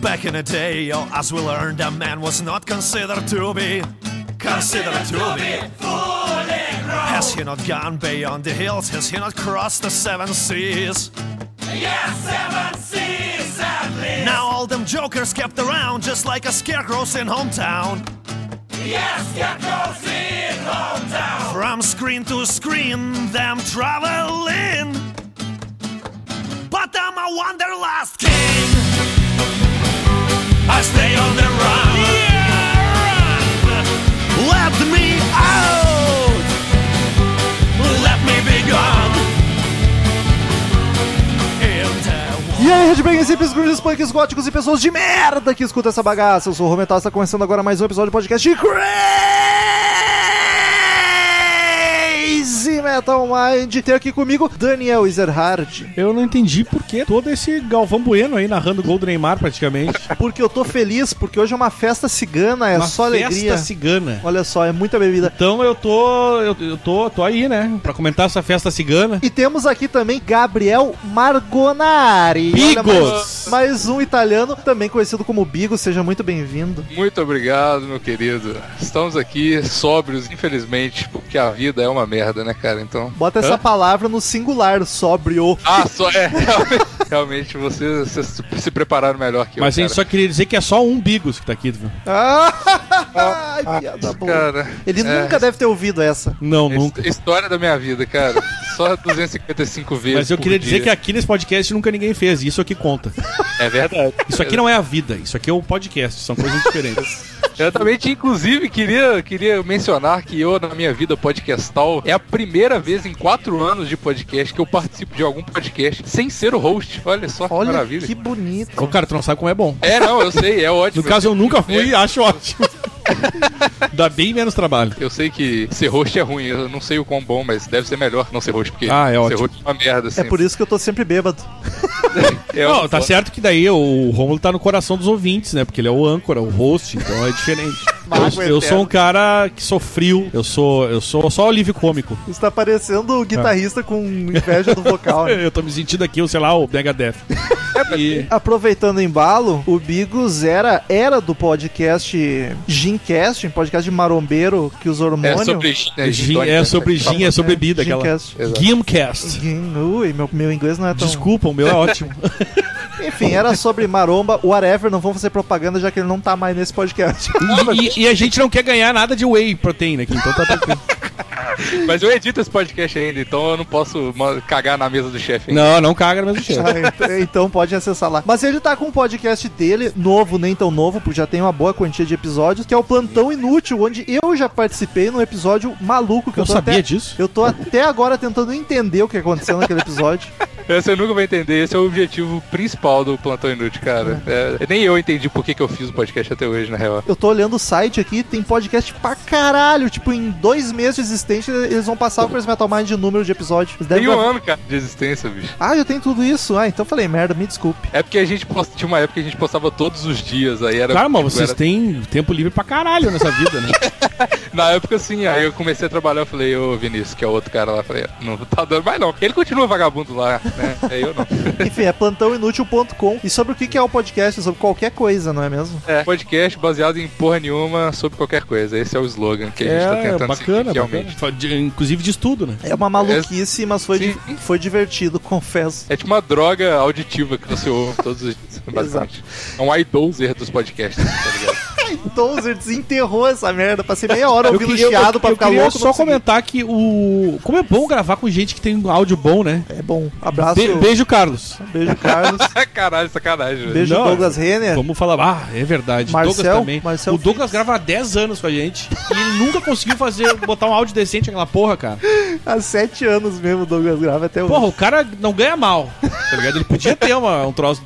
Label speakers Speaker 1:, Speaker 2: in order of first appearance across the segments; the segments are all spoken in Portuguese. Speaker 1: Back in the day, your eyes will learn that man was not considered to be.
Speaker 2: tá
Speaker 1: Considered to be. Has he not gone beyond the hills? Has he not crossed the seven seas? Now all them jokers kept around just like a scarecrow's in hometown. From screen to screen, them traveling. But I'm a wanderlust king. I stay on the run. Let me out. Let me be gone. In the
Speaker 2: E aí, Redbangers, hippies, grunges, punks, góticos e pessoas de merda que escuta essa bagaça. Eu sou o Romental, está começando agora mais um episódio do podcast de Crazy Metal Mind. Tem aqui comigo Daniel Ezerhard,
Speaker 3: Eu não entendi por que todo esse Galvão Bueno aí narrando gol do Neymar praticamente.
Speaker 2: porque eu tô feliz, porque hoje é uma festa cigana, é
Speaker 3: É. Uma
Speaker 2: só
Speaker 3: festa
Speaker 2: alegria.
Speaker 3: cigana.
Speaker 2: Olha só, é muita bebida.
Speaker 3: Então eu tô, eu, eu tô, tô aí, né, Pra comentar essa festa cigana.
Speaker 2: E temos aqui também Gabriel Margonari. Olha,
Speaker 3: Bigos.
Speaker 2: mais, mais um italiano, também conhecido como Bigo. Seja muito bem-vindo.
Speaker 4: Muito obrigado, meu querido. Estamos aqui sóbrios, infelizmente, porque a vida é uma merda, né, cara? Então.
Speaker 2: Bota essa
Speaker 3: Hã?
Speaker 2: palavra no singular, sóbrio.
Speaker 4: Ah, só é. Realmente, realmente, vocês, vocês se prepararam melhor que eu.
Speaker 3: Mas a
Speaker 4: cara.
Speaker 3: gente só queria dizer que é só um Bigos que tá aqui, viu?
Speaker 2: Ai, piada boa.
Speaker 4: Cara,
Speaker 2: Ele
Speaker 4: é,
Speaker 2: Tipo, nunca deve ter ouvido essa.
Speaker 3: Não,
Speaker 4: his-
Speaker 3: nunca.
Speaker 4: História da minha vida, cara. Só 255 vezes.
Speaker 3: Mas eu
Speaker 4: por
Speaker 3: queria dizer que
Speaker 4: dia.
Speaker 3: aqui nesse podcast nunca ninguém fez, e isso aqui conta.
Speaker 4: É verdade.
Speaker 3: Isso aqui não é a vida, isso aqui é o podcast, são coisas diferentes.
Speaker 4: Exatamente. Inclusive, queria, queria mencionar que eu, na minha vida podcastal, é a primeira vez em quatro anos de podcast que eu participo de algum podcast sem ser o host. Olha só que
Speaker 2: Olha
Speaker 4: maravilha.
Speaker 2: que bonito.
Speaker 3: Ô, cara, tu não sabe como é bom. É.
Speaker 4: É, não, eu sei, é ótimo.
Speaker 3: No caso, eu nunca fui e acho ótimo. Dá bem menos trabalho.
Speaker 4: Eu sei que ser host é ruim, eu não sei o quão bom, mas deve ser melhor não ser host, porque
Speaker 3: Ah, é
Speaker 4: ser
Speaker 3: ótimo.
Speaker 4: host é uma merda, assim.
Speaker 2: É por isso que eu tô sempre bêbado.
Speaker 4: É
Speaker 3: Não,
Speaker 4: um-
Speaker 3: tá certo que daí o Romulo tá no coração dos ouvintes, né? Porque ele é o âncora, o host, então é diferente.
Speaker 2: Mago
Speaker 3: eu, eu sou
Speaker 2: eterno.
Speaker 3: um cara que sou frio, eu sou, eu sou só alívio cômico.
Speaker 2: Você tá parecendo o guitarrista com inveja do vocal. né?
Speaker 3: Eu tô me sentindo aqui, eu sei lá, o Megadeth. E
Speaker 2: Aproveitando o embalo, o Bigos era, era do podcast Gincast, um podcast de marombeiro que os
Speaker 4: É
Speaker 2: hormônios...
Speaker 4: sobre gin, né, gin
Speaker 3: gin,
Speaker 4: tônica.
Speaker 3: é sobre gin, é sobre bebida, aquela.
Speaker 2: Gincast.
Speaker 4: Exato.
Speaker 3: Gimcast.
Speaker 2: Gin- Ui, meu, meu inglês não é tão...
Speaker 3: Desculpa, o meu é ótimo.
Speaker 2: Enfim, era sobre maromba, whatever, não vamos fazer propaganda já que ele não tá mais nesse podcast.
Speaker 3: E, e a gente não quer ganhar nada de whey proteína aqui, então tá tranquilo.
Speaker 4: Mas eu edito esse podcast ainda, então eu não posso ma- cagar na mesa do chefe. ainda.
Speaker 3: Não, não caga no mesmo cheiro.
Speaker 2: Ah, ent- então pode acessar lá. Mas ele tá com um podcast dele, novo, nem tão novo, porque já tem uma boa quantia de episódios, que é o Plantão Inútil, onde eu já participei num episódio maluco que eu
Speaker 3: Eu
Speaker 2: tô
Speaker 3: sabia
Speaker 2: até...
Speaker 3: disso.
Speaker 2: Eu tô até agora tentando entender o que aconteceu naquele episódio.
Speaker 4: Você nunca vai entender, esse é o objetivo principal do Plantão Inútil, cara. É, nem eu entendi por que, que eu fiz o podcast até hoje, na real.
Speaker 2: Eu tô olhando o site aqui, tem podcast pra caralho. Tipo, em dois meses de existência, eles vão passar o Crazy Metal Mind de número de episódios. Eles devem
Speaker 4: Tem um
Speaker 2: gravar-
Speaker 4: ano, cara, de existência, bicho.
Speaker 2: Ah, eu tenho tudo isso. Ah, então falei merda, me desculpe.
Speaker 4: É porque a gente posta, tinha uma época que a gente postava todos os dias, aí era...
Speaker 3: Cara, mas
Speaker 4: tipo,
Speaker 3: vocês
Speaker 4: era-
Speaker 3: têm tempo livre pra caralho nessa vida, né?
Speaker 4: Na época, sim, aí eu comecei a trabalhar, eu falei, ô Vinícius, que é o outro cara lá, eu falei, não tá dando mais não. Ele continua vagabundo lá, né? É eu não.
Speaker 2: Enfim, é plantãoinútil.com. E sobre o que que é o podcast? Sobre qualquer coisa, não é mesmo?
Speaker 4: É. Podcast baseado em porra nenhuma sobre qualquer coisa. Esse é o slogan que a gente
Speaker 3: É,
Speaker 4: tá tentando seguir realmente.
Speaker 3: Fa- de- inclusive de estudo, né?
Speaker 2: É uma maluquice, mas foi,
Speaker 4: Sim.
Speaker 2: di- foi divertido, confesso.
Speaker 4: É tipo uma droga auditiva que você ouve todos os dias, basicamente. É um idoser dos podcasts, tá ligado?
Speaker 2: Dozer desenterrou essa merda. Passei meia hora ouvindo
Speaker 3: queria-
Speaker 2: chiado pra
Speaker 3: eu
Speaker 2: ficar
Speaker 3: queria
Speaker 2: louco.
Speaker 3: só
Speaker 2: não consegui.
Speaker 3: comentar que o. Como é bom gravar com gente que tem um áudio bom, né?
Speaker 2: É bom. Abraço.
Speaker 3: Be- beijo, Carlos.
Speaker 2: Beijo, Carlos.
Speaker 4: Caralho, sacanagem. velho.
Speaker 2: Beijo,
Speaker 3: Não,
Speaker 2: Douglas Renner.
Speaker 3: Vamos falar. Ah, é verdade.
Speaker 2: Marcel-
Speaker 3: Douglas também.
Speaker 2: Marcel
Speaker 3: o Douglas grava há 10 anos com a gente e ele nunca conseguiu fazer botar um áudio decente naquela porra, cara.
Speaker 2: Há sete anos mesmo, o Douglas grava até hoje.
Speaker 3: Porra, o cara não ganha mal, tá ligado? Ele podia ter uma, um troço.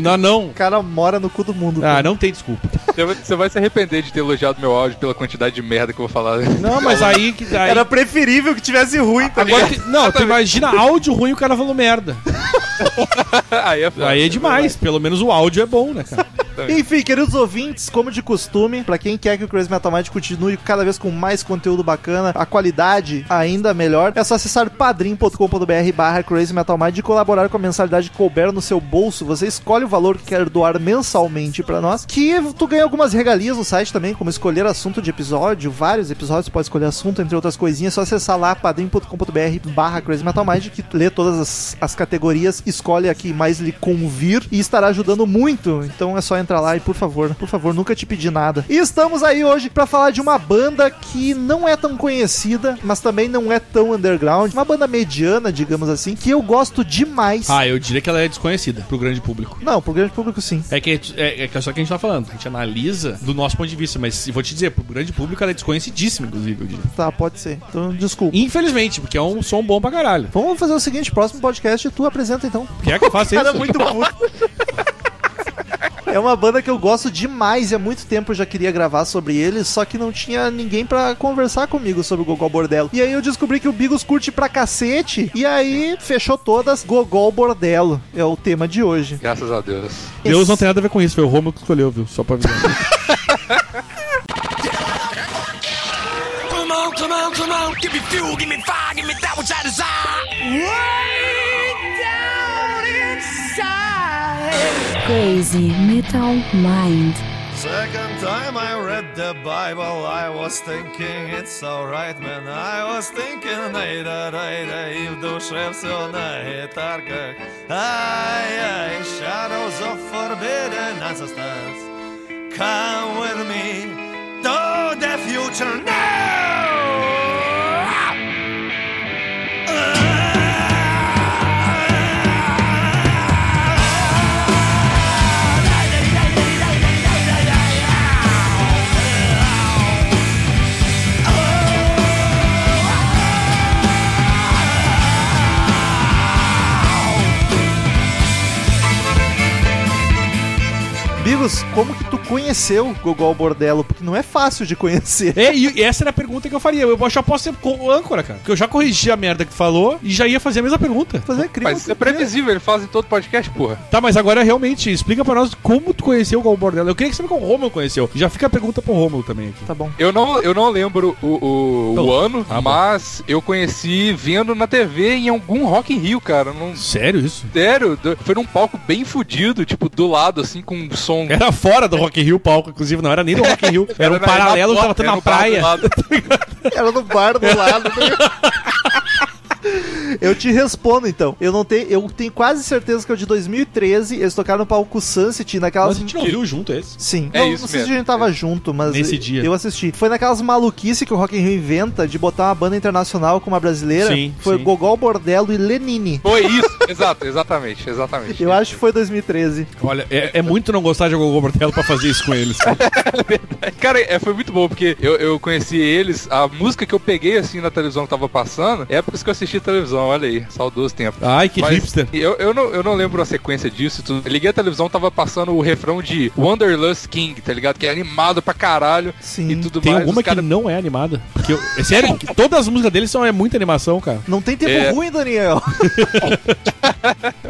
Speaker 3: Não, não.
Speaker 2: O cara mora no cu do mundo.
Speaker 3: Ah,
Speaker 2: cara.
Speaker 3: não tem desculpa.
Speaker 4: Você vai- Você vai se arrepender de ter elogiado meu áudio pela quantidade de merda que eu vou falar.
Speaker 3: Não, mas aí que. tá, Aí,
Speaker 2: Era preferível que tivesse ruim. Tá?
Speaker 3: agora que- não, tu imagina áudio ruim e o cara falando merda.
Speaker 4: aí é foda.
Speaker 3: Aí é demais. Pelo menos o áudio é bom, né, cara?
Speaker 4: Exatamente.
Speaker 2: Enfim, queridos ouvintes, como de costume, pra quem quer que o Crazy Metal Mind continue cada vez com mais conteúdo bacana, a qualidade ainda melhor, é só acessar padrim.com.br barra Crazy Metal Mind e colaborar com a mensalidade que couber no seu bolso. Você escolhe o valor que quer doar mensalmente pra nós, que tu ganha algumas regalias no site também, como escolher assunto de episódio, vários episódios, pode escolher assunto, entre outras coisinhas, é só acessar lá padrim.com.br barra Crazy Metal Mind, que lê todas as, as categorias, escolhe a que mais lhe convir e estará ajudando muito. Então é só entrar lá e por favor, por favor, nunca te pedi nada. E estamos aí hoje pra falar de uma banda que não é tão conhecida, mas também não é tão underground, uma banda mediana, digamos assim, que eu gosto demais.
Speaker 3: Ah, eu diria que ela é desconhecida pro grande público.
Speaker 2: Não, pro grande público sim.
Speaker 3: É que é, é que é só que a gente tá falando, a gente analisa do nosso ponto de vista, mas eu vou te dizer, pro grande público ela é desconhecidíssima, inclusive, eu diria.
Speaker 2: Tá, pode ser. Então, desculpa.
Speaker 3: Infelizmente, porque é um som bom pra caralho.
Speaker 2: Vamos fazer o seguinte, próximo podcast tu apresenta então.
Speaker 3: Quer que eu faça
Speaker 2: Cara,
Speaker 3: isso?
Speaker 2: muito puto. É uma banda que eu gosto demais e há muito tempo eu já queria gravar sobre eles, só que não tinha ninguém pra conversar comigo sobre o Gogol Bordello. E aí eu descobri que o Bigos curte pra cacete, e aí fechou todas Gogol Bordello. É o tema de hoje.
Speaker 4: Graças a Deus.
Speaker 3: Deus não tem nada a ver com isso, foi o Romulo que escolheu, viu? Só pra avisar.
Speaker 5: Come on, come on, come on. Give me fuel, give me fire, give me that which I desire.
Speaker 6: Crazy Metal Mind.
Speaker 1: Second time I read the Bible, I was thinking it's alright, man. I was thinking, найда, райда, и в душе все на гитарках. Ай-ай, shadows of forbidden ancestors, come with me to the future now!
Speaker 2: Bigos, como que tu conheceu Gogol Bordello? Porque não é fácil de conhecer.
Speaker 3: É, e essa era a pergunta que eu faria. Eu já posso ser co- âncora, cara. Porque eu já corrigi a merda que tu falou e já ia fazer a mesma pergunta.
Speaker 2: Fazer crime.
Speaker 4: Mas isso é previsível, ele faz em todo podcast, porra.
Speaker 3: Tá, mas agora realmente, explica pra nós como tu conheceu o Gal Bordello. Eu queria que saber como o Romulo conheceu. Já fica a pergunta pro Romulo também aqui.
Speaker 2: Tá bom.
Speaker 4: Eu não, eu não lembro o, o,
Speaker 3: Então,
Speaker 4: o ano,
Speaker 3: tá bom.
Speaker 4: mas eu conheci vendo na TV em algum Rock in Rio, cara. Não,
Speaker 3: Sério isso?
Speaker 4: sério, do- foi num palco bem fudido, tipo, do lado, assim, com um som...
Speaker 3: Era fora do Rock in Rio o palco, inclusive, não era nem do Rock in Rio. Era um
Speaker 4: na-
Speaker 3: paralelo, tava
Speaker 4: na porta,
Speaker 3: tendo
Speaker 4: era
Speaker 3: na
Speaker 4: no palco
Speaker 3: praia.
Speaker 4: do lado.
Speaker 2: Era no bar do lado. né? Eu te respondo então. Eu não tenho, eu tenho quase certeza que é o de 2013. Eles tocaram no palco Sunset naquelas
Speaker 3: Mas a gente não viu junto esse.
Speaker 2: Sim.
Speaker 4: É
Speaker 2: não,
Speaker 4: isso
Speaker 2: não sei se
Speaker 4: mesmo.
Speaker 2: a gente tava junto, mas
Speaker 3: Nesse dia.
Speaker 2: eu assisti. Foi naquelas maluquice que o Rock in Rio inventa de botar uma banda internacional com uma brasileira.
Speaker 3: Sim,
Speaker 2: foi
Speaker 3: sim.
Speaker 2: Gogol Bordello e Lenine.
Speaker 4: Foi isso, exato, exatamente, exatamente.
Speaker 2: Eu acho que foi 2013.
Speaker 3: Olha, é, é muito não gostar de Gogol Bordello pra fazer isso com eles. cara.
Speaker 4: Cara, é, foi muito bom, porque eu, eu conheci eles, a música que eu peguei, assim, na televisão que tava passando, é épocas que eu assisti televisão, olha aí, saudoso tempo.
Speaker 3: Ai, que
Speaker 4: Mas
Speaker 3: hipster.
Speaker 4: Eu, eu, não, eu não lembro a sequência disso e tudo. Eu liguei a televisão, tava passando o refrão de Wanderlust King, tá ligado? Que é animado pra caralho
Speaker 2: Sim.
Speaker 4: e tudo
Speaker 3: Tem
Speaker 4: mais.
Speaker 3: alguma
Speaker 4: Os cara-
Speaker 3: que não é animada. Que eu- é sério, porque todas as músicas deles são é muita animação, cara.
Speaker 2: Não tem tempo
Speaker 4: É.
Speaker 2: ruim, Daniel.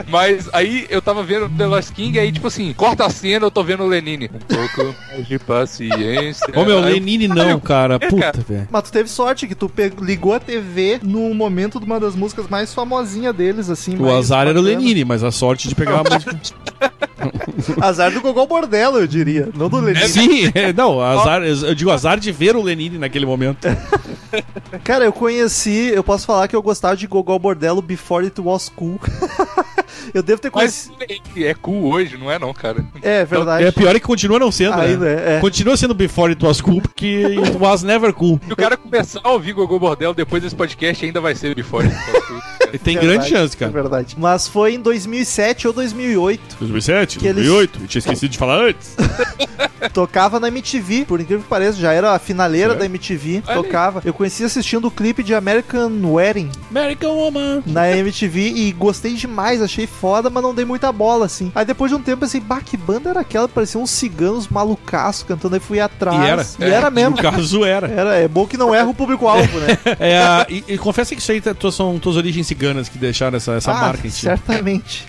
Speaker 4: Mas aí eu tava vendo The Lost King, aí tipo assim, corta a cena, eu tô vendo o Lenine. Um pouco mais de paciência.
Speaker 3: Ô meu,
Speaker 4: É, Aí eu-
Speaker 3: Lenine não, cara. Puta, velho.
Speaker 2: Mas tu teve sorte que tu pe- ligou a TV no momento de uma das músicas mais famosinha deles, assim.
Speaker 3: O
Speaker 2: mais
Speaker 3: azar era o
Speaker 2: bacana.
Speaker 3: Lenine, mas a sorte de pegar uma música.
Speaker 2: Azar do Gogol Bordello, eu diria. Não do Lenine.
Speaker 3: Sim, é, não, azar, eu digo azar de ver o Lenine naquele momento.
Speaker 2: né? Cara, eu conheci, eu posso falar que eu gostava de Gogol Bordello before it was cool. eu devo ter
Speaker 4: Mas
Speaker 2: conhecido.
Speaker 4: é cool hoje, não é não, cara.
Speaker 2: É verdade.
Speaker 3: É pior é que continua não sendo,
Speaker 2: Ainda
Speaker 3: né?
Speaker 2: é, é.
Speaker 3: Continua sendo before it was cool, porque it was never cool.
Speaker 4: Se o cara começar a ouvir Gogô Bordel depois desse podcast, ainda vai ser Before.
Speaker 3: E tem
Speaker 2: Verdade,
Speaker 3: grande chance,
Speaker 2: É
Speaker 3: cara.
Speaker 2: verdade. Mas foi em 2007 ou 2008.
Speaker 3: 2007,
Speaker 2: Que eles-
Speaker 3: 2008, eu tinha esquecido de falar antes.
Speaker 2: Tocava na MTV, por incrível que pareça, já era a finaleira
Speaker 3: É.
Speaker 2: da MTV.
Speaker 4: Olha aí.
Speaker 2: Tocava. Eu conheci assistindo o clipe de American Wedding
Speaker 3: American Woman.
Speaker 2: na MTV e gostei demais, achei foda, mas não dei muita bola, assim. Aí depois de um tempo, assim, bah, que banda era aquela? Parecia uns ciganos malucaços cantando, aí fui atrás.
Speaker 3: E era. é,
Speaker 2: E era mesmo.
Speaker 3: No caso era.
Speaker 2: Era, é bom que não erra o público-alvo, né?
Speaker 3: É, a- e, e Ah, confessa que isso aí tá- tuas- são tuas origens ciganas que deixaram essa, essa marca em ti.
Speaker 2: Certamente.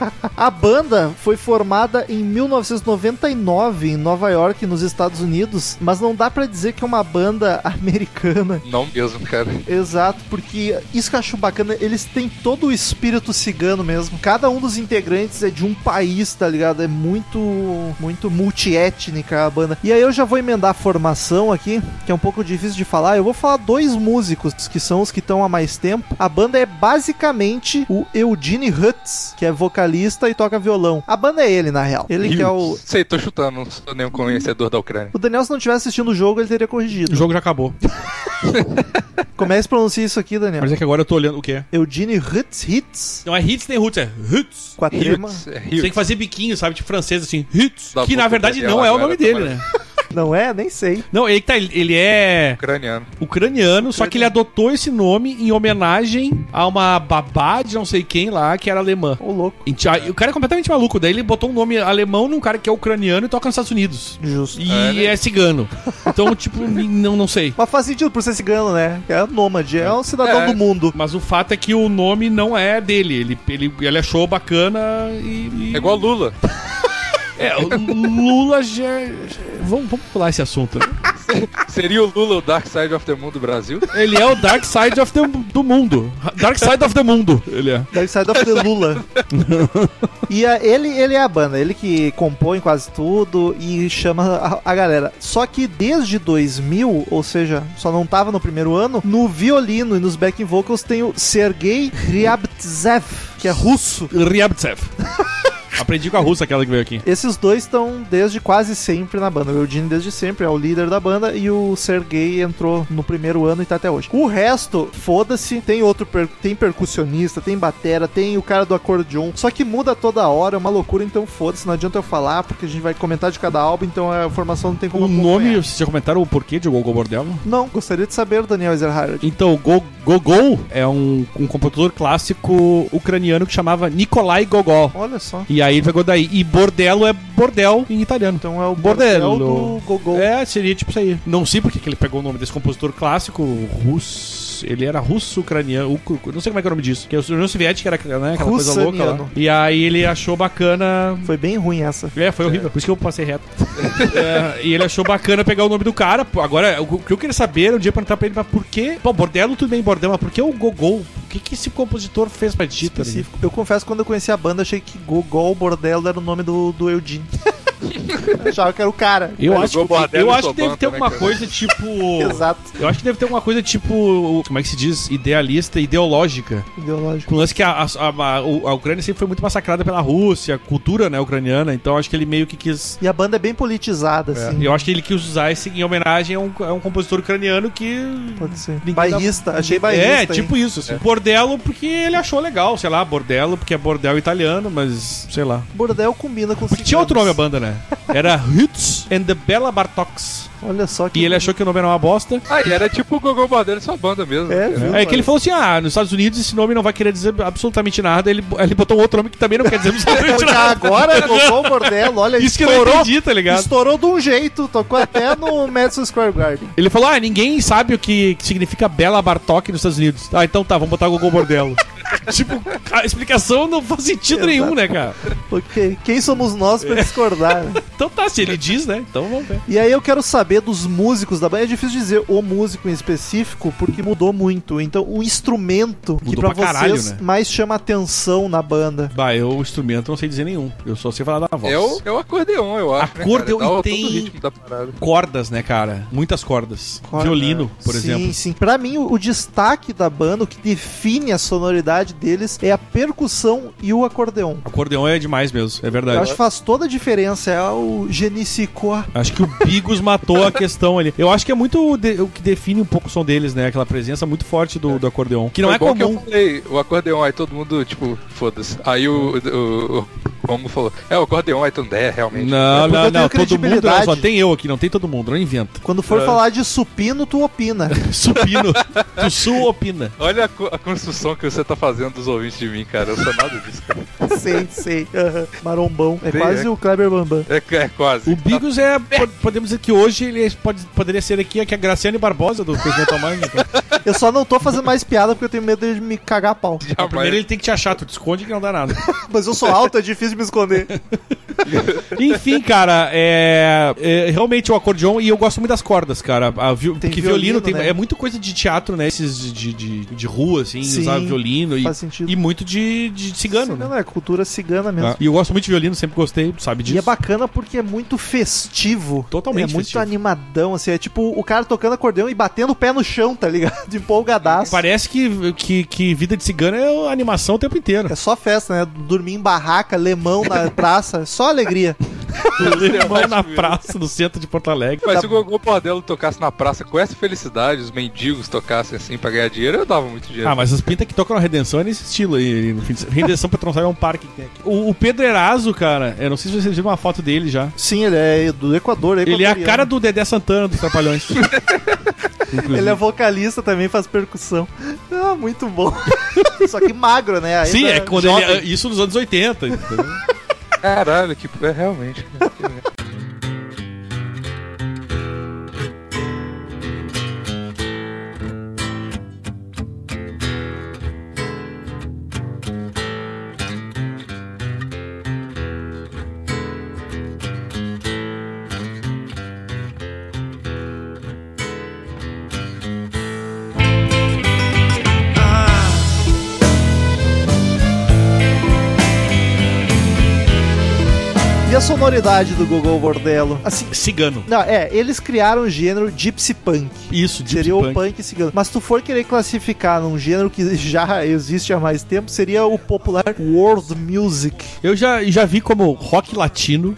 Speaker 2: Ah, A banda foi formada em 1999 em Nova York, nos Estados Unidos, mas não dá pra dizer que é uma banda americana.
Speaker 4: Não mesmo, cara.
Speaker 2: Exato, porque isso que eu acho bacana, eles têm todo o espírito cigano mesmo. Cada um dos integrantes é de um país, tá ligado? É muito, muito multiétnica a banda. E aí eu já vou emendar a formação aqui, que é um pouco difícil de falar. Eu vou falar dois músicos, que são os que estão há mais tempo. A banda é basicamente o Eugene Hutz, que é vocalista e toca violão. A banda é ele, na real. Ele que é o...
Speaker 4: Sei, tô chutando, não sou nenhum conhecedor da Ucrânia.
Speaker 2: O Daniel, se não tivesse assistindo o jogo, ele teria
Speaker 3: O
Speaker 2: corrigido.
Speaker 3: jogo já acabou.
Speaker 2: Como é que se pronuncia isso aqui, Daniel?
Speaker 3: Mas é que agora eu tô olhando o que é.
Speaker 2: Eugene Hutz Hits,
Speaker 3: Não é hits nem roots, é roots.
Speaker 2: com a trema.
Speaker 4: Hughes, é
Speaker 3: Você
Speaker 4: Hughes.
Speaker 3: tem que fazer biquinho, sabe, de francês, assim, roots.
Speaker 4: Da
Speaker 3: Que na
Speaker 4: boca
Speaker 3: verdade
Speaker 4: dela
Speaker 3: não é o
Speaker 4: agora,
Speaker 3: nome dele,
Speaker 4: tomara.
Speaker 3: né?
Speaker 2: Não é? Nem sei.
Speaker 3: Não, ele que tá, ele é
Speaker 4: Ucraniano.
Speaker 3: ucraniano, só que ele adotou esse nome em homenagem a uma babá de não sei quem lá, que era alemã.
Speaker 2: Ô, louco.
Speaker 3: E tchau, e O cara é completamente maluco, daí ele botou um nome alemão num cara que é ucraniano e toca nos Estados Unidos.
Speaker 2: Justo.
Speaker 3: E
Speaker 4: É, né?
Speaker 3: é cigano. Então, tipo, não, não sei.
Speaker 2: Mas faz sentido por ser cigano, né? É nômade, é um cidadão
Speaker 4: É.
Speaker 2: do mundo.
Speaker 3: Mas o fato é que o nome não é dele. Ele, ele, ele achou bacana e. e-
Speaker 4: É igual Lula.
Speaker 3: É, o Lula já. já- Vamos, vamos pular esse assunto. né?
Speaker 4: Seria o Lula o Dark Side of the Moon do Brasil?
Speaker 3: Ele é o Dark Side of the, do mundo. Dark Side of the mundo. Ele é.
Speaker 2: Dark Side of the Lula. e a- ele, ele é a banda, ele que compõe quase tudo e chama a, a galera. Só que desde 2000, ou seja, só não tava no primeiro ano, no violino e nos backing vocals tem o Sergei Ryabtsev, que é russo.
Speaker 3: Ryabtsev. Aprendi com a russa aquela que veio aqui.
Speaker 2: Esses dois estão desde quase sempre na banda. O Eugene desde sempre é o líder da banda e o Sergei entrou no primeiro ano e tá até hoje. O resto, foda-se, tem outro per- tem percussionista, tem batera, tem o cara do acordeon. Só que muda toda hora, é uma loucura, então foda-se, não adianta eu falar porque a gente vai comentar de cada álbum, então a formação não tem como
Speaker 3: O nome,
Speaker 2: acompanhar.
Speaker 3: vocês já comentaram o porquê de Gogol Bordello?
Speaker 2: Não, gostaria de saber, Daniel Ezerhard.
Speaker 3: Então, o Go- Gogol é um, um compositor clássico ucraniano que chamava Nikolai Gogol.
Speaker 2: Olha só.
Speaker 3: E aí ele pegou daí. E bordello é bordel em italiano.
Speaker 2: Então é o
Speaker 3: Bordello.
Speaker 2: do Gogol.
Speaker 3: É, seria tipo isso aí. Não sei porque que ele pegou o nome desse compositor clássico russo. Ele era russo-ucraniano. ucru- Não sei como é que é o nome disso. Que é o União Soviética, era né, aquela coisa louca lá.
Speaker 2: Russaniano.
Speaker 3: E aí ele achou bacana.
Speaker 2: Foi bem ruim essa.
Speaker 3: É, foi horrível. Por isso que eu passei reto. É, e ele achou bacana pegar o nome do cara. Pô, Agora, o que eu queria saber, um dia perguntar pra ele, mas por que... Pô, Bordello, tudo bem, Bordello, mas por que o Gogol? O que, que esse compositor fez pra ti, tá ligado?
Speaker 2: específico. Eu confesso que quando eu conheci a banda, achei que Gogol Bordello era o nome do, do Eugene. achava que era o cara.
Speaker 3: Eu
Speaker 4: Ele
Speaker 3: acho,
Speaker 4: jogou
Speaker 3: que,
Speaker 4: Bordello
Speaker 3: eu
Speaker 4: em
Speaker 3: acho
Speaker 4: sua
Speaker 3: que deve
Speaker 4: banda,
Speaker 3: ter
Speaker 4: né,
Speaker 3: alguma
Speaker 4: cara?
Speaker 3: coisa tipo...
Speaker 2: Exato,
Speaker 3: Eu acho que deve ter alguma coisa tipo, como é que se diz? Idealista, ideológica.
Speaker 2: ideológico.
Speaker 3: Com o lance que a, a, a- a- a Ucrânia sempre foi muito massacrada pela Rússia, a cultura né, ucraniana, então acho que ele meio que quis.
Speaker 2: E a banda é bem politizada, assim.
Speaker 3: Eu acho que ele quis usar esse em homenagem a um, a um compositor ucraniano que.
Speaker 2: Pode ser.
Speaker 3: Ninguém
Speaker 2: Bairrista, achei bairrista.
Speaker 3: É,
Speaker 2: hein?
Speaker 3: tipo isso. Assim. Bordello, porque ele achou legal, sei lá, Bordello, porque é bordel italiano, mas sei lá.
Speaker 2: Bordel combina com
Speaker 3: Porque tinha
Speaker 2: ciganos.
Speaker 3: outro nome a banda, né? Era Hutz and the Bella Bartox.
Speaker 2: Olha só que.
Speaker 3: E ele achou que o nome era uma bosta.
Speaker 4: Ah, e era tipo o Gogol Bordello e sua banda mesmo. né?
Speaker 2: É,
Speaker 4: cara.
Speaker 2: viu?
Speaker 3: É que ele falou assim: ah, nos Estados Unidos esse nome não vai querer dizer absolutamente nada. Ele, ele botou um outro nome que também não quer dizer absolutamente
Speaker 2: Porque
Speaker 3: nada.
Speaker 2: agora é Gogol Bordello, olha,
Speaker 3: né? Isso que eu não
Speaker 2: estourou.
Speaker 3: entendi, tá ligado?
Speaker 2: Estourou de um jeito, tocou até no Madison Square Garden.
Speaker 3: Ele falou: Ah, ninguém sabe o que que significa Bela Bartok nos Estados Unidos. Ah, então tá, vamos botar o Gogol Bordello. tipo, a explicação não faz
Speaker 2: Exato.
Speaker 3: sentido nenhum, né, cara?
Speaker 2: Porque quem somos nós
Speaker 3: É.
Speaker 2: pra discordar? né?
Speaker 3: Então tá, se ele diz, né? Então vamos ver.
Speaker 2: E aí eu quero saber dos músicos da banda. É difícil dizer o músico em específico, porque mudou muito. Então, o instrumento que
Speaker 3: Mudou
Speaker 2: pra,
Speaker 3: pra
Speaker 2: vocês
Speaker 3: caralho, né?
Speaker 2: mais chama atenção na banda.
Speaker 3: Bah, eu, instrumento, não sei dizer nenhum. Eu só sei falar da voz.
Speaker 4: É o, é o acordeon, eu acho. né,
Speaker 3: Acordeon
Speaker 4: cara? Dá
Speaker 3: e
Speaker 4: o-
Speaker 3: tem-
Speaker 4: todo o ritmo da parada.
Speaker 3: Cordas, né, cara? Muitas cordas.
Speaker 2: Corda.
Speaker 3: Violino, por
Speaker 2: sim,
Speaker 3: exemplo.
Speaker 2: Sim, Pra mim, o, o destaque da banda, o que define a sonoridade deles, é a percussão e o acordeon.
Speaker 3: Acordeon é demais mesmo, é
Speaker 2: Eu
Speaker 3: verdade.
Speaker 2: acho que faz toda a diferença. É o Genisicó.
Speaker 3: Acho que o Bigos matou a questão ali. Eu acho que é muito de- o que define um pouco o som deles, né? Aquela presença muito forte do, do acordeon. Que não
Speaker 4: Foi
Speaker 3: é
Speaker 4: igual que
Speaker 3: comum.
Speaker 4: eu falei, o acordeon, aí todo mundo, tipo, foda-se. Aí o, o, o Romulo falou, é, o acordeon, aí todo mundo, é, realmente.
Speaker 3: Não,
Speaker 2: É porque eu tenho
Speaker 3: não, não. Todo mundo.
Speaker 2: credibilidade.
Speaker 3: Só tem eu aqui, não tem todo mundo. Não inventa.
Speaker 2: Quando for falar de supino, tu opina.
Speaker 3: Supino. Tu su opina.
Speaker 4: Olha a, co- a construção que você tá fazendo dos ouvintes de mim, cara. Eu sou nada disso, cara.
Speaker 2: sei, sei. Aham. Marombão. É
Speaker 4: Sim,
Speaker 2: quase
Speaker 4: é.
Speaker 2: o Kleber Bambam.
Speaker 4: É, é quase.
Speaker 3: O Bigos é. po- Podemos dizer que hoje ele pode, poderia ser aqui, aqui a Graciane Barbosa do Crescimento Humano.
Speaker 2: Eu só não tô fazendo mais piada porque eu tenho medo de me cagar a pau.
Speaker 4: Jamais.
Speaker 3: Primeiro ele tem que te achar, tu te esconde que não dá nada.
Speaker 2: Mas eu sou alto, é difícil de me esconder.
Speaker 3: Enfim, cara, é, é realmente o acordeon e eu gosto muito das cordas, cara. A vi-
Speaker 2: Tem
Speaker 3: porque
Speaker 2: violino,
Speaker 3: violino, tem,
Speaker 2: né?
Speaker 3: é muito coisa de teatro, né? Esses de, de, de rua, assim,
Speaker 2: Sim,
Speaker 3: usar violino e,
Speaker 2: faz sentido.
Speaker 3: e muito de, de cigano, né?
Speaker 2: É cultura cigana mesmo.
Speaker 3: Ah, E eu gosto muito de violino, sempre gostei, sabe disso.
Speaker 2: E é bacana porque é muito festivo.
Speaker 3: Totalmente
Speaker 2: É muito
Speaker 3: festivo.
Speaker 2: animadão, assim. É tipo o cara tocando acordeão e batendo o pé no chão, tá ligado? De empolgadaço.
Speaker 3: Parece que, que, que vida de cigano é animação o tempo inteiro.
Speaker 2: É só festa, né? Dormir em barraca, lemão na praça, é só alegria.
Speaker 3: Limão na praça do centro de Porto Alegre.
Speaker 4: Mas se o Gogô Bordello tocasse na praça com essa felicidade, os mendigos tocassem assim pra ganhar dinheiro, eu dava muito dinheiro.
Speaker 3: Ah, mas os pinta que tocam na Redenção é nesse estilo aí. no fim de- Redenção Petronsal é um parque que tem aqui. O, o Pedro Eraso, cara, eu não sei se vocês viram uma foto dele já.
Speaker 2: Sim, ele é do Equador.
Speaker 3: Ele é a
Speaker 2: equatoriano.
Speaker 3: cara do Dedé Santana dos Trapalhões. Inclusive.
Speaker 2: né? Ele é vocalista também, faz percussão. Ah, muito bom. Só que magro, né? Ainda
Speaker 3: Sim, é quando
Speaker 2: jovem.
Speaker 3: ele- isso nos anos 80. entendeu?
Speaker 4: Caralho, que é, realmente.
Speaker 2: E a sonoridade do Gogol Bordello? Assim.
Speaker 3: Cigano.
Speaker 2: Não, é, eles criaram o gênero Gypsy Punk.
Speaker 3: Isso, Deep
Speaker 2: seria
Speaker 3: Punk.
Speaker 2: o punk cigano. Mas se tu for querer classificar num gênero que já existe há mais tempo, seria o popular world music.
Speaker 3: Eu já, já vi como rock latino,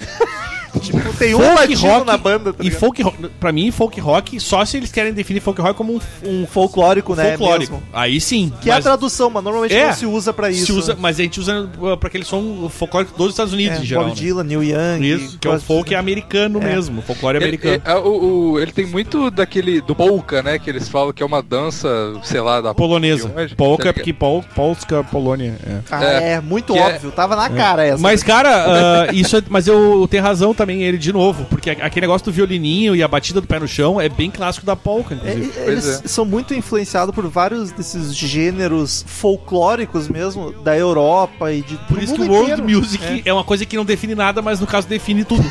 Speaker 2: Tipo, tem um
Speaker 3: folk
Speaker 2: latino
Speaker 3: rock
Speaker 2: na banda, tá
Speaker 3: e
Speaker 2: ligado?
Speaker 3: folk rock. Pra mim, folk rock, só se eles querem definir folk rock como um
Speaker 2: Um folclórico, né?
Speaker 3: folclórico.
Speaker 2: mesmo.
Speaker 3: Aí sim.
Speaker 2: Que é a
Speaker 3: mas
Speaker 2: tradução, mas normalmente
Speaker 3: É.
Speaker 2: não se usa pra isso.
Speaker 3: se usa,
Speaker 2: né?
Speaker 3: mas a gente usa uh, pra aquele som folclórico dos Estados Unidos,
Speaker 2: É,
Speaker 3: em geral.
Speaker 2: Bob
Speaker 3: né?
Speaker 2: Dylan, Neil Young. assim.
Speaker 3: Isso, que é o folk americano mesmo, folclore
Speaker 4: Ele,
Speaker 3: americano.
Speaker 4: é, o- o- ele tem muito daquele. do polka, né? Que eles falam que é uma dança, sei lá,
Speaker 2: é
Speaker 4: da
Speaker 3: Polonesa.
Speaker 4: de onde,
Speaker 3: Polka, é
Speaker 4: tá
Speaker 3: porque Pol, Polska, Polônia. é.
Speaker 2: Ah, é,
Speaker 4: É.
Speaker 2: muito
Speaker 4: Que é-
Speaker 2: óbvio. Tava na cara essa.
Speaker 3: Mas, cara, ah, isso é, mas eu tenho razão também, ele de novo, porque a- aquele negócio do violininho e a batida do pé no chão é bem clássico da polka,
Speaker 2: É,
Speaker 3: inclusive.
Speaker 2: e- eles
Speaker 4: é.
Speaker 2: são muito influenciados por vários desses gêneros folclóricos mesmo, da Europa e de.
Speaker 3: Por isso que o world music é. uma coisa que não define nada, mas no caso define tudo.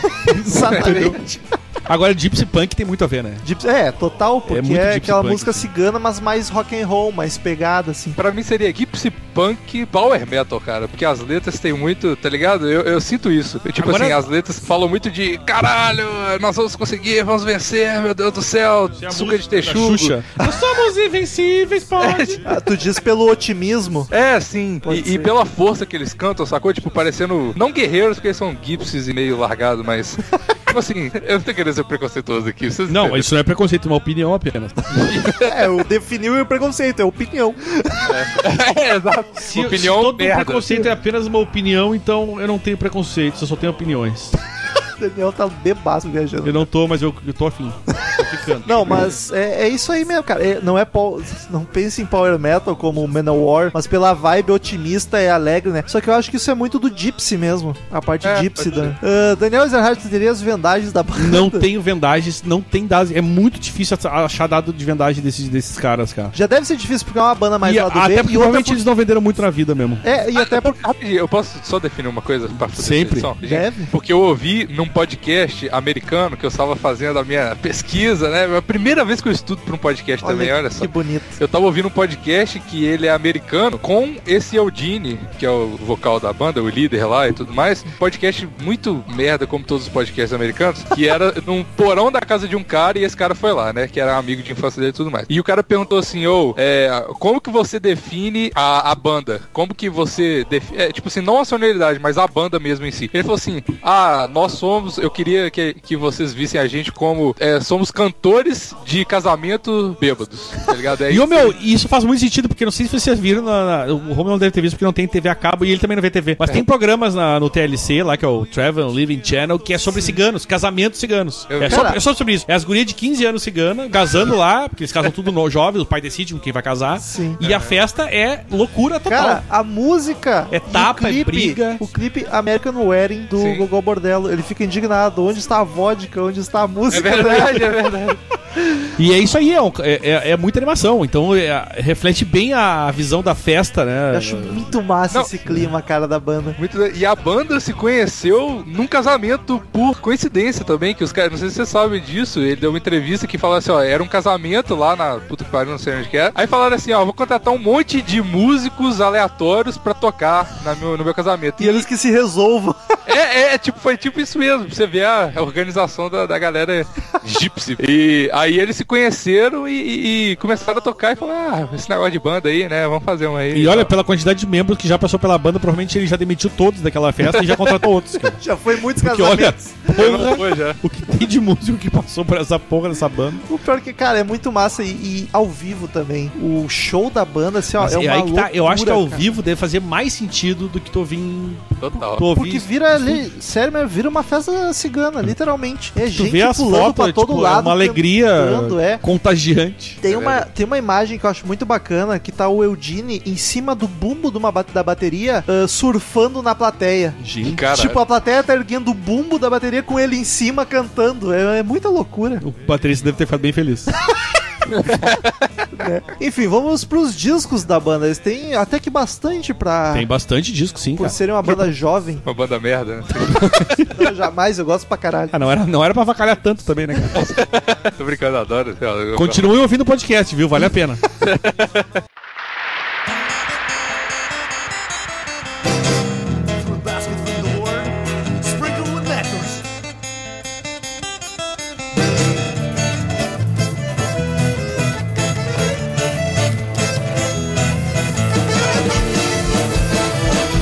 Speaker 2: Exatamente.
Speaker 3: Agora, gypsy punk tem muito a ver, né?
Speaker 2: Gypsy- É, total, porque
Speaker 3: muito
Speaker 2: é,
Speaker 3: gypsy
Speaker 2: aquela
Speaker 3: punk,
Speaker 2: música cigana, mas mais rock and roll, mais pegada, assim.
Speaker 4: Pra mim seria Gypsy Punk Power Metal, cara. Porque as letras têm muito, tá ligado? Eu, eu sinto isso. Eu, tipo
Speaker 3: Agora-
Speaker 4: assim, as letras falam muito de caralho, nós vamos conseguir, vamos vencer, meu Deus do céu, suca de texugo.
Speaker 3: Nós somos invencíveis, pode.
Speaker 2: Ah, tu diz pelo otimismo.
Speaker 4: É, sim.
Speaker 2: Pode
Speaker 4: E, e
Speaker 2: ser.
Speaker 4: pela força que eles cantam, sacou? Tipo, parecendo. Não guerreiros, porque eles são gypsies e meio largados, mas. tipo assim, eu não tô querendo ser preconceituoso aqui. Vocês
Speaker 3: Não,
Speaker 4: entendem?
Speaker 3: isso não é preconceito, é uma opinião apenas.
Speaker 2: É, o definiu o preconceito, é opinião.
Speaker 4: é, exato.
Speaker 3: Se,
Speaker 4: Opinião
Speaker 3: se todo
Speaker 4: merda.
Speaker 3: preconceito é apenas uma opinião, então eu não tenho preconceito, eu só tenho opiniões.
Speaker 2: O Daniel tá debaço viajando.
Speaker 3: Eu não tô, mas eu, eu tô afim. Tô ficando.
Speaker 2: Não, mas é, é isso aí mesmo, cara. É, não é pau- não pense em power metal como o Manowar, mas pela vibe otimista e alegre, né? Só que eu acho que isso é muito do Gypsy mesmo, a parte
Speaker 4: É,
Speaker 2: Gypsy.
Speaker 4: pode
Speaker 2: Da... Ah, Daniel Ezerhard, tu teria as vendagens da banda?
Speaker 3: Não tenho vendagens, não tem dados. É muito difícil ach- achar dado de vendagem desses, desses caras, cara.
Speaker 2: Já deve ser difícil porque é uma banda mais
Speaker 3: E
Speaker 2: lá do B
Speaker 3: até porque
Speaker 2: e outra
Speaker 3: provavelmente eles não venderam muito na vida mesmo.
Speaker 2: por- É, e até por...
Speaker 4: Rapidinho, Eu posso só definir uma coisa pra fazer
Speaker 3: Sempre.
Speaker 4: exceção? Gente,
Speaker 2: Deve.
Speaker 4: Porque eu ouvi num podcast americano que eu estava fazendo a minha pesquisa, né? A primeira vez que eu estudo pra um podcast também, olha só.
Speaker 2: que bonito.
Speaker 4: Eu tava ouvindo um podcast que ele é americano com esse Eldini, que é o vocal da banda, o líder lá e tudo mais. Um podcast muito merda, como todos os podcasts americanos, que era num porão da casa de um cara e esse cara foi lá, né? Que era amigo de infância dele e tudo mais. E o cara perguntou assim, ô, é, como que você define a, a banda? Como que você define... É, tipo assim, não a sonoridade, mas a banda mesmo em si. Ele falou assim, ah, nós somos... Eu queria que, que vocês vissem a gente como... é, somos cantores de casamento bêbados, tá ligado? É
Speaker 3: E o
Speaker 4: isso.
Speaker 3: meu, e isso faz muito sentido, porque não sei se vocês viram, na, na- o Romulo não deve ter visto porque não tem TV a cabo e ele também não vê TV.
Speaker 2: É.
Speaker 3: Mas tem programas na- no TLC, lá que é o Travel and Living Channel, que é sobre ciganos, casamentos ciganos.
Speaker 4: Eu-
Speaker 3: é, só,
Speaker 2: Cara-
Speaker 3: é só sobre isso. É as gurias de 15 anos cigana, casando lá, porque eles casam tudo no, jovem, o pai decide com quem vai casar.
Speaker 2: Sim.
Speaker 3: E a festa é loucura total.
Speaker 2: Cara, a música.
Speaker 3: É
Speaker 2: do
Speaker 3: tapa, é briga.
Speaker 2: O clipe American Wedding do
Speaker 4: Sim.
Speaker 2: Gogol Bordello. Ele fica indignado. Onde está a vodka? Onde está a música?
Speaker 4: É verdade, é verdade.
Speaker 3: E é isso aí, é, um- é- é- é muita animação. Então é- reflete bem a visão da festa, né?
Speaker 2: Eu acho muito massa
Speaker 4: Não.
Speaker 2: esse clima, cara, da banda.
Speaker 4: Muito le- E a banda se conheceu num casamento por coincidência também, que os caras, não sei se você sabe disso, ele deu uma entrevista que falou assim, ó, era um casamento lá na puta que pariu, não sei onde que era. Aí falaram assim, ó, vou contratar um monte de músicos aleatórios pra tocar na meu- no meu casamento.
Speaker 2: E eles que se resolvam.
Speaker 4: É, é, tipo, foi tipo isso mesmo, pra você ver a a organização da, da galera gypsy. E aí eles se conheceram e, e- e começaram a tocar e falaram, ah, esse negócio de banda aí, né, vamos fazer uma aí.
Speaker 3: E olha, pela quantidade de membros que já passou pela banda, provavelmente ele já demitiu todos daquela festa e já contratou outros. cara.
Speaker 2: Já foi muitos
Speaker 3: Porque olha,
Speaker 2: casamentos.
Speaker 4: Não
Speaker 3: porra,
Speaker 4: foi já.
Speaker 3: o que tem de músico que passou por essa porra dessa banda.
Speaker 2: O pior que, cara, é muito massa e, e ao vivo também. O show da banda, assim, ó,
Speaker 3: Mas
Speaker 2: é uma
Speaker 3: aí que tá, eu acho que ao
Speaker 2: loucura, cara.
Speaker 3: vivo deve fazer mais sentido do que tu ouvir. em-
Speaker 4: Total.
Speaker 3: Tu ouvir
Speaker 2: Porque vira ali, sério, mesmo, vira uma festa cigana, literalmente. É
Speaker 3: tu
Speaker 2: gente
Speaker 3: vê as
Speaker 2: pulando
Speaker 3: fotos,
Speaker 2: pra todo
Speaker 3: tipo,
Speaker 2: lado.
Speaker 3: é uma alegria
Speaker 2: cantando, é.
Speaker 3: contagiante.
Speaker 2: Tem uma, tem uma imagem que eu acho muito bacana que tá o Eudine em cima do bumbo de uma ba- da bateria ah, surfando na plateia.
Speaker 3: Gente.
Speaker 4: Cara,
Speaker 2: Tipo, a plateia tá erguendo o bumbo da bateria com ele em cima cantando. É, é muita loucura.
Speaker 3: O baterista deve ter ficado bem feliz.
Speaker 2: Ah. né? Enfim, vamos pros discos da banda. Eles têm até que bastante pra.
Speaker 3: Tem bastante disco, sim.
Speaker 2: Por
Speaker 3: Cara.
Speaker 2: serem uma banda jovem,
Speaker 4: uma banda merda, né?
Speaker 2: eu jamais, eu gosto pra caralho.
Speaker 3: Ah, não era, não era pra avacalhar tanto também, né, cara?
Speaker 4: Tô brincando, adoro. sei lá, eu-
Speaker 3: Continue ouvindo o podcast, viu? Vale a pena.
Speaker 2: Tá
Speaker 1: Through a basket from the door, sprinkled with nectars.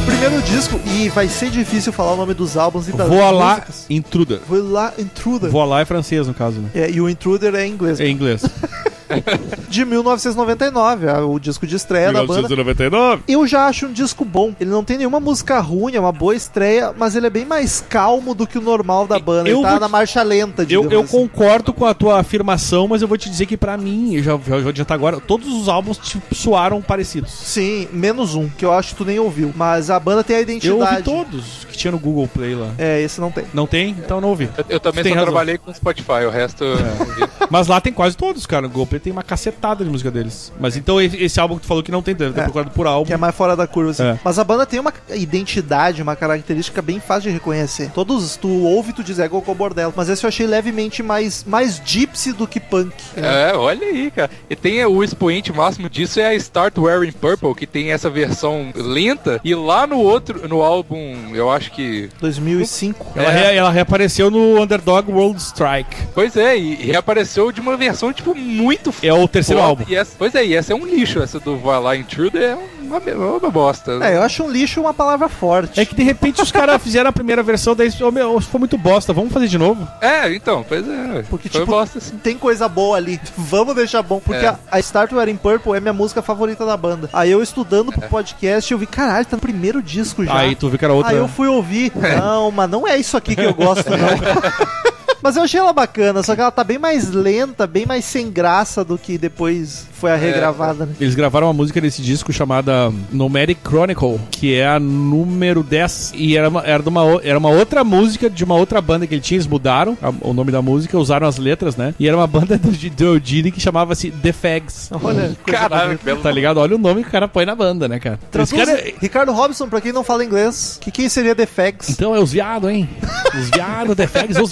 Speaker 2: Primeiro disco, e vai ser difícil falar o nome dos álbuns e das
Speaker 3: Voa lá,
Speaker 2: músicas.
Speaker 3: intruder.
Speaker 2: Voa lá, Intruder.
Speaker 3: Voa lá é francês, no caso, né?
Speaker 2: É, e o Intruder é em inglês.
Speaker 3: É em inglês.
Speaker 2: De 1999, ah, o disco de estreia da banda.
Speaker 3: 1999.
Speaker 2: Eu já acho um disco bom. Ele não tem nenhuma música ruim, é uma boa estreia, mas ele é bem mais calmo do que o normal da banda.
Speaker 3: Eu
Speaker 2: ele tá
Speaker 3: vou
Speaker 2: na
Speaker 3: te-
Speaker 2: marcha lenta,
Speaker 3: Eu,
Speaker 2: digamos
Speaker 3: eu
Speaker 2: assim.
Speaker 3: concordo com a tua afirmação, mas eu vou te dizer que pra mim, eu já, já vou adiantar agora, todos os álbuns tipo, soaram parecidos.
Speaker 2: Sim, menos um, que eu acho que tu nem ouviu. Mas a banda tem a
Speaker 3: Eu
Speaker 2: identidade.
Speaker 3: ouvi todos que tinha no Google Play lá.
Speaker 2: É, esse não tem.
Speaker 3: Não tem? Então não ouvi.
Speaker 4: Eu, eu também
Speaker 3: Tem
Speaker 4: só
Speaker 3: razão.
Speaker 4: trabalhei com Spotify, o resto.
Speaker 3: Mas lá tem quase todos, cara. No Google Play tem uma cacetada de música deles. Mas então e- esse álbum que tu falou que não tem, então, deve ter
Speaker 2: É.
Speaker 3: procurado por álbum.
Speaker 2: Que é mais fora da curva, assim.
Speaker 3: É.
Speaker 2: Mas a banda tem uma identidade, uma característica bem fácil de reconhecer. Todos, tu ouve, tu diz, é Goku Bordello. Mas esse eu achei levemente mais, mais gypsy do que punk.
Speaker 4: É, olha aí, cara. E tem o expoente máximo disso é a Start Wearing Purple, que tem essa versão lenta. E lá no outro, no álbum, eu acho que.
Speaker 2: 2005.
Speaker 3: Ela,
Speaker 4: É.
Speaker 3: re- ela reapareceu no Underdog World Strike.
Speaker 4: Pois é, e reapareceu de uma versão, tipo, muito
Speaker 3: É o terceiro
Speaker 4: foda.
Speaker 3: álbum.
Speaker 4: E essa- pois é, e essa é um lixo, essa do Vai Lá Intruder é uma, me- uma bosta.
Speaker 2: É, eu acho um lixo uma palavra forte.
Speaker 3: É que de repente os caras fizeram a primeira versão, daí oh, meu, isso foi muito bosta, vamos fazer de novo?
Speaker 4: É, então, pois é.
Speaker 2: Porque,
Speaker 4: foi
Speaker 2: tipo,
Speaker 4: bosta, assim.
Speaker 2: tem coisa boa ali. Vamos deixar bom. Porque
Speaker 4: É.
Speaker 2: a, a Start Wearing Purple é minha música favorita da banda. Aí eu estudando pro podcast, eu vi, caralho, tá no primeiro disco já.
Speaker 3: Aí tá tu viu que era outra.
Speaker 2: Aí eu fui ouvir. Não, mas não é isso aqui que eu gosto, não. Mas eu achei ela bacana, só que ela tá bem mais lenta, bem mais sem graça do que depois foi a regravada, né?
Speaker 3: Eles gravaram uma música nesse disco chamada Nomadic Chronicle, que é a número 10. E era uma, era, de uma, o- era uma outra música de uma outra banda que ele tinha, eles mudaram a- o nome da música, usaram as letras, né? E era uma banda do, de- do Eugene que chamava-se The Fags.
Speaker 2: Olha, coisa
Speaker 4: Caralho,
Speaker 2: bonita.
Speaker 4: que belo.
Speaker 3: Tá ligado? Olha o nome que o cara põe na banda, né, cara?
Speaker 2: Traduz,
Speaker 3: Esse cara-
Speaker 2: Ricardo Robson, pra quem não fala inglês, que quem seria The Fags?
Speaker 3: Então é os viado, hein? Os viado, The Fags, os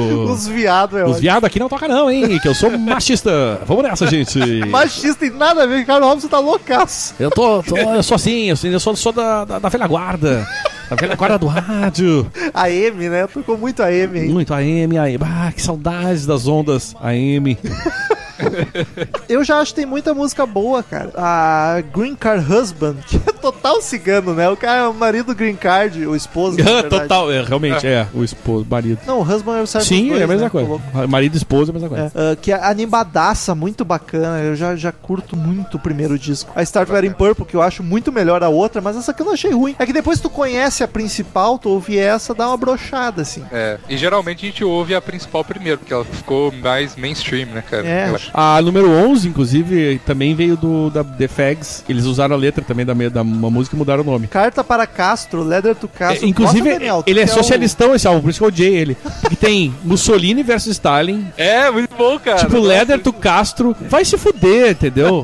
Speaker 2: Os viados, é
Speaker 3: Então, Os
Speaker 2: ótimo.
Speaker 3: viado aqui não toca não, hein? Que eu sou um machista. Vamos nessa, gente.
Speaker 2: Machista e nada a ver, Ricardo Robson tá loucaço.
Speaker 3: Eu tô, tô- eu sou assim, eu sou, eu sou- sou da, da, da velha guarda. Da velha guarda do rádio.
Speaker 2: A M, né? Tocou muito a M aí.
Speaker 3: Muito AM, AM. Ah, que saudades das ondas AM.
Speaker 2: Eu já acho que tem muita música boa, cara. A Green Card Husband, que é total cigano, né? O cara é o marido Green Card, o esposo. na verdade.
Speaker 3: Total, é, realmente, é. O esposo, marido.
Speaker 2: Não, o husband é o certo
Speaker 3: Sim,
Speaker 2: dos dois,
Speaker 3: é a mesma
Speaker 2: né?
Speaker 3: coisa.
Speaker 2: Colocou.
Speaker 3: Marido e esposa é a mesma
Speaker 2: É,
Speaker 3: coisa.
Speaker 2: ah, que é animadaça, muito bacana. Eu já, já curto muito o primeiro disco. A Start Wearing Purple, que eu acho muito melhor a outra, mas essa aqui eu não achei ruim. É que depois tu conhece a principal, tu ouve essa, dá uma brochada, assim.
Speaker 4: É, e geralmente a gente ouve a principal primeiro, porque ela ficou mais mainstream, né, cara?
Speaker 2: É.
Speaker 4: Eu acho.
Speaker 3: A número 11, inclusive, também veio do da The Fags. Eles usaram a letra também da, me- da uma música e mudaram o nome.
Speaker 2: Carta para Castro, Leather to Castro.
Speaker 3: É, inclusive,
Speaker 2: Nossa, Daniel, um- tu
Speaker 3: ele é
Speaker 2: que o-
Speaker 3: socialistão esse álbum, por isso que eu odiei ele. Porque tem Mussolini versus Stalin,
Speaker 4: É, muito bom, cara.
Speaker 3: tipo Leather to Castro. Vai se fuder, entendeu?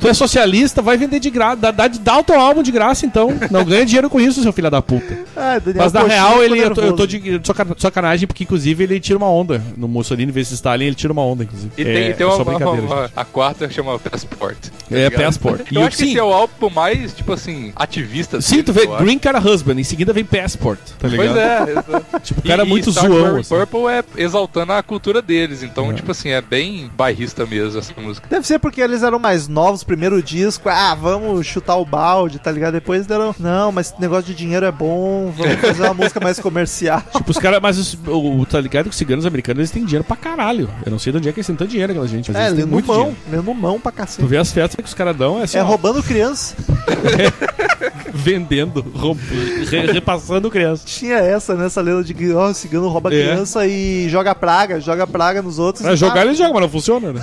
Speaker 3: tu é socialista, vai vender de graça. Dá, dá, dá o teu álbum de graça, então. Não ganha dinheiro com isso, seu filho da puta.
Speaker 2: Ah, Daniel
Speaker 3: Mas na
Speaker 2: Coutinho
Speaker 3: real,
Speaker 2: ficou
Speaker 3: ele, eu tô, eu tô
Speaker 2: nervoso.
Speaker 3: de eu tô saca- sacanagem, porque inclusive ele tira uma onda. No Mussolini versus Stalin, ele tira uma onda, inclusive.
Speaker 4: E tem,
Speaker 3: é,
Speaker 4: e tem
Speaker 3: é
Speaker 4: uma,
Speaker 3: só brincadeira.
Speaker 4: uma-
Speaker 3: gente.
Speaker 4: uma- a quarta chama Passport. tá
Speaker 3: é,
Speaker 4: ligado?
Speaker 3: Passport.
Speaker 4: Eu
Speaker 3: o-
Speaker 4: acho que esse é o álbum mais, tipo assim, ativista.
Speaker 3: Sim,
Speaker 4: dele,
Speaker 3: tu vê
Speaker 4: eu acho.
Speaker 3: Green Card Husband, em seguida vem Passport, tá ligado?
Speaker 4: Pois é. exato.
Speaker 3: Tipo, o cara é
Speaker 4: E-
Speaker 3: muito
Speaker 4: e Star
Speaker 3: zoão.
Speaker 4: Pur-
Speaker 3: assim.
Speaker 4: Purple é exaltando a cultura deles, então, tipo assim, é bem bairrista mesmo essa música.
Speaker 2: Deve ser porque eles eram mais novos, primeiro disco, ah, vamos chutar o balde, tá ligado? Depois deram, não, mas esse negócio de dinheiro é bom, vamos fazer uma música mais comercial.
Speaker 3: Tipo, os caras, mas os, o, o- tá ligado que os ciganos americanos eles têm dinheiro pra caralho. Eu não sei de onde é que eles têm tanto dinheiro, aquela gente. Mas
Speaker 2: É,
Speaker 3: eles têm
Speaker 2: lendo
Speaker 3: muito
Speaker 2: mão,
Speaker 3: dinheiro.
Speaker 2: lendo mão pra
Speaker 3: Tu
Speaker 2: cacete.
Speaker 3: vê as festas que os caras dão, é assim,
Speaker 2: É
Speaker 3: ó,
Speaker 2: roubando criança.
Speaker 3: vendendo, roubo- re- repassando criança.
Speaker 2: Tinha essa, né? Essa lenda de que, ó, o cigano rouba
Speaker 3: É.
Speaker 2: criança e joga praga, joga praga nos outros.
Speaker 3: É,
Speaker 2: e
Speaker 3: jogar
Speaker 2: tá.
Speaker 3: eles jogam, mas não funciona, né?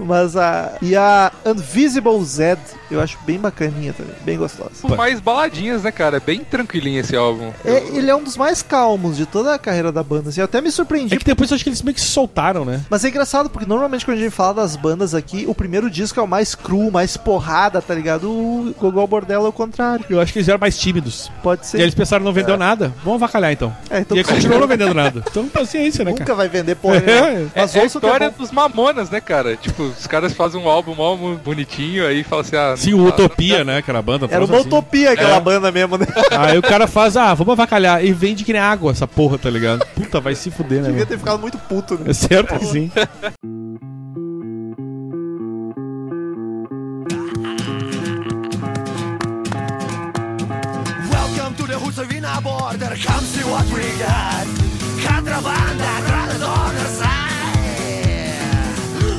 Speaker 2: Mas a. E a Invisible Z, eu acho bem bacaninha também, bem gostosa.
Speaker 4: Por mais baladinhas, né, cara? É bem tranquilinho esse álbum.
Speaker 2: É, ele é um dos mais calmos de toda a carreira da banda, assim. Eu até me surpreendi
Speaker 3: É que depois eu acho que eles meio que se soltaram, né?
Speaker 2: Mas é engraçado, porque normalmente quando a gente fala das bandas aqui, o primeiro disco é o mais cru, mais porrada, tá ligado? O Gogol Bordello é o contrário.
Speaker 3: Eu acho que eles eram mais tímidos.
Speaker 2: Pode
Speaker 3: E
Speaker 2: ser.
Speaker 3: aí eles pensaram, não vendeu nada, vamos avacalhar É. então.
Speaker 2: É, então
Speaker 3: e aí continuou não vendendo nada. Então paciência, né, cara?
Speaker 2: nunca vai vender porra. nenhuma.
Speaker 4: É,
Speaker 2: Mas
Speaker 4: é a
Speaker 2: ouça o que é
Speaker 4: história
Speaker 2: bom.
Speaker 4: dos mamonas, né, cara? Tipo, os caras fazem um álbum mó mu- bonitinho, aí fala assim, ah...
Speaker 3: Sim,
Speaker 4: não
Speaker 3: o
Speaker 4: tá-
Speaker 3: Utopia, né, que era a banda.
Speaker 2: Era
Speaker 3: um
Speaker 2: uma
Speaker 3: troço assim.
Speaker 2: utopia aquela banda mesmo, né?
Speaker 3: Aí o cara faz, ah, vamos avacalhar. E vende que nem água essa porra, tá ligado? Puta, vai se fuder, né?
Speaker 2: Devia
Speaker 3: meu?
Speaker 2: ter ficado muito puto, né?
Speaker 3: É certo que sim.
Speaker 1: Welcome to the Husavina border. Come see what we got. Contrabanda, granted on the side.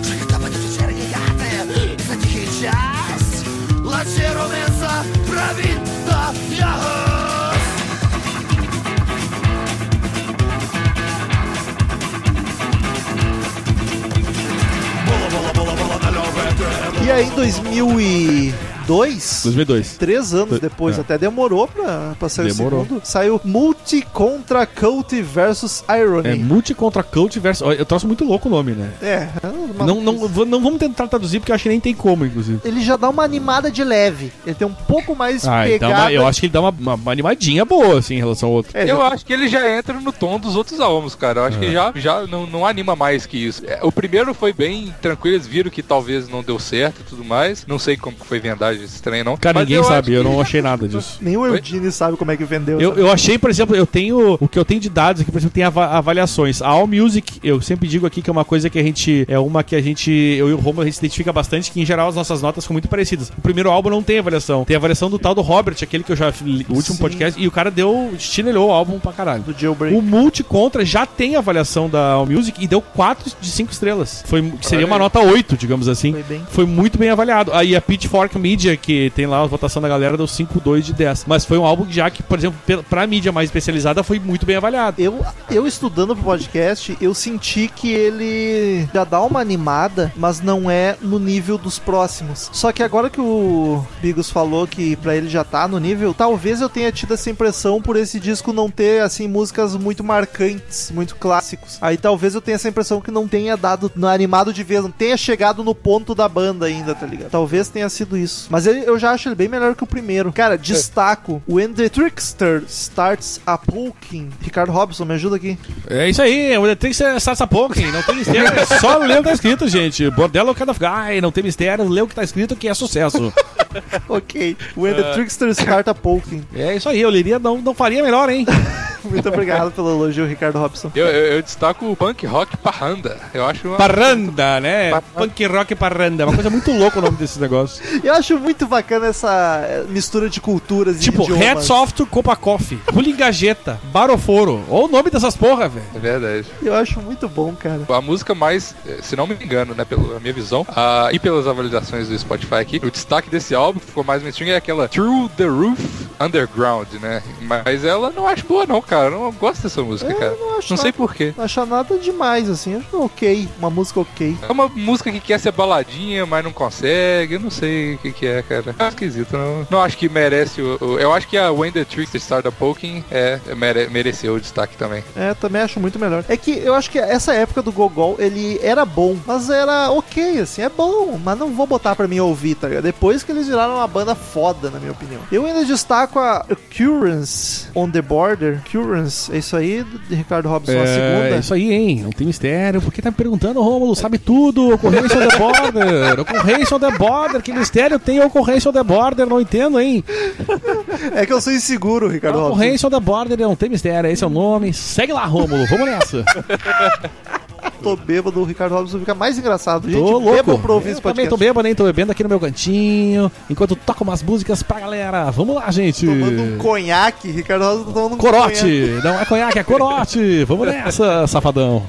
Speaker 1: Шахта под чернигаты за тихий час. Лачируется провинта яго.
Speaker 2: E aí, em 2002.
Speaker 3: 2002.
Speaker 2: Três anos depois,
Speaker 3: É.
Speaker 2: até demorou pra, pra sair
Speaker 3: Demorou.
Speaker 2: o segundo. Saiu Multi contra Cult versus
Speaker 3: É
Speaker 2: Irony.
Speaker 3: multi contra cult versus. Olha, Eu troço muito louco o nome, né?
Speaker 2: É, é uma-
Speaker 3: Não, não, v- não vamos tentar traduzir porque eu acho que nem tem como, inclusive.
Speaker 2: Ele já dá uma animada de leve. Ele tem um pouco mais
Speaker 3: Ah, então
Speaker 2: pegada.
Speaker 3: eu acho que ele dá uma, uma- uma animadinha boa, assim, em relação ao outro.
Speaker 2: É,
Speaker 4: Eu
Speaker 2: já-
Speaker 4: acho que ele já entra no tom dos outros álbuns, cara. Eu acho
Speaker 3: É.
Speaker 4: que já, já não, não anima mais que isso. É, O primeiro foi bem tranquilo, eles viram que talvez não deu certo e tudo mais. Não sei como que foi vendagem esse trem, não.
Speaker 3: Cara,
Speaker 4: Mas
Speaker 3: ninguém
Speaker 4: eu acho
Speaker 3: sabe, eu
Speaker 4: que
Speaker 3: não achei nada disso.
Speaker 2: Nem o Eudine sabe como é que vendeu.
Speaker 3: Eu,
Speaker 2: essa-
Speaker 3: eu achei, por exemplo, eu tenho. O que eu tenho de dados aqui, por exemplo, tem ava- avaliações. A All Music, eu sempre digo aqui que é uma coisa que a gente. É uma que a gente. Eu e o Romulo a gente se identifica bastante, que em geral as nossas notas são muito parecidas. O primeiro álbum não tem avaliação. Tem a avaliação do tal do Robert, aquele que eu já. Li, o último
Speaker 2: Sim.
Speaker 3: podcast, e o cara deu. Chinelhou o álbum pra caralho.
Speaker 2: do Jailbreak.
Speaker 3: O Multi Contra já tem avaliação da AllMusic e deu 4 de 5 estrelas. Foi, que seria uma
Speaker 4: Olha
Speaker 3: nota 8, digamos assim.
Speaker 2: Foi bem.
Speaker 3: Foi muito bem avaliado. Aí a Pitchfork Media, que tem lá a votação da galera, deu 5,2 de 10. Mas foi um álbum que já que, por exemplo, pe- pra mídia mais especializada, foi muito bem avaliado.
Speaker 2: Eu, eu estudando pro podcast, eu senti que ele já dá uma animada, mas não é no nível dos próximos. Só que agora que o Bigos falou que pra ele já tá no nível, talvez eu tenha tido essa impressão por esse disco não ter, assim, músicas muito marcantes, muito clássicos. Aí talvez eu tenha essa impressão que não tenha dado no animado de vez, não tenha chegado no ponto da banda ainda, tá ligado? Talvez tenha sido isso. Mas ele- eu já acho ele bem melhor que o primeiro. Cara, destaco: When the Trickster Starts a Poking. Ricardo Robson, me ajuda aqui.
Speaker 3: É isso aí, o tem que ser Sassapoukin, não tem mistério. é só ler o que tá escrito, gente. Bordello cada Guy, não tem mistério, lê o que tá escrito que é sucesso.
Speaker 2: ok. When the Trickster Starts a Poking.
Speaker 3: é isso aí, eu leria, não, não faria melhor, hein?
Speaker 2: Muito obrigado pelo elogio, Ricardo Robson.
Speaker 4: Eu, eu- eu destaco o punk rock parranda. Eu acho uma...
Speaker 3: Parranda, né? Punk rock parranda. É uma coisa muito louca o nome desse negócio.
Speaker 2: Eu acho muito bacana essa eh, mistura de culturas
Speaker 3: Tipo,
Speaker 2: e idiomas.
Speaker 3: Red Soft Copa Coffee, Bulingajeta, Baroforo. Olha o nome dessas porra, velho.
Speaker 4: É verdade.
Speaker 2: Eu acho muito bom, cara.
Speaker 4: A música mais, eh, se não me engano, né, pela minha visão, ah, e pelas avaliações do Spotify aqui, o destaque desse álbum, que ficou mais mainstream, é aquela Through the Roof underground, né? Mas ela não acho boa, não, cara. Eu não gosto dessa música,
Speaker 2: Eu
Speaker 4: cara.
Speaker 2: não acho
Speaker 4: não sei
Speaker 2: nada.
Speaker 4: porquê.
Speaker 2: Não achar nada demais, assim. Acho ok. Uma música ok.
Speaker 4: É uma música que quer ser baladinha, mas não consegue. Eu não sei o que, que é, cara. É esquisito, não. Não acho que merece o. o- eu acho que a When the Trickster Started Poking é, mere- mereceu o destaque também.
Speaker 2: É, também acho muito melhor. É que eu acho que essa época do Gogol, ele era bom, mas era ok, assim, é bom, mas não vou botar pra mim ouvir, tá ligado? Depois que eles viraram uma banda foda, na minha opinião. Eu ainda destaco a Currents on the Border. Currents, é isso aí, de Ricardo Robson, a segunda.
Speaker 3: É isso aí, hein? Não tem mistério. Por que tá me perguntando, Rômulo? Sabe tudo. Ocorrência on the border. Ocorrência on the border. Que mistério tem ocorrência on the border? Não entendo, hein?
Speaker 2: É que eu sou inseguro,
Speaker 3: É
Speaker 2: Ricardo Robson.
Speaker 3: Ocorrência on the border. Não tem mistério. Esse é o nome. Segue lá, Rômulo. Vamos nessa.
Speaker 2: Tô bêbado, o Ricardo Robson fica mais engraçado. Gente,
Speaker 3: tô louco.
Speaker 2: bêbado pra ouvir esse
Speaker 3: Eu também
Speaker 2: podcast.
Speaker 3: tô bêbado, hein? Tô bebendo aqui no meu cantinho. Enquanto toco umas músicas pra galera. Vamos lá, gente.
Speaker 2: Tomando um conhaque, Ricardo Robson tá tomando um conhaque.
Speaker 3: Corote. Não é conhaque, é corote. Vamos nessa, safadão.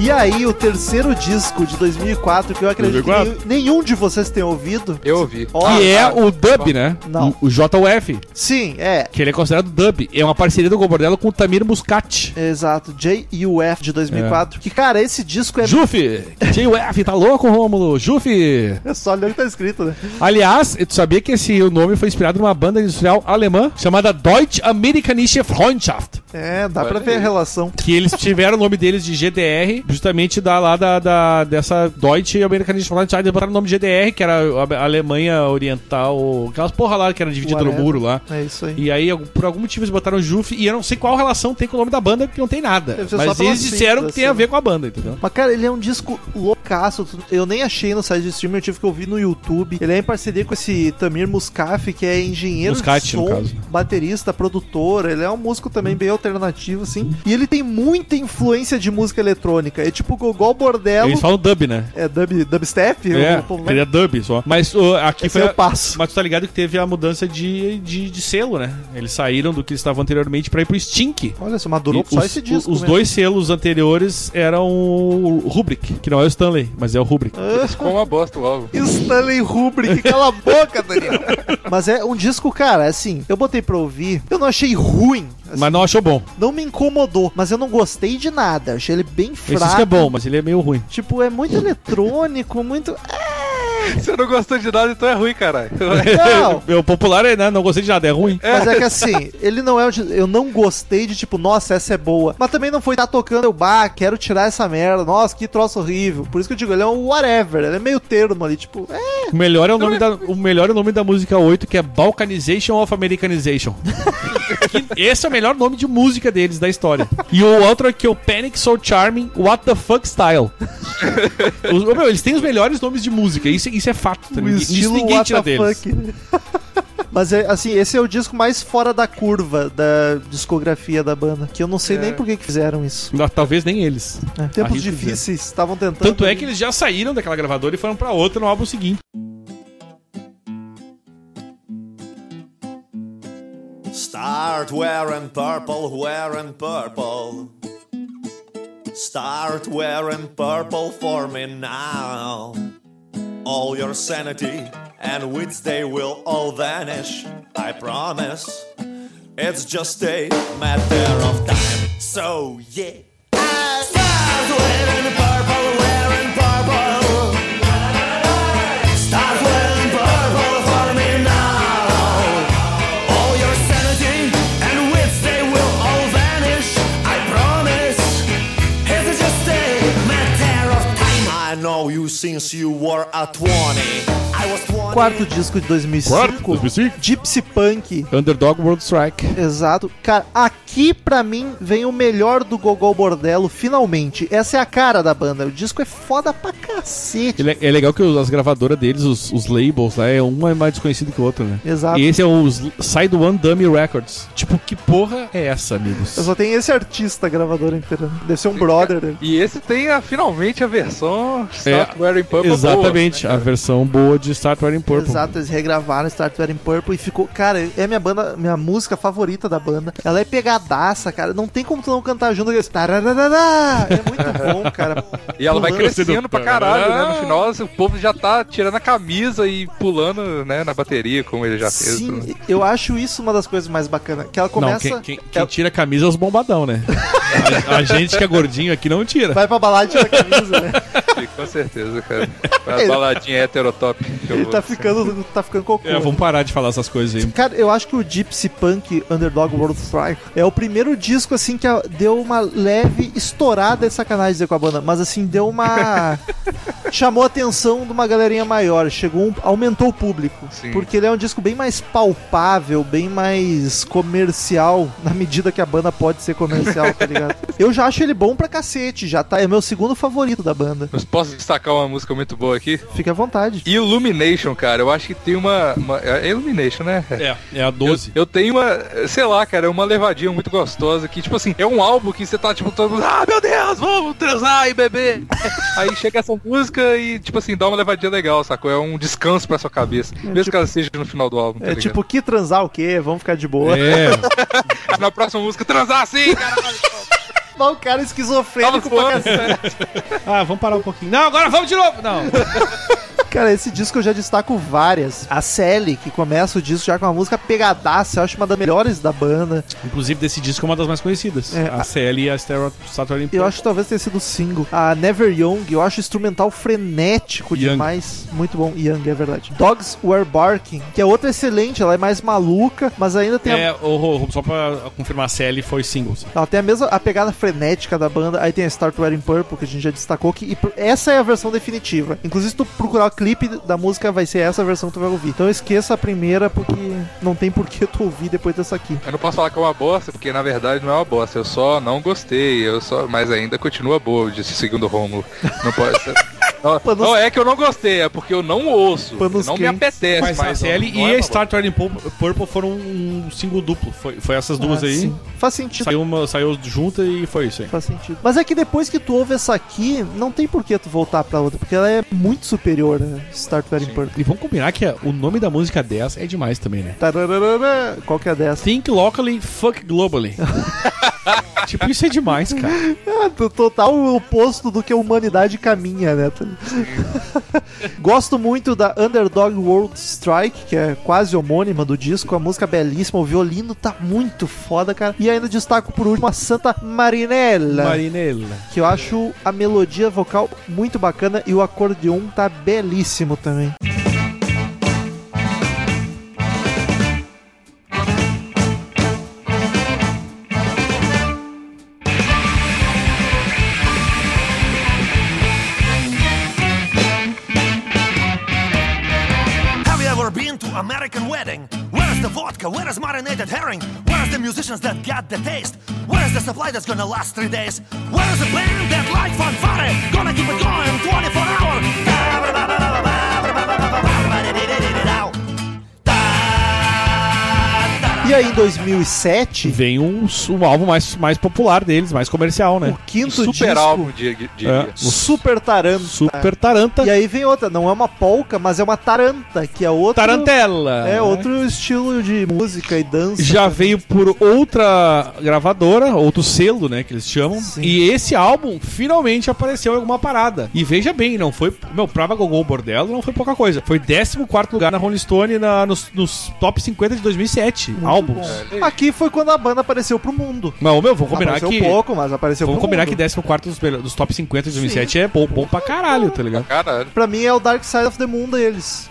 Speaker 2: E aí, o terceiro disco de 2004, que eu acredito que
Speaker 3: 2004?
Speaker 2: nenhum, nenhum de vocês tenha ouvido.
Speaker 4: Eu ouvi.
Speaker 2: Ó,
Speaker 3: Que é
Speaker 4: ah,
Speaker 3: o dub, né?
Speaker 2: Não.
Speaker 3: O, o JUF.
Speaker 2: Sim, é.
Speaker 3: Que ele é considerado dub. É uma parceria do Gobordello com o Tamir Muscat.
Speaker 2: Exato, JUF de 2004. Que, cara, esse disco é.
Speaker 3: Jufe! JUF, tá louco, Rômulo? Jufe!
Speaker 2: É só ler o que tá escrito, né?
Speaker 3: Aliás, tu sabia que esse o nome foi inspirado numa banda industrial alemã chamada Deutsche Amerikanische Freundschaft?
Speaker 2: É, dá
Speaker 4: Olha
Speaker 2: pra ver a
Speaker 4: aí.
Speaker 2: relação.
Speaker 3: Que eles tiveram o nome deles de GDR, justamente da lá da, da- dessa Deutsche Amerikanische Freundschaft, eles botaram o nome GDR, que era a Alemanha Oriental, aquelas porra lá que era dividida no
Speaker 2: Whatever.
Speaker 3: muro lá.
Speaker 2: É isso aí.
Speaker 3: E aí, algum- por algum motivo, eles botaram Jufe, e eu não sei qual relação tem com o nome da banda, porque não tem nada.
Speaker 2: Deve ser só
Speaker 3: Mas
Speaker 2: pela
Speaker 3: eles disseram
Speaker 2: sigla,
Speaker 3: que tem a
Speaker 2: assim.
Speaker 3: ver com a banda, entendeu?
Speaker 2: Mas, cara, ele é um disco loucaço. Tu- Eu nem achei no site de streaming, eu tive que ouvir no YouTube. Ele é em parceria com esse Tamir Muscaf, que é engenheiro de
Speaker 3: Muscati, no
Speaker 2: som,
Speaker 3: caso.
Speaker 2: baterista, produtor. Ele é um músico também bem alternativo, assim. E ele tem muita influência de música eletrônica. É tipo Gogol Bordello.
Speaker 3: Eles falam dub, né?
Speaker 2: É dub, dubstep?
Speaker 3: É,
Speaker 2: Eu- como
Speaker 3: seria dub só. Mas ô, aqui
Speaker 2: Esse
Speaker 3: foi.
Speaker 2: eu
Speaker 3: a-
Speaker 2: passo.
Speaker 3: Mas tu tá ligado que teve a mudança de, de, de selo, né? Eles saíram do que eles estavam anteriormente pra ir pro Stink.
Speaker 2: Olha só, mas durou
Speaker 3: E
Speaker 2: só
Speaker 3: os,
Speaker 2: esse disco.
Speaker 3: os
Speaker 2: mesmo.
Speaker 3: dois selos anteriores eram o Rubrik, que não é o Stanley, mas é o Rubrik.
Speaker 2: Ah,
Speaker 4: Ficou uma bosta o álbum.
Speaker 2: Stanley Kubrick, cala a boca, Daniel. Mas é um disco, cara, assim, eu botei pra ouvir, eu não achei ruim, assim,
Speaker 3: Mas não achou bom.
Speaker 2: não me incomodou, mas eu não gostei de nada, achei ele bem
Speaker 3: Esse disco
Speaker 2: fraco.
Speaker 3: é bom, mas ele é meio ruim.
Speaker 2: Tipo, é muito eletrônico, muito.
Speaker 4: Você não gostou de nada, então é ruim, caralho.
Speaker 2: Não!
Speaker 3: o popular é, né? Não gostei de nada, é ruim.
Speaker 2: Mas é que assim, ele não é. um di- Eu não gostei de tipo, nossa, essa é boa. Mas também não foi tá tocando eu, bah, quero tirar essa merda. Nossa, que troço horrível. Por isso que eu digo, ele é um whatever. Ele é meio termo ali, tipo, é,
Speaker 3: O melhor é o nome da, o melhor é o nome da música 8, que é Balkanization of Americanization. Que- Esse é o melhor nome de música deles da história. E o outro é que é o Panic So Charming What the Fuck Style. Os- ô, meu, eles têm os melhores nomes de música, isso, isso é fato. tá?
Speaker 2: o
Speaker 3: Ninguém- isso
Speaker 2: um estilo
Speaker 3: ninguém
Speaker 2: what
Speaker 3: tira
Speaker 2: the
Speaker 3: deles.
Speaker 2: fuck. Mas é, assim, esse é o disco mais fora da curva da discografia da banda. Que eu não sei nem por que que fizeram isso.
Speaker 3: Não, talvez nem eles.
Speaker 2: né? Tempos
Speaker 3: É. Arrisco dizer.
Speaker 2: difíceis, estavam tentando.
Speaker 3: Tanto é que eles já saíram daquela gravadora e foram pra outra no álbum seguinte.
Speaker 1: Start wearing purple, wearing purple. Start wearing purple for me now. All your sanity and wits, they will all vanish. I promise. It's just a matter of time. So, yeah. I Start wearing purple, wearing purple. Start wearing purple for me now. All your sanity and wits, they will all vanish. I promise. It's just a matter of time. I know you since you were a 20. I was 20.
Speaker 2: quarto disco de 2005,
Speaker 3: 2005.
Speaker 2: Gypsy Punk.
Speaker 3: Underdog World Strike.
Speaker 2: Exato. Cara, aqui pra mim vem o melhor do Gogol Bordello, finalmente. Essa é a cara da banda. O disco é foda pra cacete.
Speaker 3: Ele- É legal que os- as gravadoras deles, os, os labels, né? é Uma é mais desconhecida que a outra, né?
Speaker 2: Exato.
Speaker 3: E esse é o S- Side One Dummy Records. Tipo, que porra é essa, amigos?
Speaker 2: Eu só tenho esse artista gravador inteiro. Deve ser um brother dele.
Speaker 4: E esse tem a- finalmente a versão
Speaker 3: É,
Speaker 4: Software in Purple.
Speaker 3: Exatamente, a versão boa de Start Wearing Purple.
Speaker 2: né, Exato, eles regravaram Start Wearing Purple e ficou. Cara, é minha banda, minha música favorita da banda. Ela é pegadaça, cara. Não tem como tu não cantar junto. aqueles tarararará. É muito bom, cara.
Speaker 4: boa. E ela vai
Speaker 2: Pulando.
Speaker 4: crescendo pra caralho, né? No
Speaker 3: Ah.
Speaker 4: final, assim, o povo já tá tirando a camisa e pulando, né, na bateria, como ele já fez. né?
Speaker 2: Sim, eu acho isso uma das coisas mais bacanas. Que ela
Speaker 3: Não,
Speaker 2: começa.
Speaker 3: quem, quem- quem tira a camisa é os bombadão, né? A, a gente que é gordinho aqui não tira.
Speaker 2: Vai pra balada e tira a camisa, né?
Speaker 4: Com certeza, cara. A baladinha heterotop. que eu
Speaker 2: Ele
Speaker 4: vou-
Speaker 2: tá ficando, tá ficando cocô.
Speaker 3: É, vamos parar de falar essas coisas aí.
Speaker 2: Cara, eu acho que o Gypsy Punk Underdog World Strike é o primeiro disco, assim, que a- deu uma leve estourada, é sacanagem dizer com a banda, mas assim, deu uma. chamou a atenção de uma galerinha maior, chegou um- aumentou o público.
Speaker 4: Sim.
Speaker 2: Porque ele é um disco bem mais palpável, bem mais comercial, na medida que a banda pode ser comercial, tá ligado? Eu já acho ele bom pra cacete, já tá. É meu segundo favorito da banda.
Speaker 4: Mas posso destacar uma música muito boa aqui?
Speaker 2: Fique à vontade. É
Speaker 4: Illumination, cara. Eu acho que tem uma. uma- é Illumination, né?
Speaker 3: É, é a
Speaker 4: Eu,
Speaker 3: 12.
Speaker 4: eu tenho uma, sei lá, cara, é uma levadinha muito gostosa que, tipo assim, é um álbum que você tá, tipo, todo mundo, ah, meu Deus, vamos transar e beber. Aí chega essa música e, tipo assim, dá uma levadinha legal, sacou? É um descanso pra sua cabeça. mesmo que ela seja no final do álbum. tá
Speaker 2: tipo- É
Speaker 4: ligado?
Speaker 2: tipo, que transar o quê? Vamos ficar de boa.
Speaker 3: É,
Speaker 4: na próxima música, transar sim, cara.
Speaker 2: Mas o cara é
Speaker 4: Tava
Speaker 2: esquizofrênico pra
Speaker 4: suando.
Speaker 2: cacete.
Speaker 3: Ah, vamos parar um pouquinho. Não, agora vamos de novo! Não.
Speaker 2: Cara, esse disco eu já destaco várias. A Sally, que começa o disco já com uma música pegadaça, eu acho uma das melhores da banda.
Speaker 3: Inclusive, desse disco é uma das mais conhecidas.
Speaker 2: É,
Speaker 3: a CL e a Stereo Saturn
Speaker 2: Eu acho que talvez tenha sido o single. A Never Young, eu acho instrumental frenético
Speaker 3: Young.
Speaker 2: demais. Muito bom. Young, é verdade. Dogs Were Barking, que é outra excelente, ela é mais maluca, mas ainda tem a
Speaker 3: É, o, Ro- Ro- só pra confirmar, a CL foi single. sim.
Speaker 2: Ela tem a mesma a pegada frenética da banda. Aí tem a Start Wearing Purple, que a gente já destacou. Que, e por- essa é a versão definitiva. Inclusive, se tu procurar o clipe da música, vai ser essa versão que tu vai ouvir. Então esqueça a primeira, porque não tem por que tu ouvir depois dessa aqui.
Speaker 4: Eu não posso falar que é uma bosta, porque na verdade não é uma bosta. Eu só não gostei, eu só, mas ainda continua boa, disse o segundo Romulo. Não pode ser. Não,
Speaker 2: Panos-
Speaker 4: não, é que eu não gostei, é porque eu não ouço.
Speaker 2: Panos
Speaker 4: não me
Speaker 2: quentes.
Speaker 4: apetece
Speaker 3: Mas a
Speaker 4: mais.
Speaker 3: CL
Speaker 4: não- não
Speaker 3: e
Speaker 4: é
Speaker 3: a
Speaker 4: uma
Speaker 3: Start Wearing Purple Purple foram um single duplo. Foi, foi essas duas
Speaker 2: Ah,
Speaker 3: aí.
Speaker 2: sim. Faz sentido.
Speaker 3: Saiu, uma, saiu junta e foi isso aí.
Speaker 2: Faz sentido. Mas é que depois que tu ouve essa aqui, não tem por que tu voltar pra outra, porque ela é muito superior, né? Start Wearing Purple.
Speaker 3: E vamos combinar que a- o nome da música dessa é demais também, né?
Speaker 2: Tarararara, qual que é dessa?
Speaker 3: Think locally, fuck globally. tipo, isso é demais, cara.
Speaker 2: Ah, do Total oposto do que a humanidade caminha, né? Gosto muito da Underdog World Strike, que é quase homônima do disco. A música é belíssima, o violino tá muito foda, cara. E ainda destaco por último a Santa Marinella,
Speaker 3: Marinela.
Speaker 2: que eu acho a melodia vocal muito bacana e o acordeon tá belíssimo também.
Speaker 1: Have you ever been to American wedding? Where is the vodka? Where is marinated herring? Where is the musicians that got the taste? Where is the supply that's gonna last three days? Where is the band that like fanfare? Gonna keep it going 24 hours.
Speaker 2: E aí, em 2007,
Speaker 3: Vem um, um álbum mais, mais popular deles, mais comercial,
Speaker 2: o
Speaker 3: né?
Speaker 4: boa.
Speaker 2: quinto
Speaker 4: Super
Speaker 2: disco,
Speaker 4: álbum, di- di- diria.
Speaker 3: É.
Speaker 2: Super Taranta.
Speaker 3: Super Taranta.
Speaker 2: E aí vem outra, não é uma polca, mas é uma taranta, que é outra...
Speaker 3: Tarantela.
Speaker 2: É outro estilo de música e dança.
Speaker 3: Já veio por outra gravadora, outro selo, né, que eles chamam.
Speaker 2: Sim.
Speaker 3: E esse álbum finalmente apareceu em alguma parada. E veja bem, não foi. Meu, Prava Gogol Bordello não foi pouca coisa. Foi 14 lugar na Rolling Stone na, nos, nos top 50 de 2007.
Speaker 2: Muito
Speaker 3: álbuns.
Speaker 4: É.
Speaker 2: Aqui foi quando a banda apareceu pro mundo.
Speaker 3: Não, meu, vamos combinar
Speaker 2: apareceu um
Speaker 3: que.
Speaker 2: pouco, mas apareceu
Speaker 3: Vamos
Speaker 2: pro
Speaker 3: combinar
Speaker 2: mundo.
Speaker 3: que 14 dos, melhor- dos top 50 de 2007 é bom, bom pra caralho, tá ligado?
Speaker 4: Caralho.
Speaker 2: Pra mim é o Dark Side of the Moon deles.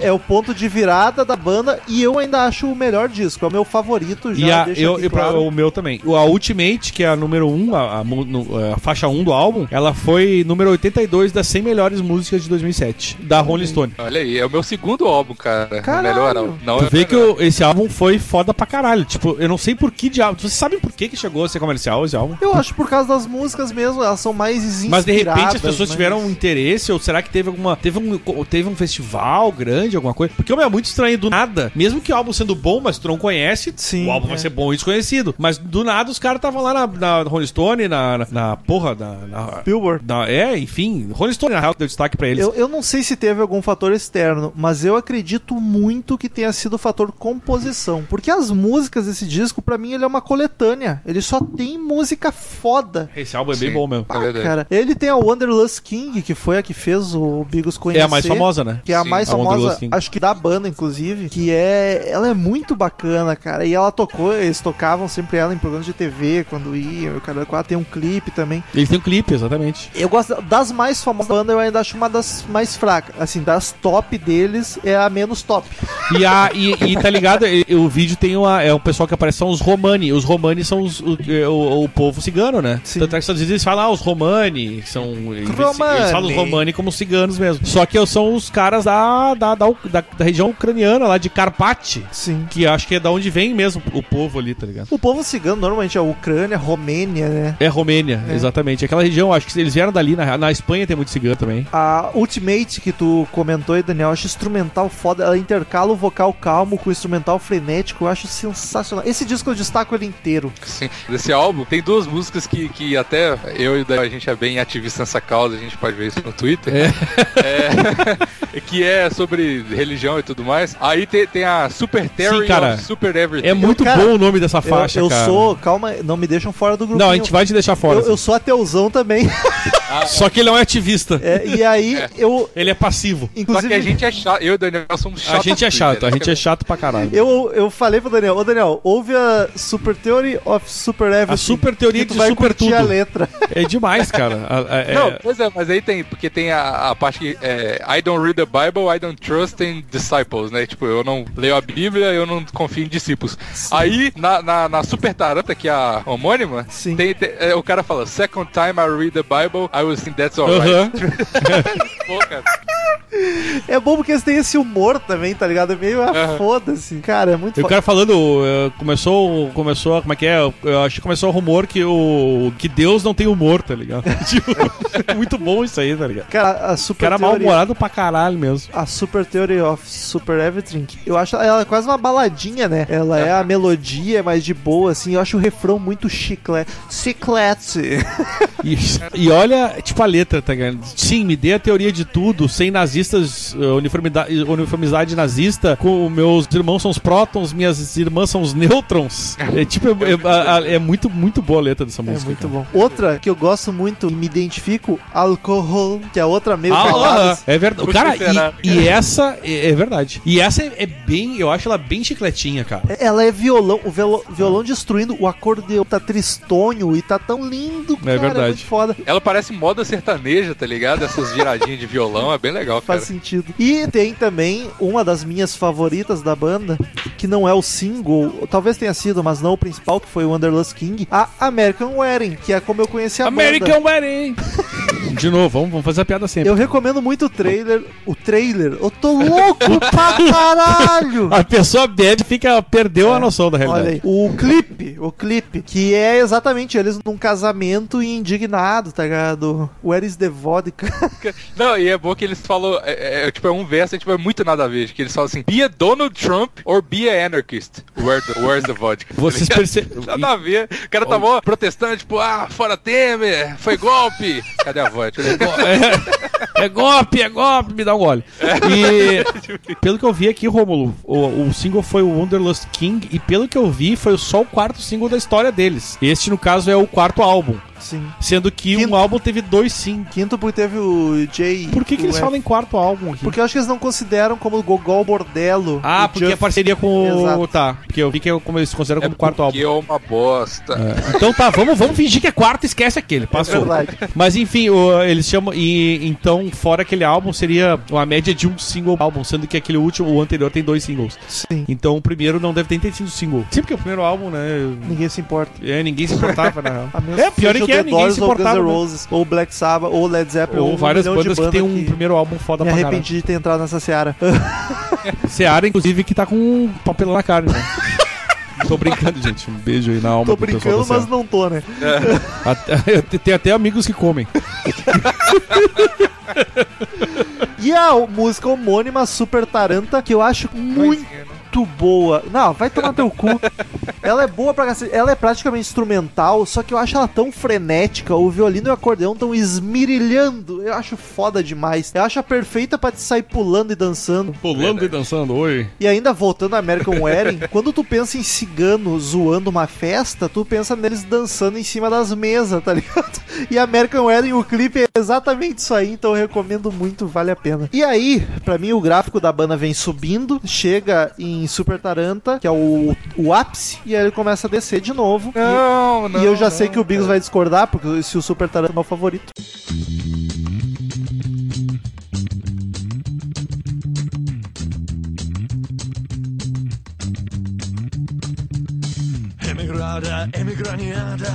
Speaker 2: é, é o ponto de virada da banda e eu ainda acho o melhor disco. É o meu favorito já.
Speaker 3: E a,
Speaker 2: deixo
Speaker 3: eu,
Speaker 2: aqui
Speaker 3: e pra-
Speaker 2: claro.
Speaker 3: o meu também. O- A Ultimate, que é a número 1, um, a, a mu- no- a faixa 1 do álbum, ela foi número 82 das 100 melhores músicas de 2007, da Rolling Stone.
Speaker 4: Olha aí, é o meu segundo álbum, cara.
Speaker 2: Caralho.
Speaker 4: Melhor álbum. Não,
Speaker 3: Tu
Speaker 4: é
Speaker 3: vê que
Speaker 4: melhor.
Speaker 3: o- esse álbum foi foda pra caralho. Tipo, eu não sei por que diabo. Vocês sabem por que, que chegou a ser comercial esse álbum?
Speaker 2: Eu acho por causa das músicas mesmo, elas são mais inspiradas.
Speaker 3: Mas de repente as pessoas
Speaker 2: mas-
Speaker 3: tiveram um interesse, ou será que teve alguma. Teve um, teve um festival grande, alguma coisa? Porque meu, é muito estranho do nada. Mesmo que o álbum sendo bom, mas tu não conhece,
Speaker 2: Sim,
Speaker 3: o álbum
Speaker 2: é.
Speaker 3: vai ser bom e desconhecido. Mas do nada os caras estavam lá na, na Rolling Stone, na, na, na porra, na. na-
Speaker 2: Billboard.
Speaker 3: na- é, enfim, Rolling Stone na real que deu destaque pra eles.
Speaker 2: Eu, eu não sei se teve algum fator externo, mas eu acredito muito que tenha sido o fator composição. Porque as músicas desse disco, pra mim, ele é uma coletânea. Ele só tem música foda.
Speaker 3: Esse álbum é bem
Speaker 4: Sim.
Speaker 3: bom mesmo.
Speaker 4: É
Speaker 2: Ah,
Speaker 4: verdade.
Speaker 2: cara, ele tem a Wanderlust King, que foi a que fez o Bigos conhecer.
Speaker 3: É a mais famosa, né?
Speaker 2: Que é a
Speaker 4: Sim,
Speaker 2: mais
Speaker 3: a
Speaker 2: famosa,
Speaker 3: Wanderlust King.
Speaker 2: acho que da banda, inclusive. Que é. Ela é muito bacana, cara. E ela tocou, eles tocavam sempre ela em programas de TV quando iam. E o cara quatro tem um clipe também.
Speaker 3: Eles têm um clipe, exatamente.
Speaker 2: Eu gosto das mais famosas da banda, eu ainda acho uma das mais fracas. Assim, das top deles é a menos top.
Speaker 3: E, a, e, e tá ligado? E- e o vídeo tem uma, é um pessoal que aparece, são os Romani. Os Romani são os, o, é, o- o povo cigano, né?
Speaker 2: Sim.
Speaker 3: Tanto é que às vezes eles falam, ah, os Romani, que são. Eles,
Speaker 2: Romani.
Speaker 3: eles falam os Romani como ciganos mesmo. Só que são os caras da, da, da, da, da região ucraniana, lá de Karpat,
Speaker 2: Sim.
Speaker 3: que acho que é da onde vem mesmo o povo ali, tá ligado?
Speaker 2: O povo cigano normalmente é a Ucrânia, Romênia, né?
Speaker 3: É Romênia, exatamente. Aquela região, acho que eles vieram dali, na, real. na Espanha tem muito cigano também.
Speaker 2: A Ultimate que tu comentou aí, Daniel, eu acho instrumental foda. Ela intercala o vocal calmo com o instrumental frenético. Eu acho sensacional. Esse disco eu destaco ele inteiro.
Speaker 4: Sim, desse álbum. Tem duas músicas que, que até eu e o Daniel, a gente é bem ativista nessa causa, a gente pode ver isso no Twitter. É. que é sobre religião e tudo mais. Aí tem, tem a Super Terry
Speaker 3: cara.
Speaker 4: of Super Everything.
Speaker 3: É muito
Speaker 2: cara,
Speaker 3: bom o nome dessa
Speaker 2: Eu-
Speaker 3: faixa,
Speaker 2: eu
Speaker 3: cara.
Speaker 2: sou, calma, não me deixam fora do grupo.
Speaker 3: Não, a gente vai te deixar fora.
Speaker 2: Eu, eu sou ateuzão também.
Speaker 3: Só que ele não é ativista.
Speaker 2: É, e aí eu.
Speaker 3: Ele é passivo.
Speaker 4: Só que a
Speaker 2: Inclusive,
Speaker 4: gente é chato. Eu e o Daniel somos
Speaker 3: A
Speaker 4: chatos.
Speaker 3: gente é
Speaker 4: no Twitter,
Speaker 3: chato, a
Speaker 4: né?
Speaker 3: gente é chato pra caralho.
Speaker 2: eu, eu falei pro Daniel, ô Daniel, ouve a Super Theory of Super Everything.
Speaker 3: A super teoria
Speaker 2: que
Speaker 3: de
Speaker 2: tu vai
Speaker 3: super
Speaker 2: curtir
Speaker 3: tudo.
Speaker 2: a letra.
Speaker 3: É demais, cara. A- a- é-
Speaker 4: Não, pois é, mas aí tem, porque tem a, a parte que é I don't read the Bible, I don't trust in disciples, né? Tipo, eu não leio a Bíblia, eu não confio em discípulos. Aí, na, na, na Super Taranta, que é a homônima,
Speaker 2: Sim.
Speaker 4: tem- tem- é, o cara fala, second time I read the Bible, I will think that's alright.
Speaker 3: Aham.
Speaker 4: Pô, cara,
Speaker 2: É bom porque eles têm esse humor também, tá ligado? É meio ah,
Speaker 4: Aham.
Speaker 2: foda-se. Cara, é muito
Speaker 3: E o
Speaker 2: foda.
Speaker 3: cara falando, eh, começou, começou, como é que é? Eu acho que começou o rumor que o que Deus não tem humor, tá ligado? Tipo, muito bom isso aí, tá ligado?
Speaker 2: Cara, a
Speaker 3: O
Speaker 2: Super
Speaker 3: cara é
Speaker 2: Theory-
Speaker 3: mal-humorado pra caralho mesmo.
Speaker 2: A Super Theory of Super Everything, eu acho ela é quase uma baladinha, né? Ela é a melodia mais de boa, assim. Eu acho o refrão muito chiclete. Chiclete.
Speaker 3: E, e olha, tipo, a letra, tá ligado? Sim, me dê a teoria de tudo, sem nazistas, eh, uniformidade, uniformidade nazista, com meus irmãos são os prótons, minhas irmãs são os nêutrons. É tipo, é, é- a- a- é muito, muito boa a letra dessa
Speaker 2: É
Speaker 3: música.
Speaker 2: muito
Speaker 3: cara.
Speaker 2: bom. Outra que eu gosto muito e me identifico, Alcohol, que é outra meio
Speaker 3: Ah,
Speaker 2: cagada.
Speaker 3: aham. é verdade.
Speaker 4: Puxa,
Speaker 3: Cara,
Speaker 4: será?
Speaker 3: e, e essa é, é verdade. E essa é, é bem, eu acho ela bem chicletinha, cara.
Speaker 2: Ela é violão, o velo- violão destruindo o acordeão, tá tristonho e tá tão lindo, cara.
Speaker 3: É verdade.
Speaker 2: muito foda.
Speaker 4: Ela parece moda sertaneja, tá ligado? Essas viradinhas de violão, é bem legal, cara.
Speaker 2: Faz sentido. E tem também uma das minhas favoritas da banda, que não é o single, talvez tenha sido, mas não o principal, que foi o Wanderlust King, a American Wedding, que é como eu conheci a banda.
Speaker 3: American Wedding! De novo, vamos, vamos fazer a piada sempre.
Speaker 2: Eu recomendo muito o trailer. O trailer? Eu tô louco pra caralho!
Speaker 3: A pessoa bebe e fica, perdeu a noção da realidade.
Speaker 2: É, Olha aí, o clipe, o clipe, que é exatamente eles num casamento e indignado, tá ligado? Where is the vodka?
Speaker 4: Não, e é bom que eles falam, é, é, tipo, é um verso, é, tipo, é muito nada a ver, que eles falam assim, be a Donald Trump or be a anarchist, where the, where's the vodka? Tá
Speaker 3: Vocês perceberam.
Speaker 4: Nada a ver. O cara tá mó protestando, tipo, ah, fora Temer, foi golpe. Cadê a voz?
Speaker 3: É, é golpe, é golpe, me dá um gole. E pelo que eu vi aqui, Rômulo, o, o single foi o Wanderlust King e pelo que eu vi foi só o quarto single da história deles. Este no caso é o quarto álbum.
Speaker 2: Sim.
Speaker 3: Sendo que
Speaker 2: Quinto.
Speaker 3: um álbum teve dois sim.
Speaker 2: Quinto porque teve o Jay.
Speaker 3: Por que, que
Speaker 2: o
Speaker 3: eles
Speaker 2: F.
Speaker 3: falam em quarto álbum aqui?
Speaker 2: Porque eu acho que eles não consideram como o Gogol Bordello.
Speaker 3: Ah,
Speaker 2: o
Speaker 3: porque
Speaker 2: Jeff-
Speaker 3: a parceria com o.
Speaker 2: Exato.
Speaker 3: Tá, porque eu vi que é como eles consideram como quarto álbum.
Speaker 4: porque é uma bosta.
Speaker 3: Então tá, vamos, vamos fingir que é quarto, esquece aquele,
Speaker 2: É
Speaker 3: passou.
Speaker 2: verdade.
Speaker 3: Mas enfim, o- eles chamam. E então, fora aquele álbum, seria uma média de um single álbum, sendo que aquele último, o anterior, tem dois singles.
Speaker 2: Sim.
Speaker 3: Então o primeiro não deve ter nem ter sido single. Sim, porque o primeiro álbum, né?
Speaker 2: Ninguém se importa.
Speaker 3: É, ninguém se importava, na real.
Speaker 2: A menos
Speaker 3: É, pior é
Speaker 2: seja
Speaker 3: que
Speaker 2: o
Speaker 3: é,
Speaker 2: The
Speaker 3: ninguém
Speaker 2: Doors
Speaker 3: se
Speaker 2: ou Guns
Speaker 3: importava.
Speaker 2: N'
Speaker 3: né?
Speaker 2: Roses, ou Black Sabbath, ou Led Zeppelin,
Speaker 3: Ou várias
Speaker 2: milhão de
Speaker 3: bandas que
Speaker 2: banda
Speaker 3: tem um primeiro álbum foda
Speaker 2: Me
Speaker 3: pra caralho.
Speaker 2: arrependi de ter entrado nessa seara.
Speaker 3: Seara, inclusive, que tá com um papelão na cara, né? Tô brincando, gente. Um beijo aí na alma
Speaker 2: Tô
Speaker 3: do pessoal
Speaker 2: brincando,
Speaker 3: da Seara.
Speaker 2: mas não tô, né?
Speaker 3: Até- tem até amigos que comem.
Speaker 2: E a música homônima Super Taranta, que eu acho muito boa. Não, vai tomar teu cu. Ela é boa pra cacete. Ela é praticamente instrumental, só que eu acho ela tão frenética. O violino e o acordeão tão esmirilhando. Eu acho foda demais. Eu acho a perfeita pra te sair pulando e dançando.
Speaker 3: Pulando e dançando, oi.
Speaker 2: E ainda voltando a American Wedding, quando tu pensa em cigano zoando uma festa, tu pensa neles dançando em cima das mesas, tá ligado? E American Wedding, o clipe é exatamente isso aí, então eu recomendo muito, vale a pena. E aí, pra mim, o gráfico da banda vem subindo, chega em Super Taranta, que é o, o ápice, e aí ele começa a descer de novo. E-
Speaker 4: Não,
Speaker 2: e eu já sei que o Bigos vai discordar, porque se o Super Taranta é o meu favorito.
Speaker 1: Emigrada, emigraniada,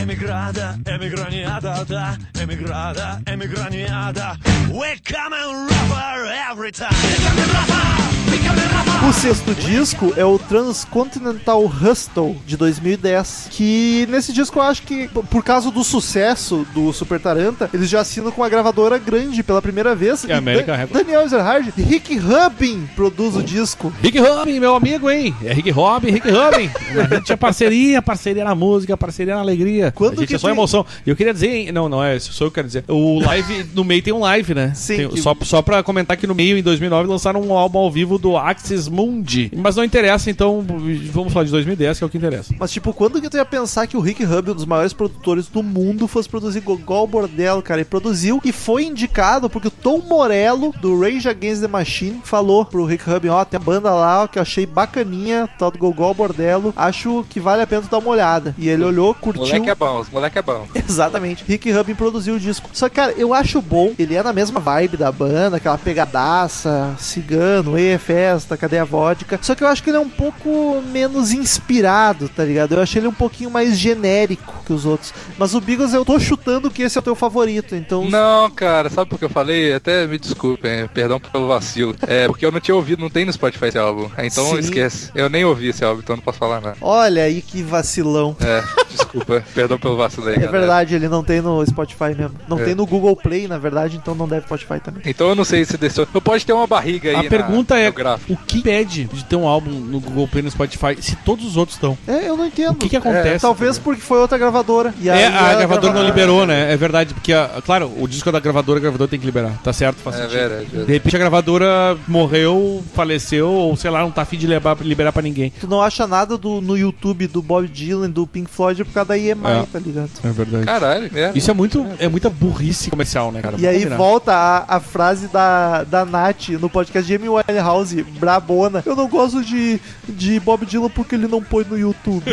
Speaker 1: emigrada, emigraniada, da, emigrada, emigraniada. We come and rapper every time. Become a rapper, become a rapper.
Speaker 2: O sexto disco é o Transcontinental Hustle de 2010. Que nesse disco eu acho que, p- por causa do sucesso do Super Taranta, eles já assinam com uma gravadora grande pela primeira vez.
Speaker 3: É a American
Speaker 2: Da-
Speaker 3: Record.
Speaker 2: Daniel Ezerhard, Rick Rubin produz o disco.
Speaker 3: Rick Rubin, meu amigo, hein? É Rick Rubin, Rick Rubin. A gente é parceria, parceria na música, parceria na alegria.
Speaker 2: Quando
Speaker 3: a gente
Speaker 2: que
Speaker 3: é só
Speaker 2: tem-
Speaker 3: emoção. E eu queria dizer, hein? Não, não, é só eu que quero dizer. O live, no meio tem um live, né?
Speaker 2: Sim,
Speaker 3: Tem-
Speaker 2: que-
Speaker 3: só, só pra comentar que no meio, em 2009, lançaram um álbum ao vivo do Axis Mundi. Mas não interessa, então vamos falar de 2010, que é o que interessa.
Speaker 2: Mas, tipo, quando que tu ia pensar que o Rick Rubin, um dos maiores produtores do mundo, fosse produzir Gogol Bordello, cara? Ele produziu e foi indicado porque o Tom Morello, do Rage Against the Machine, falou pro Rick Rubin, ó, tem a banda lá ó, que eu achei bacaninha, tal do Gogol Bordello, acho que vale a pena tu dar uma olhada. E ele olhou, curtiu...
Speaker 4: Moleque
Speaker 3: um-
Speaker 4: é bom, os moleque é bom.
Speaker 2: Exatamente. Rick Rubin produziu o disco. Só que, cara, eu acho bom. Ele é na mesma vibe da banda, aquela pegadaça, cigano, e festa, cadê a vodka? Só que eu acho que ele é um pouco menos inspirado, tá ligado? Eu achei ele um pouquinho mais genérico que os outros. Mas o Bigos, eu tô chutando que esse é o teu favorito, então.
Speaker 4: Não, cara, sabe por que eu falei? Até me desculpem, perdão pelo vacilo. É, porque eu não tinha ouvido, não tem no Spotify esse álbum. Então
Speaker 2: Sim.
Speaker 4: esquece. Eu nem ouvi esse álbum, então não posso falar nada.
Speaker 2: Olha aí que vacilão.
Speaker 4: É, desculpa, perdão pelo vacilo aí,
Speaker 2: É
Speaker 4: galera.
Speaker 2: verdade, ele não tem no Spotify mesmo. Não
Speaker 4: É.
Speaker 2: tem no Google Play, na verdade, então não deve Spotify também.
Speaker 4: Então eu não sei se desceu. Eu pode ter uma barriga aí.
Speaker 3: a
Speaker 4: na-
Speaker 3: pergunta é,
Speaker 4: no gráfico.
Speaker 3: o que impede de ter um álbum no Google Play e no Spotify se todos os outros estão?
Speaker 2: É, eu não entendo.
Speaker 3: O que que acontece?
Speaker 2: É,
Speaker 3: né?
Speaker 2: Talvez porque foi outra gravadora. E aí
Speaker 3: É, a
Speaker 2: ela
Speaker 3: gravadora não
Speaker 2: gravava-
Speaker 3: liberou, né? É verdade, porque, a- claro, o disco é da gravadora, a gravadora tem que liberar. Tá certo, faz
Speaker 4: É
Speaker 3: sentido.
Speaker 4: verdade.
Speaker 3: De
Speaker 4: verdade.
Speaker 3: repente a gravadora morreu, faleceu, ou sei lá, não tá afim de levar- liberar pra ninguém.
Speaker 2: Tu não acha nada do, no YouTube do Bob Dylan, do Pink Floyd por causa da EMI,
Speaker 3: É.
Speaker 2: tá ligado?
Speaker 3: É verdade.
Speaker 4: Caralho, merda.
Speaker 3: Isso é muito, é muita burrice comercial, né, cara?
Speaker 2: E aí
Speaker 3: Vamos combinar.
Speaker 2: volta a, a frase da, da Nath no podcast de Amy Winehouse, brabona. Eu não gosto de, de Bob Dylan porque ele não põe no YouTube.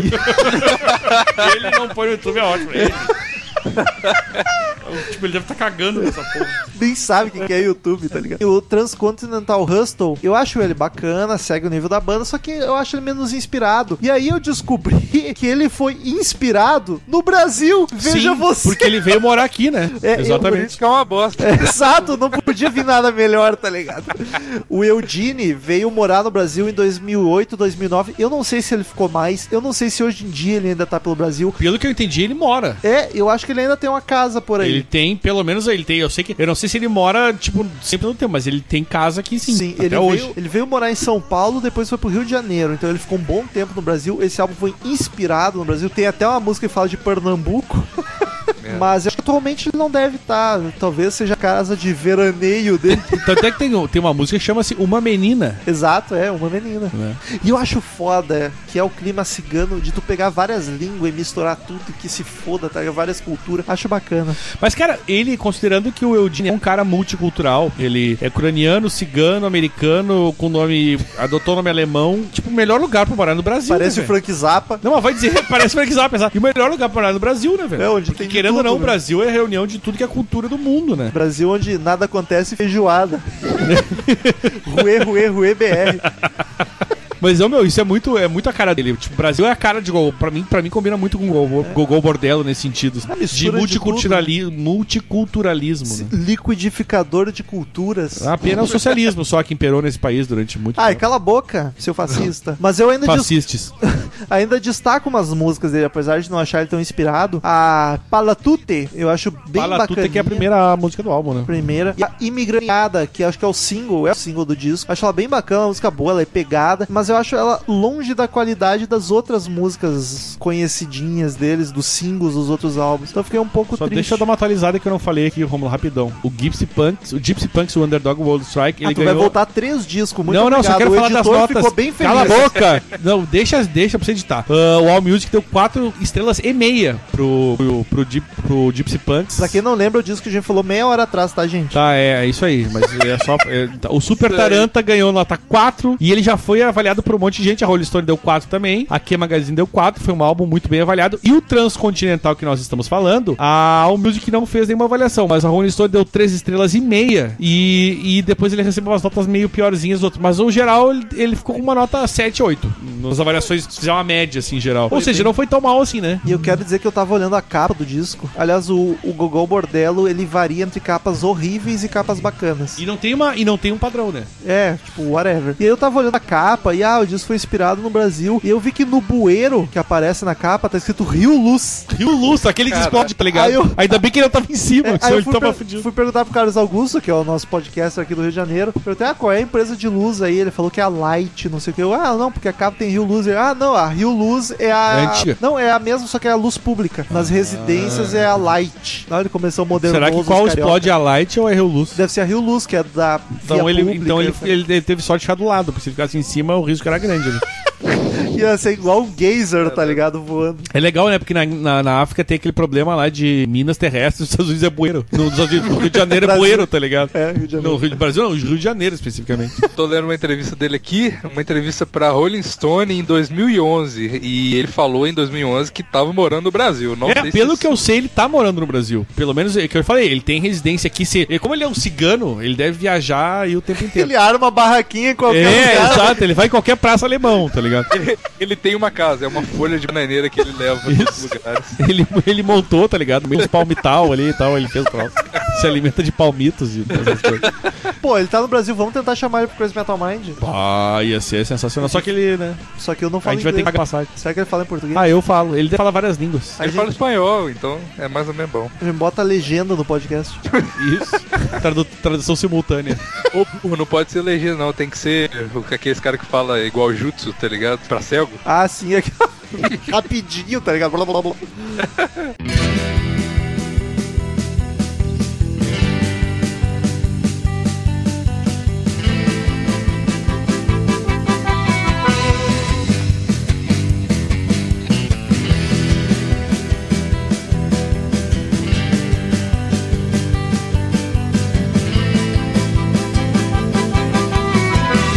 Speaker 3: Ele não põe no YouTube, é ótimo. Ele... tipo, ele deve tá cagando nessa porra.
Speaker 2: Nem sabe o que que é YouTube, tá ligado? E o Transcontinental Hustle, eu acho ele bacana, segue o nível da banda, só que eu acho ele menos inspirado. E aí eu descobri que ele foi inspirado no Brasil. Veja
Speaker 3: Sim,
Speaker 2: você.
Speaker 3: Porque ele veio morar aqui, né?
Speaker 2: É, eu-
Speaker 4: Por
Speaker 3: Exatamente.
Speaker 4: isso que é uma bosta.
Speaker 2: Exato, não podia vir nada melhor, tá ligado? O Eudine veio morar no Brasil em 2008, 2009. Eu não sei se ele ficou mais, eu não sei se hoje em dia ele ainda tá pelo Brasil.
Speaker 3: Pelo que eu entendi, ele mora.
Speaker 2: É, eu acho que ele ainda tem uma casa por aí.
Speaker 3: Ele tem, pelo menos ele tem. Eu sei que. Eu não sei se ele mora, tipo, sempre no tempo, mas ele tem casa aqui sim.
Speaker 2: Sim,
Speaker 3: até
Speaker 2: ele,
Speaker 3: hoje.
Speaker 2: Veio, ele veio morar em São Paulo, depois foi pro Rio de Janeiro. Então ele ficou um bom tempo no Brasil. Esse álbum foi inspirado no Brasil. Tem até uma música que fala de Pernambuco.
Speaker 4: É.
Speaker 2: Mas eu acho que atualmente ele não deve estar. Talvez seja a casa de veraneio dele.
Speaker 3: Então até que tem, um- tem uma música que chama-se Uma Menina.
Speaker 2: Exato, é, uma menina.
Speaker 3: Né?
Speaker 2: E eu acho foda que é o clima cigano de tu pegar várias línguas e misturar tudo e que se foda, tá? ligado? Várias culturas. Acho bacana.
Speaker 3: Mas, cara, ele, considerando que o Eudine é um cara multicultural, ele é ucraniano, cigano, americano, com nome. adotou nome alemão, tipo, o melhor lugar pra morar no Brasil.
Speaker 2: Parece
Speaker 3: né,
Speaker 2: o
Speaker 3: velho?
Speaker 2: Frank Zappa.
Speaker 3: Não, mas vai dizer, parece o Frank Zappa, exato. E o melhor lugar pra morar no Brasil, né, velho?
Speaker 2: É, onde
Speaker 3: Porque,
Speaker 2: tem de
Speaker 3: querendo ou
Speaker 2: tudo,
Speaker 3: não, o
Speaker 2: né?
Speaker 3: Brasil é a reunião de tudo que é cultura do mundo, né?
Speaker 2: Brasil onde nada acontece feijoada. ruê, ruê, ruê, BR.
Speaker 3: Mas, não, meu, isso é muito, é muito a cara dele. Tipo, o Brasil é a cara de Gogol. Pra mim, pra mim combina muito com o Gogol, Gogol Bordello nesse sentido.
Speaker 2: A É. mistura de né?
Speaker 3: De, multiculturali multiculturalismo, né? É
Speaker 2: Liquidificador de culturas.
Speaker 3: Apenas o socialismo só que imperou nesse país durante muito
Speaker 2: Ai,
Speaker 3: tempo.
Speaker 2: cala a boca, seu fascista. Mas eu ainda, des-
Speaker 3: Fascistes.
Speaker 2: ainda destaco umas músicas dele, apesar de não achar ele tão inspirado. A Palatute, eu acho bem
Speaker 3: Fala tudo
Speaker 2: bacana.
Speaker 3: que é a primeira música do álbum, né?
Speaker 2: primeira. E a Imigranhada, que acho que é o single, é o single do disco. Acho ela bem bacana, a música boa, ela é pegada, mas eu acho ela longe da qualidade das outras músicas conhecidinhas deles, dos singles dos outros álbuns. Então eu fiquei um pouco
Speaker 3: Só
Speaker 2: triste.
Speaker 3: deixa eu dar uma atualizada que eu não falei aqui, Romulo, rapidão. O Gypsy Punks, o Gypsy Punks, o Underdog World Strike, ele
Speaker 2: ah, tu
Speaker 3: ganhou...
Speaker 2: vai voltar três discos, muito
Speaker 3: não, não,
Speaker 2: obrigado.
Speaker 3: só quero
Speaker 2: o
Speaker 3: falar das
Speaker 2: editor
Speaker 3: notas.
Speaker 2: ficou bem feliz.
Speaker 3: Cala a boca! não, deixa, deixa pra você editar. Ah, o All Music deu 4 estrelas e meia pro, pro, pro, Gy- pro Gypsy Punks.
Speaker 2: Pra quem não lembra, o disco que a gente falou meia hora atrás, tá, gente?
Speaker 3: Tá, é, é isso aí, mas é só. é, tá. o Super Taranta ganhou nota 4 e ele já foi avaliado por um monte de gente. A Rolling Stone deu 4 também, a Q Magazine deu 4, foi um álbum muito bem avaliado. E o Transcontinental que nós estamos falando, a All Music não fez nenhuma avaliação, mas a Rolling Stone deu 3 estrelas e meia. E, e depois ele recebeu umas notas meio piorzinhas, outras. Mas no geral ele, ele ficou com uma nota 7, 8. Nas avaliações fizeram uma média, assim, em geral. Ou seja, não foi tão mal assim, né?
Speaker 2: E eu quero dizer que eu tava olhando a capa do disco. Aliás, o, o Gogol Bordello, ele varia entre capas horríveis e capas bacanas.
Speaker 3: E não tem, uma, e não tem um padrão, né?
Speaker 2: É, tipo, whatever. E aí eu tava olhando a capa e, ah, o disco foi inspirado no Brasil. E eu vi que no bueiro que aparece na capa tá escrito Rio Luz.
Speaker 3: E o Lúcio, aquele que explode, tá ligado?
Speaker 2: Aí eu-
Speaker 3: Ainda bem que ele não tava em cima,
Speaker 2: É, aí
Speaker 3: senão
Speaker 2: eu
Speaker 3: ele
Speaker 2: fui,
Speaker 3: tava
Speaker 2: per-
Speaker 3: fudido.
Speaker 2: fui perguntar pro Carlos Augusto, que é o nosso podcaster aqui do Rio de Janeiro. Perguntei, ah, qual é a empresa de luz aí? Ele falou que é a Light, não sei o que. Eu, ah, não, porque a capa tem Rio Luz. Ele, ah, não, a Rio Luz é a.
Speaker 3: É antiga. Ah.
Speaker 2: Não, é a mesma, só que é a luz pública. Nas residências é a Light. Na hora ele começou a moderno.
Speaker 3: Será que qual explode a Light ou é o Lúcio?
Speaker 2: Deve ser a Rio Luz, que é da.
Speaker 3: Então,
Speaker 2: via
Speaker 3: ele,
Speaker 2: pública, né?
Speaker 3: então ele,
Speaker 2: essa-
Speaker 3: ele, ele teve sorte de ficar do lado, porque se ele ficasse em cima, o risco era grande. né?
Speaker 2: Ia ser igual um geyser, tá ligado? Voando.
Speaker 3: É legal, né? Porque na, na, na África tem aquele problema lá de minas terrestres, nos Estados Unidos é bueiro. No, nos Estados Unidos, no Rio de Janeiro é
Speaker 2: Brasil.
Speaker 3: bueiro, tá ligado?
Speaker 2: É, Rio de Janeiro.
Speaker 3: No Rio de Brasil, não, Rio de Janeiro especificamente.
Speaker 4: Tô lendo uma entrevista dele aqui, uma entrevista pra Rolling Stone em 2011. E ele falou em 2011 que tava morando no Brasil. Não
Speaker 3: é,
Speaker 4: sei se
Speaker 3: pelo
Speaker 4: isso-
Speaker 3: que eu sei, ele tá morando no Brasil. Pelo menos é o que eu falei, ele tem residência aqui. Se, e como ele é um cigano, ele deve viajar aí o tempo inteiro.
Speaker 2: Ele arma uma barraquinha em qualquer um,
Speaker 3: É,
Speaker 2: lugar.
Speaker 3: exato, ele vai em qualquer praça alemão, tá ligado?
Speaker 4: Ele tem uma casa, é uma folha de bananeira que ele leva pra todos os lugares.
Speaker 3: Ele, ele montou, tá ligado? Meio uns palmital ali e tal, ele fez troço. Se alimenta de palmitos e essas coisas.
Speaker 2: Pô, ele tá no Brasil, vamos tentar chamar ele pro Crazy Metal Mind.
Speaker 3: Ah, ia ser sensacional. Só que ele, né?
Speaker 2: Só que eu não
Speaker 3: A
Speaker 2: falo
Speaker 3: gente vai ter que
Speaker 2: inglês.
Speaker 3: pagar passagem.
Speaker 2: Será que ele fala em português?
Speaker 3: Ah, eu falo. Ele fala várias línguas.
Speaker 2: A
Speaker 4: Ele
Speaker 2: gente-
Speaker 4: fala espanhol, então é mais ou menos bom.
Speaker 2: A gente bota a legenda no podcast.
Speaker 3: Isso. Tradu- tradução simultânea.
Speaker 4: Ou burro, não pode ser legenda, não. Tem que ser o que aqueles caras que fala igual jutsu, tá ligado? Pra cego.
Speaker 2: Ah, sim, é que... rapidinho, tá ligado? Blá, blá, blá.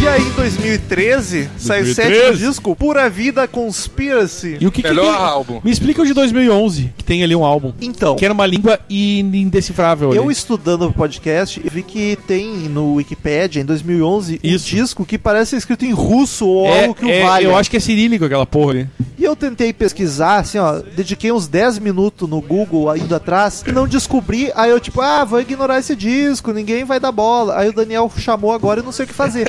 Speaker 2: E aí, em 2013, saiu o
Speaker 3: 2013?
Speaker 2: sétimo disco, Pura Vida Conspiracy.
Speaker 3: E o que que
Speaker 4: Melhor
Speaker 3: tem-
Speaker 4: álbum.
Speaker 3: Me explica o de 2011, que tem ali um álbum.
Speaker 2: Então,
Speaker 3: Que era uma língua in- indecifrável ali.
Speaker 2: eu estudando o podcast, eu vi que tem no Wikipedia, em 2011,
Speaker 3: Isso.
Speaker 2: um disco que parece escrito em russo ou
Speaker 3: é,
Speaker 2: algo que o
Speaker 3: é,
Speaker 2: valha.
Speaker 3: Eu acho que é cirílico aquela porra ali.
Speaker 2: E eu tentei pesquisar, assim, ó, dediquei uns 10 minutos no Google indo atrás e não descobri. Aí eu, tipo, ah, vou ignorar esse disco, ninguém vai dar bola. Aí o Daniel chamou agora e não sei o que fazer.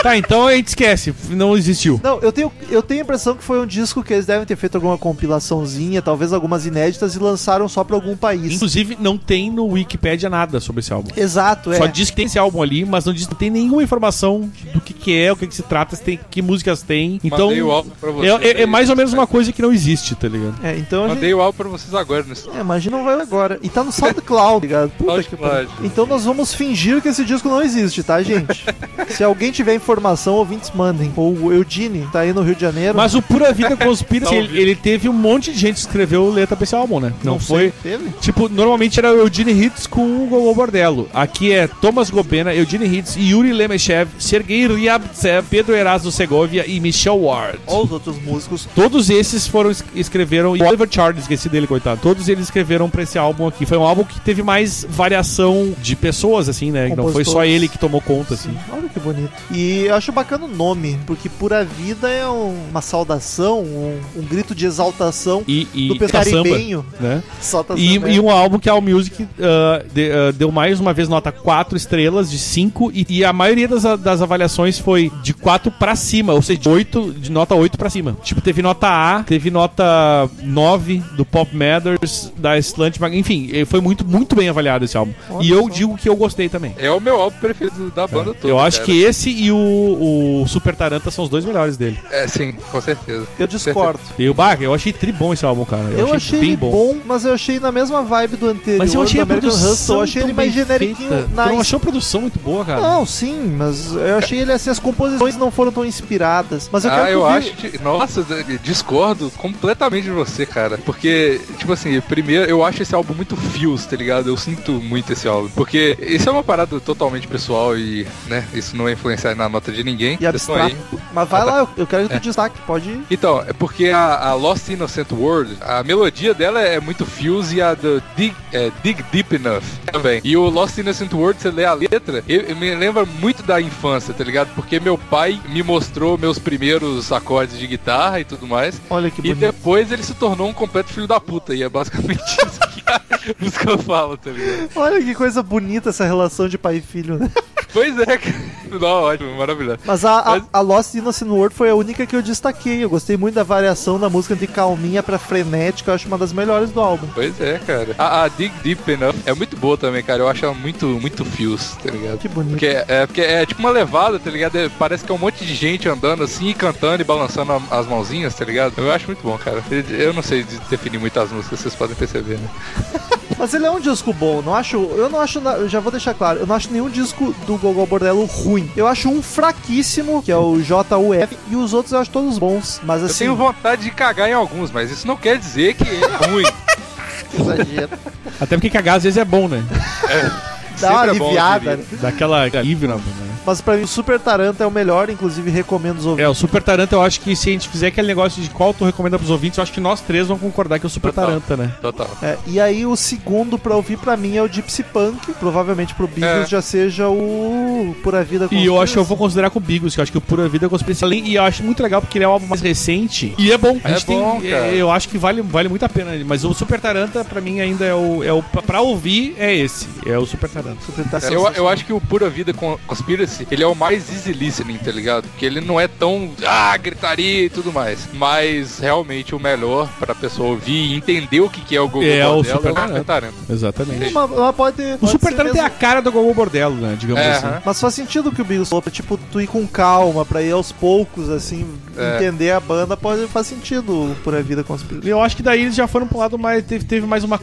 Speaker 3: Tá, então a gente esquece. Não existiu.
Speaker 2: não, eu tenho, eu tenho a impressão que foi um disco que eles devem ter feito alguma compilaçãozinha, talvez algumas inéditas e lançaram só pra algum país.
Speaker 3: Inclusive, não tem no Wikipedia nada sobre esse álbum.
Speaker 2: Exato, é.
Speaker 3: Só diz que tem esse álbum ali, mas não diz que tem nenhuma informação do que, que é, o que, que se trata, se tem, que músicas tem. Então,
Speaker 4: Mandei o álbum pra você.
Speaker 3: é, é- é mais mais ou menos uma coisa que não existe, tá ligado?
Speaker 2: É, então a gente...
Speaker 4: Mandei o álbum pra vocês agora. Né?
Speaker 2: É, imagina não vai agora. E tá no SoundCloud, ligado? Puta que pariu.
Speaker 4: SoundCloud.
Speaker 2: Então nós vamos fingir que esse disco não existe, tá, gente? Se alguém tiver informação, ouvintes mandem. Ou o Eudine, tá aí no Rio de Janeiro.
Speaker 3: Mas o Pura Vida Conspira,
Speaker 4: Tá
Speaker 3: ele,
Speaker 4: ouvindo.
Speaker 3: ele teve um monte de gente que escreveu letra pra esse álbum, né? Não, foi.
Speaker 2: sei, Teve?
Speaker 3: Tipo, normalmente era o Eugene Hitz com o Gogol Bordello. Aqui é Thomas Gobena, Eugene Hitz, Yuri Lemechev, Sergei Ryabtsev, Pedro Erasmo Segovia e Michel Ward.
Speaker 2: Ou os outros músicos.
Speaker 3: Todos esses foram es- escreveram e Oliver Charles, esqueci dele, coitado. Todos eles escreveram pra esse álbum aqui. Foi um álbum que teve mais variação de pessoas assim, né? Não foi só
Speaker 2: Compositores.
Speaker 3: ele que tomou conta assim.
Speaker 2: Olha que bonito. E eu acho bacana o nome, porque Pura Vida é um- uma saudação, um, um grito de exaltação
Speaker 3: E, e
Speaker 2: do
Speaker 3: caçamba,
Speaker 2: caribenho.
Speaker 3: né?
Speaker 2: Solta
Speaker 3: E,
Speaker 2: samba,
Speaker 3: e
Speaker 2: é.
Speaker 3: um álbum que a All Music ah, deu mais uma vez nota 4 estrelas de 5 e, e a maioria das, das avaliações foi de 4 pra cima, ou seja, de, 8, de nota 8 pra cima. Tipo, teve nota A, teve nota 9 do Pop Matters, da Slant, Mag- enfim, eh, foi muito, muito bem avaliado esse álbum.
Speaker 2: Olha
Speaker 3: e eu
Speaker 2: só.
Speaker 3: digo que eu gostei também.
Speaker 4: É o meu álbum preferido da banda toda.
Speaker 3: É. eu acho
Speaker 4: cara.
Speaker 3: que esse e o, o Super Taranta são os dois melhores dele.
Speaker 4: É, sim, com certeza.
Speaker 2: Eu discordo.
Speaker 3: E o Bar, eu achei tri bom esse álbum, cara.
Speaker 2: Eu achei ele bom. mas eu achei na mesma vibe do anterior.
Speaker 3: Mas eu achei
Speaker 2: do
Speaker 3: a
Speaker 2: American
Speaker 3: produção
Speaker 2: Hustle, eu achei
Speaker 3: tão
Speaker 2: ele mais
Speaker 3: bem
Speaker 2: generiquinho.
Speaker 3: feita.
Speaker 2: nice.
Speaker 3: Eu não achei a produção muito boa, cara.
Speaker 2: Não, sim, mas eu achei ele assim, as composições não foram tão inspiradas. Mas eu quero
Speaker 4: ah,
Speaker 2: que
Speaker 4: eu
Speaker 2: o Vi-
Speaker 4: acho. que- Nossa, eu discordo completamente de você, cara. Porque, tipo assim, primeiro, eu acho esse álbum muito fios, tá ligado? Eu sinto muito esse álbum. Porque isso é uma parada totalmente pessoal e, né, isso não vai influenciar na nota de ninguém.
Speaker 2: E
Speaker 4: Vocês estão aí. Ah, tá. É.
Speaker 2: abstrato. Mas vai lá, eu- eu quero que tu destaque, pode ir.
Speaker 4: Então, é porque a, a Lost Innocent World, a melodia dela é muito Fuse e a do Dig, é, Dig Deep Enough também. E o Lost Innocent World, você lê a letra, eu, eu me lembra muito da infância, tá ligado? Porque meu pai me mostrou meus primeiros acordes de guitarra e tudo mais.
Speaker 2: Olha que
Speaker 4: E
Speaker 2: bonito.
Speaker 4: depois ele se tornou um completo filho da puta. E é basicamente isso que a música fala, tá ligado?
Speaker 2: Olha que coisa bonita essa relação de pai e filho, né?
Speaker 4: Pois é, cara. Não, ótimo, maravilhoso.
Speaker 2: Mas a, a, a Lost Innocent World foi a única que eu destaquei. Eu gostei muito da variação da música de calminha pra frenética, eu acho uma das melhores do álbum.
Speaker 4: Pois é, cara. A, a Dig Deep Enough é muito boa também, cara. Eu acho ela muito, muito fios, tá ligado?
Speaker 2: Que bonito.
Speaker 4: Porque é, porque é tipo uma levada, tá ligado? É, parece que é um monte de gente andando assim, cantando e balançando a- as mãozinhas, tá ligado? Eu acho muito bom, cara. Eu, eu não sei de- definir muitas músicas, vocês podem perceber, né?
Speaker 2: Mas ele é um disco bom, não acho. Eu não acho. na- Eu já vou deixar claro, eu não acho nenhum disco do Gogol Bordello ruim. Eu acho um fraquíssimo, que é o JUF, e os outros eu acho todos bons. Mas
Speaker 4: Eu
Speaker 2: assim.
Speaker 4: tenho vontade de cagar em alguns, mas isso não quer dizer que ele é ruim.
Speaker 2: exagero.
Speaker 3: Até porque cagar às vezes é bom, né?
Speaker 2: Dá uma
Speaker 4: Sempre é bom, eu
Speaker 2: aliviada.
Speaker 4: diria.
Speaker 2: né?
Speaker 3: Dá aquela alívio na bunda, né?
Speaker 2: mas pra mim o Super Taranta é o melhor, inclusive recomendo os
Speaker 3: É,
Speaker 2: ouvintes.
Speaker 3: o Super Taranta, eu acho que se a gente fizer aquele negócio de qual tu recomenda pros ouvintes, eu acho que nós três vamos concordar que é o Super
Speaker 4: Total.
Speaker 3: Taranta, né?
Speaker 4: Total.
Speaker 2: É, e aí o segundo pra ouvir pra mim é o Gypsy Punk, provavelmente pro Beatles
Speaker 4: É.
Speaker 2: já seja o Pura Vida
Speaker 3: E eu
Speaker 2: Conspira.
Speaker 3: acho que eu vou considerar com o Bigos, que eu acho que o Pura Vida é conspiração. E eu acho muito legal porque ele é um álbum mais recente. E é bom. A
Speaker 4: É
Speaker 3: gente tem-
Speaker 4: bom, cara.
Speaker 3: Eu acho que vale, vale muito a pena. Mas o Super Taranta, pra mim, ainda é o. É o pra ouvir, é esse. É o Super Taranta.
Speaker 2: Super Taranta.
Speaker 4: Eu, eu acho que o Pura Vida Con- Conspiracy, ele é o mais easy listening, tá ligado? Porque ele não é tão, ah, gritaria e tudo mais. Mas, realmente, o melhor pra pessoa ouvir e entender o que, que é o Google
Speaker 3: É o
Speaker 4: Bordello
Speaker 3: Super
Speaker 4: é
Speaker 3: Taranta.
Speaker 4: Taranta.
Speaker 3: Exatamente.
Speaker 2: Mas- mas pode, pode
Speaker 3: O
Speaker 2: ser
Speaker 3: Super Taranta é
Speaker 2: mesmo.
Speaker 3: a cara do Gogol Bordello, né? Digamos
Speaker 4: É,
Speaker 3: assim.
Speaker 4: aham.
Speaker 2: Mas faz sentido o que o Bigos falou, pra, tipo, tu ir com calma, pra ir aos poucos, assim,
Speaker 4: É.
Speaker 2: entender a banda, pode, faz sentido por a vida conspirativa.
Speaker 3: Eu acho que daí eles já foram pro lado mais. Teve, teve mais uma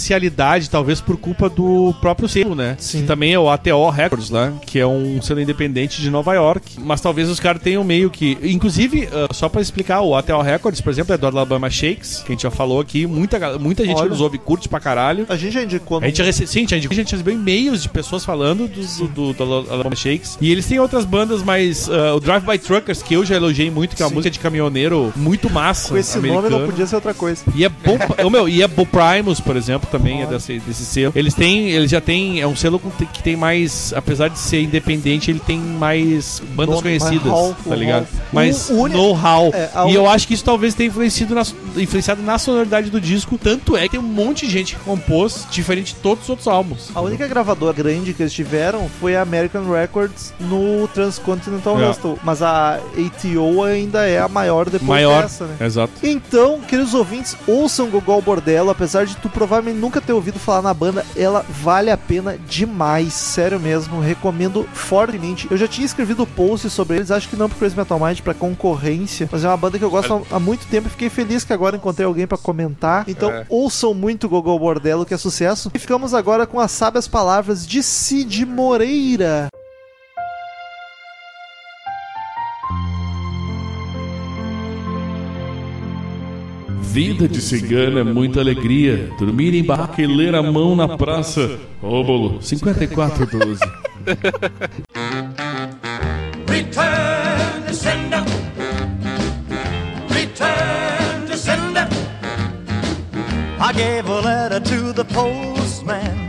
Speaker 3: comercialidade, talvez por culpa do próprio selo, né?
Speaker 2: Sim.
Speaker 3: Que também é o ATO Records, né? Que é um selo independente de Nova York. Mas talvez os caras tenham meio que. Inclusive, ah, só pra explicar, o ATO Records, por exemplo, é do Alabama Shakes, que a gente já falou aqui. Muita, gal- muita gente
Speaker 2: Olha.
Speaker 3: que nos ouve curte pra caralho.
Speaker 2: A gente já indicou.
Speaker 3: A gente,
Speaker 2: no-
Speaker 3: rece... Sim, a gente a gente recebeu e-mails de pessoas falando do, do, do, do Alabama Shakes. E eles têm outras bandas, mas ah, o Drive by Truckers, que eu já elogiei muito, que é uma
Speaker 2: Sim.
Speaker 3: música de caminhoneiro muito massa.
Speaker 2: Com esse nome
Speaker 3: americana.
Speaker 2: não podia ser outra coisa.
Speaker 3: E é bom, pa- ô, meu, e é bom Primus, por exemplo, também é desse, desse selo. Eles têm, eles já têm, é um selo com- que tem mais, apesar de ser independente, ele tem mais bandas
Speaker 2: Dono,
Speaker 3: conhecidas,
Speaker 2: mais hall,
Speaker 3: tá ligado?
Speaker 2: know-how.
Speaker 3: Mas
Speaker 2: O- o uni-
Speaker 3: know-how.
Speaker 2: é, a
Speaker 3: e
Speaker 2: un-
Speaker 3: eu acho que isso talvez tenha influenciado na, influenciado na sonoridade do disco, tanto é que tem um monte de gente que compôs, diferente de todos os outros álbuns.
Speaker 2: A única gravadora grande que eles tiveram foi a American Records no Transcontinental
Speaker 3: É.
Speaker 2: Hustle. Mas a ATO ainda é a maior depois
Speaker 3: Maior.
Speaker 2: dessa, né?
Speaker 3: Exato.
Speaker 2: Então, queridos ouvintes, ouçam Gogol Bordello, apesar de tu provavelmente nunca ter ouvido falar na banda, ela vale a pena demais, sério mesmo, recomendo forte. experimente. Eu já tinha escrevido post sobre eles, acho que não pro Crazy Metal Mind, pra concorrência. Mas é uma banda que eu gosto há, há muito tempo e fiquei feliz que agora encontrei alguém pra comentar. Então
Speaker 4: É.
Speaker 2: ouçam muito Gogol Bordello, que é sucesso. E ficamos agora com as sábias palavras de Cid Moreira.
Speaker 7: Vida de cigana é muita alegria. Dormir em barraca e ler a mão na praça. Óbolo 5412.
Speaker 5: Return to sender. Return to sender.
Speaker 1: I gave a letter to the postman.